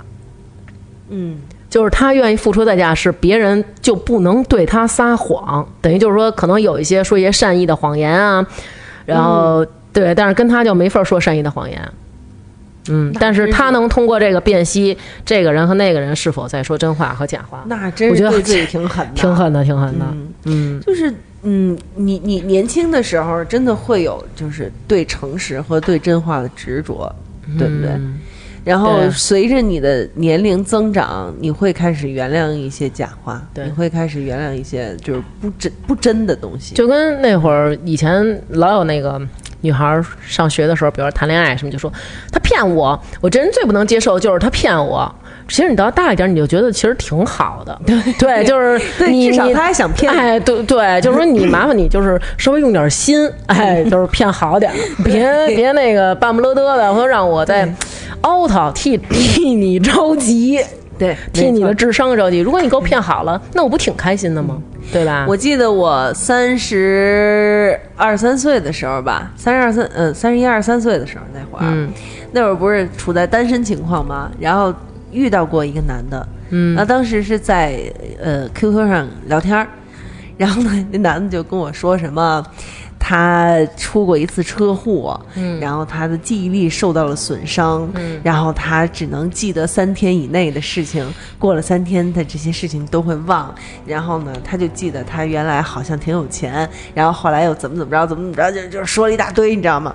嗯，就是他愿意付出的代价是别人就不能对他撒谎，等于就是说，可能有一些说一些善意的谎言啊，然后、对，但是跟他就没法说善意的谎言。嗯，但是他能通过这个辨析这个人和那个人是否在说真话和假话，那真我是觉得对自己挺狠的，挺狠的，挺狠的。嗯，就是嗯，你你年轻的时候真的会有就是对诚实和对真话的执着，对不对？嗯然后对随着你的年龄增长，你会开始原谅一些假话，对你会开始原谅一些就是不真不真的东西。就跟那会儿以前老有那个女孩儿上学的时候，比如说谈恋爱什么，就说他骗我，我这人最不能接受就是他骗我。其实你到大一点，你就觉得其实挺好 的，对，就是对你至少你他还想骗你哎，对对，就是说你麻烦你就是稍微用点心，哎，就是骗 好点儿，别别那个半不勒嘚的，或者让我再凹槽替替你着急，对，替没你错的智商着急。如果你给我骗好了，那我不挺开心的吗？对吧？我记得我三十二三岁的时候吧，三十二三，嗯，三十一二三岁的时候那会儿，啊嗯那会儿不是处在单身情况吗？然后遇到过一个男的，嗯那当时是在呃 QQ 上聊天儿，然后呢，那男的就跟我说什么。他出过一次车祸，嗯，然后他的记忆力受到了损伤，嗯，然后他只能记得三天以内的事情，过了三天，他这些事情都会忘。然后呢，他就记得他原来好像挺有钱，然后后来又怎么怎么着，怎么怎么着，就就说了一大堆，你知道吗？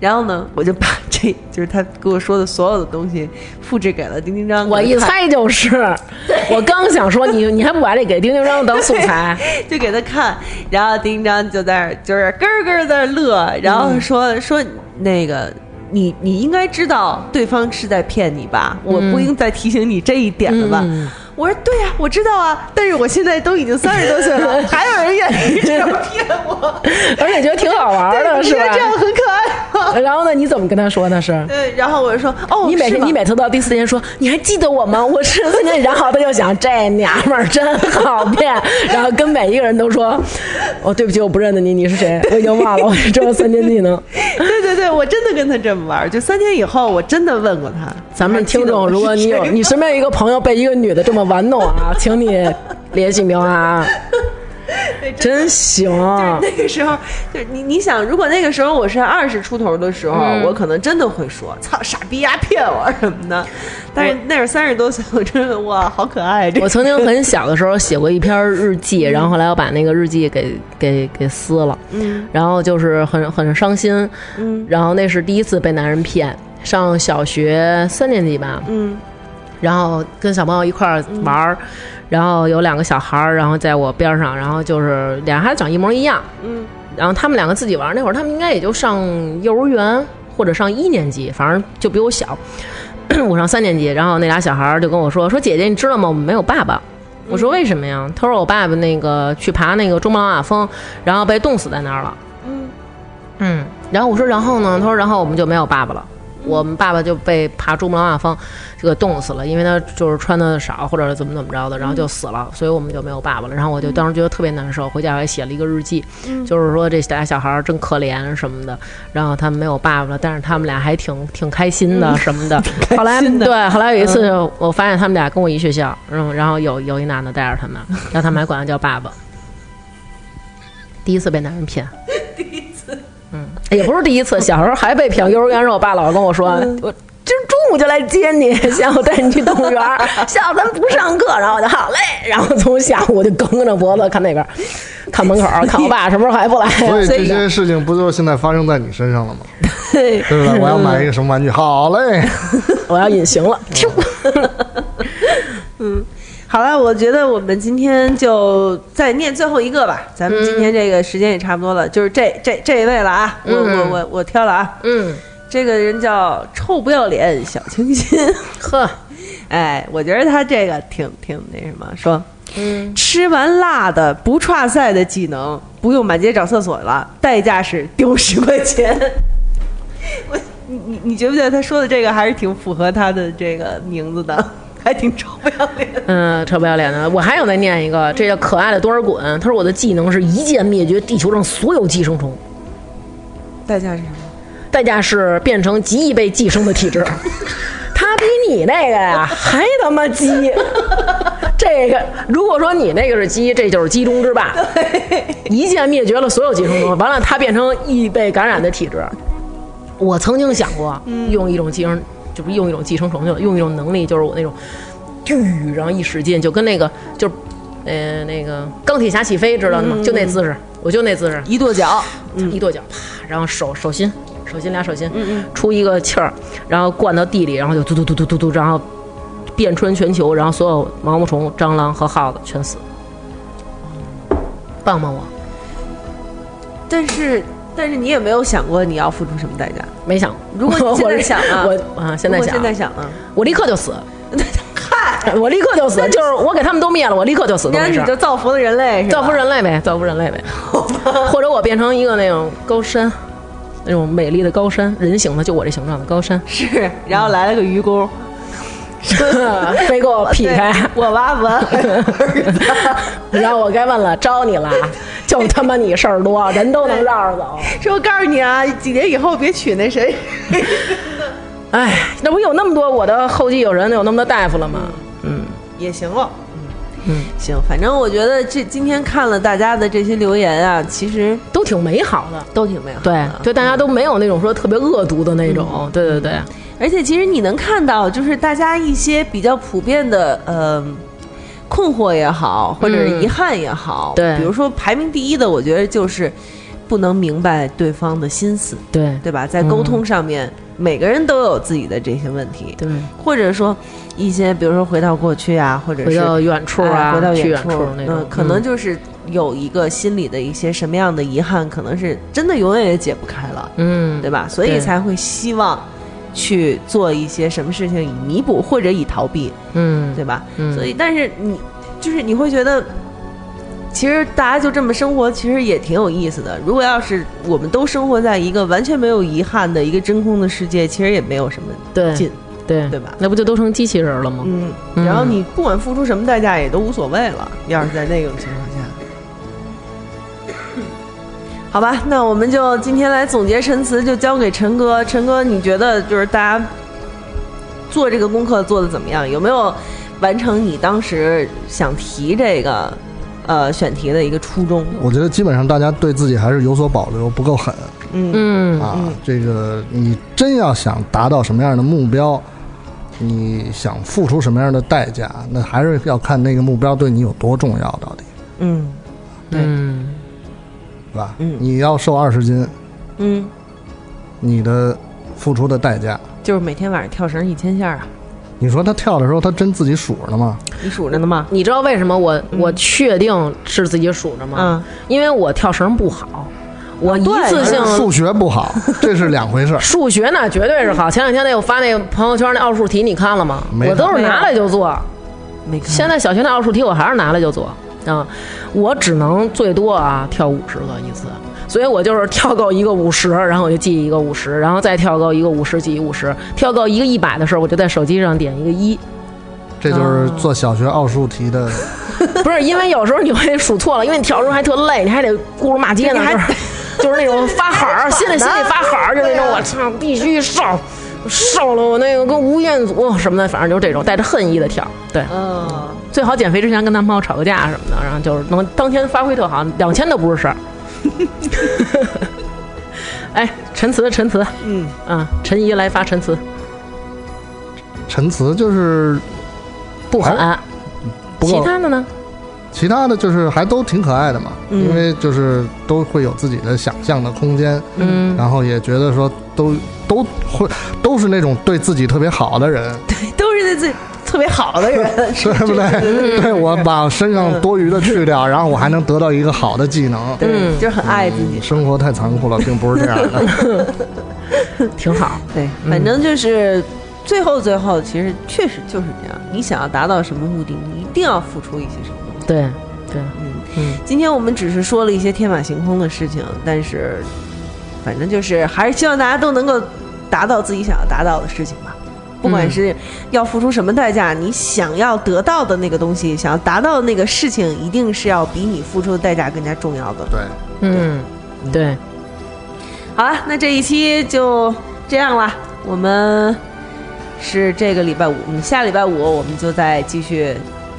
然后呢，我就把这就是他给我说的所有的东西复制给了丁丁张，我一猜就是，我刚想说你，你还不把这给丁丁张当素材？ 就给他看，然后丁张就在那儿就是咯咯在那儿乐，然嗯后说、说那个你你应该知道对方是在骗你吧？嗯我不应再提醒你这一点了吧？我说对呀、我知道啊，但是我现在都已经三十多岁 了，还有人愿意这样骗我，而且觉得挺好玩的，你是觉吧得？这样很可爱吗？ 然后呢，你怎么跟他说呢？是？对，然后我就说哦，你每是天吗你每次到第四天说你还记得我吗？我是四年，然后他就想这娘们儿真好骗，然后跟每一个人都说，哦对不起，我不认得你，你是谁？我已经忘了，我只有三年技能。对对对，我真的跟他这么玩儿，就三天以后我真的问过他。咱们听众，还记得我是如果你有 谁吗你身边有一个朋友被一个女的这么玩弄啊，请你联系苗啊，真行。啊那个时候，就是你你想，如果那个时候我是二十出头的时候，我可能真的会说“操，傻逼呀、骗我什么的”。但是那是三十多岁，我真的哇，好可爱！这我曾经很小的时候写过一篇日记，然后后来我把那个日记给给给撕了，嗯，然后就是很很伤心，嗯，然后那是第一次被男人骗，上小学三年级吧，嗯，然后跟小朋友一块儿玩儿，然后有两个小孩儿，然后在我边上，然后就是俩孩子长一模一样，嗯，然后他们两个自己玩儿，那会儿他们应该也就上幼儿园或者上一年级，反正就比我小。 我上三年级，然后那俩小孩儿就跟我说：“说姐姐，你知道吗？我们没有爸爸。”我说：“为什么呀？”他说：“我爸爸那个去爬那个珠穆朗玛峰，然后被冻死在那儿了。”嗯嗯，然后我说：“然后呢？”他说：“然后我们就没有爸爸了。”我们爸爸就被爬珠穆朗玛峰就给冻死了，因为他就是穿的少或者怎么怎么着的，然后就死了，所以我们就没有爸爸了。然后我就当时觉得特别难受，回家我还写了一个日记，就是说这俩小孩儿真可怜什么的，然后他们没有爸爸了，但是他们俩还挺挺开心的什嗯 么的。嗯后来对，后来有一次我发现他们俩跟我一学校，嗯，然后有有一男的带着他们，然后他们还管他叫爸爸。第一次被男人骗。也不是第一次，小时候还被骗。幼儿园时候，我爸老是跟我说，嗯我今儿中午就来接你， 下午带你去动物园儿，下午咱不上课。然后我就好嘞，然后从下午我就梗着脖子看那边儿，看门口儿，看我爸什么时候还不来。 所以这些事情不就是现在发生在你身上了吗？ 对不对？我要买一个什么玩具？好嘞，我要隐形了。 嗯好了，我觉得我们今天就再念最后一个吧。咱们今天这个时间也差不多了，就是这这这一位了啊，我我我我挑了啊。嗯，这个人叫臭不要脸小清新，呵，哎，我觉得他这个挺挺那什么，说，吃完辣的不差赛的技能，不用满街找厕所了，代价是丢十块钱。 我，你你你觉不觉得他说的这个还是挺符合他的这个名字的，还挺臭不要脸的。嗯，臭不要脸的。我还想再念一个，这叫可爱的多尔衮。他说我的技能是一键灭绝地球上所有寄生虫，代价是什么？代价是变成极易被寄生的体质。他比你那个呀还他妈鸡。这个如果说你那个是鸡，这就是鸡中之霸， 一键灭绝了所有寄生虫。完了，它变成易被感染的体质。我曾经想过嗯用一种寄生，就不是用一种寄生虫去了，用一种能力，就是我那种，巨，然后一使劲，就跟那个就是，呃，那个钢铁侠起飞，知道吗？就那姿势，我就那姿势，嗯一跺脚， 嗯一跺脚，啪，然后手手心手心俩手心，出一个气儿，然后灌到地里，然后就嘟嘟嘟嘟嘟嘟，然后遍穿全球，然后所有毛毛虫、蟑螂和耗子全死。棒棒我 但是但是你也没有想过你要付出什么代价。没想，如 果你现在想啊我啊现在如果想，现在想 啊，我立刻就死。 我立刻就死，就是我给他们都灭了，我立刻就死都那没事你儿。就造福了人类，是吧造 福人类呗，造福人类呗。或者我变成一个那种高山，那种美丽的高山，人形的，就我这形状的 高山，是，然后来了个愚公，非给我劈开。对我挖不完 儿子。然后我该问了，招你了，就他妈你事儿 多，人都能绕着走。说我告诉你啊，几年以后别娶那 谁。哎，那不有那么多我的后继有人，有那么多大夫了吗？嗯也行了。嗯，行，反正我觉得这今天看了大家的这些留言啊，其实都挺美好的。都挺美好对的。，啊对，大家都没有那种说特别恶毒的那嗯种。对对对，而且其实你能看到，就是大家一些比较普遍的，呃，困惑也好，或者是遗憾也好，嗯对比如说排名第一的，我觉得就是不能明白对方的心思，对对吧？在沟通上面，每个人都有自己的这些问题，嗯对，或者说一些，比如说回到过去啊，或者回是到远处哎啊，回到远去远处那种嗯，，可能就是有一个心里的一些什么样的遗憾，可能是真的永远也解不开了，嗯，对吧？所以对才会希望去做一些什么事情以弥补或者以逃避，嗯，对吧？嗯所以，但是你就是你会觉得，其实大家就这么生活，其实也挺有意思的。如果要是我们都生活在一个完全没有遗憾的一个真空的世界，其实也没有什么对劲。对对吧那不就都成机器人了吗？嗯，然后你不管付出什么代价也都无所谓了。要是在那种情况 下，好吧，那我们就今天来总结陈词，就交给陈哥。陈哥，你觉得就是大家做这个功课做的怎么样？有没有完成你当时想提这个呃选题的一个初衷？我觉得基本上大家对自己还是有所保留，不够狠嗯，啊。这个你真要想达到什么样的目标，你想付出什么样的代价，那还是要看那个目标对你有多重要到底，嗯嗯，是吧？嗯你要瘦二十斤，嗯，你的付出的代价，就是每天晚上跳绳一千下啊，你说他跳的时候，他真自己数着呢吗？你数着呢吗？你知道为什么我我确定是自己数着吗？嗯啊因为我跳绳不好，我一对次性数学不好，这是 两回事儿。数学那绝对是好。前两天那我发那朋友圈那奥数题，你看了吗？没我看都是拿来就做。没看现在小学那奥数题我还是拿来就做啊，我只能最多啊跳五十个一次，所以我就是跳够一个五十，然后我就记一个五十，然后再跳够一个五十记一五十，跳够一个一百的时候，我就在手机上点一个 一。这就是做小学奥数题的，不是因为有时候你会数错了，因为你跳的时候还特累，你还得咕噜骂街呢，就是 就是那种发狠儿， 心里心里发狠儿，就那 种我操必须瘦，瘦了我那个跟吴彦祖什么的，反正就是这种带着恨意的跳，对，嗯。最好减肥之前跟男朋友吵个架什么的，然后就是能当天发挥特好，两千都不是 事儿。哎，陈词陈词，嗯啊，陈怡来发陈词，陈词就是不狠，哎不其够。他的呢？其他的就是还都挺可爱的嘛，嗯因为就是都会有自己的想象的空间，嗯，然后也觉得说都都会都是那种对自己特别好的人， 都是对自己特别好的 人，对不对？对我把身上多余的去掉，然后我还能得到一个好的技能。对，就是很爱自己嗯。生活太残酷了，并不是这样的。挺好，对，反正就是最后最后，其实确实就是这样。你想要达到什么目的，你一定要付出一些什么东西。对对，今天我们只是说了一些天马行空的事情，但是反正就是还是希望大家都能够达到自己想要达到的事情吧。不管是要付出什么代价，你想要得到的那个东西，想要达到的那个事情，一定是要比你付出的代价更加重要的。对，嗯对，好了，那这一期就这样了。我们是这个礼拜五，嗯，下礼拜五我们就再继续。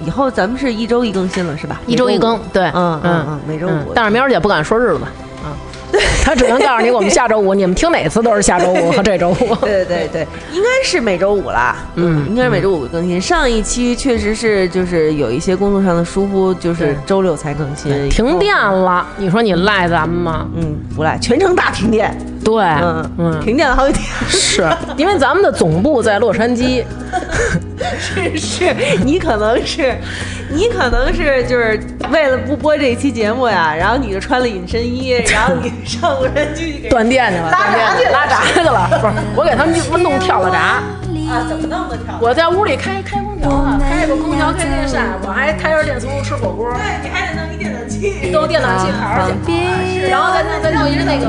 以后咱们是一周一更新了，是吧？一周一更每五，对，嗯嗯嗯嗯，每周嗯五但是喵儿姐不敢说日子吧，啊， 她只能告诉你我们下周五，你们听哪次都是下周 五和这周五，对对对，应该是每周五啦。嗯应该是每周五更新。上一期确实是就是有一些工作上的疏忽，就是对周六才更新。停电了，你说你赖咱们吗？嗯，不赖，全程大停电，对，嗯嗯，停电了好几天。是啊因为咱们的总部在洛杉矶， 是你可能是，你可能是就是为了不播这期节目呀，然后你就穿了隐身衣，然后你上无人机给断电去了，拉闸去了拉闸去了。不是，我给他们弄跳了闸。啊，怎么弄的跳？我在屋里开开空调了，开个空调，开电扇，我还开着电磁炉吃火锅，对，你还得弄一电暖气。都电暖气排着去，然后再弄再弄一个那个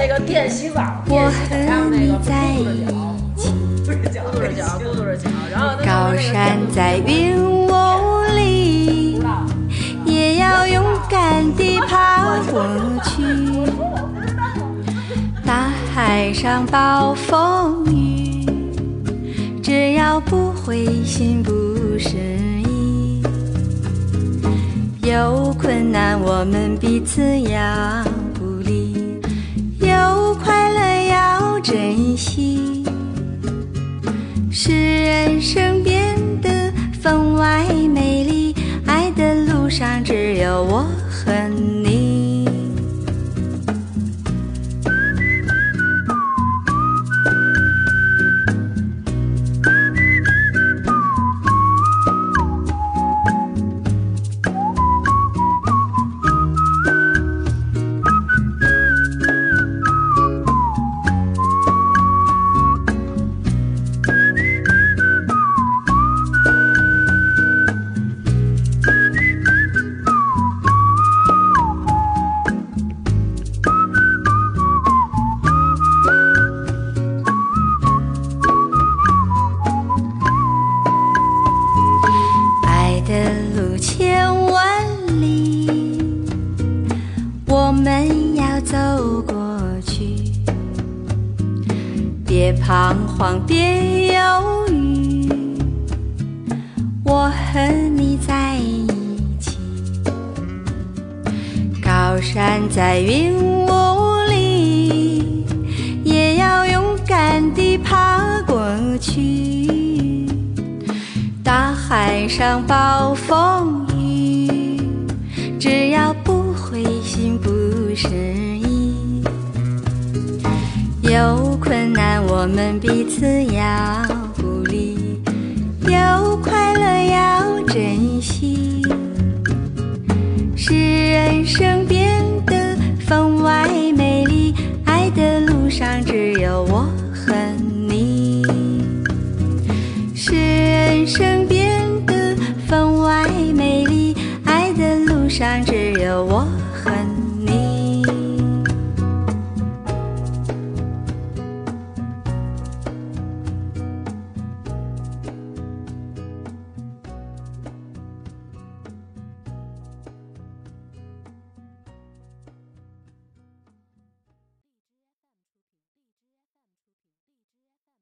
那个电洗澡，电洗澡还有那个咕嘟着脚，咕嘟着脚，咕嘟着脚，然后再弄高那个山在云雾里，也要勇敢地爬过去。大海上暴风雨，只要不灰心不失意。有困难我们彼此要鼓励，有快乐要珍惜。使人生变得分外美丽。爱的路上只有我和你。彩云雾里，也要勇敢地爬过去。大海上暴风雨，只要不灰心不失意。有困难我们彼此要鼓励，有快乐要珍惜，使人生变得分外美丽。爱的路上只有我和你，使人生变得分外美丽。爱的路上只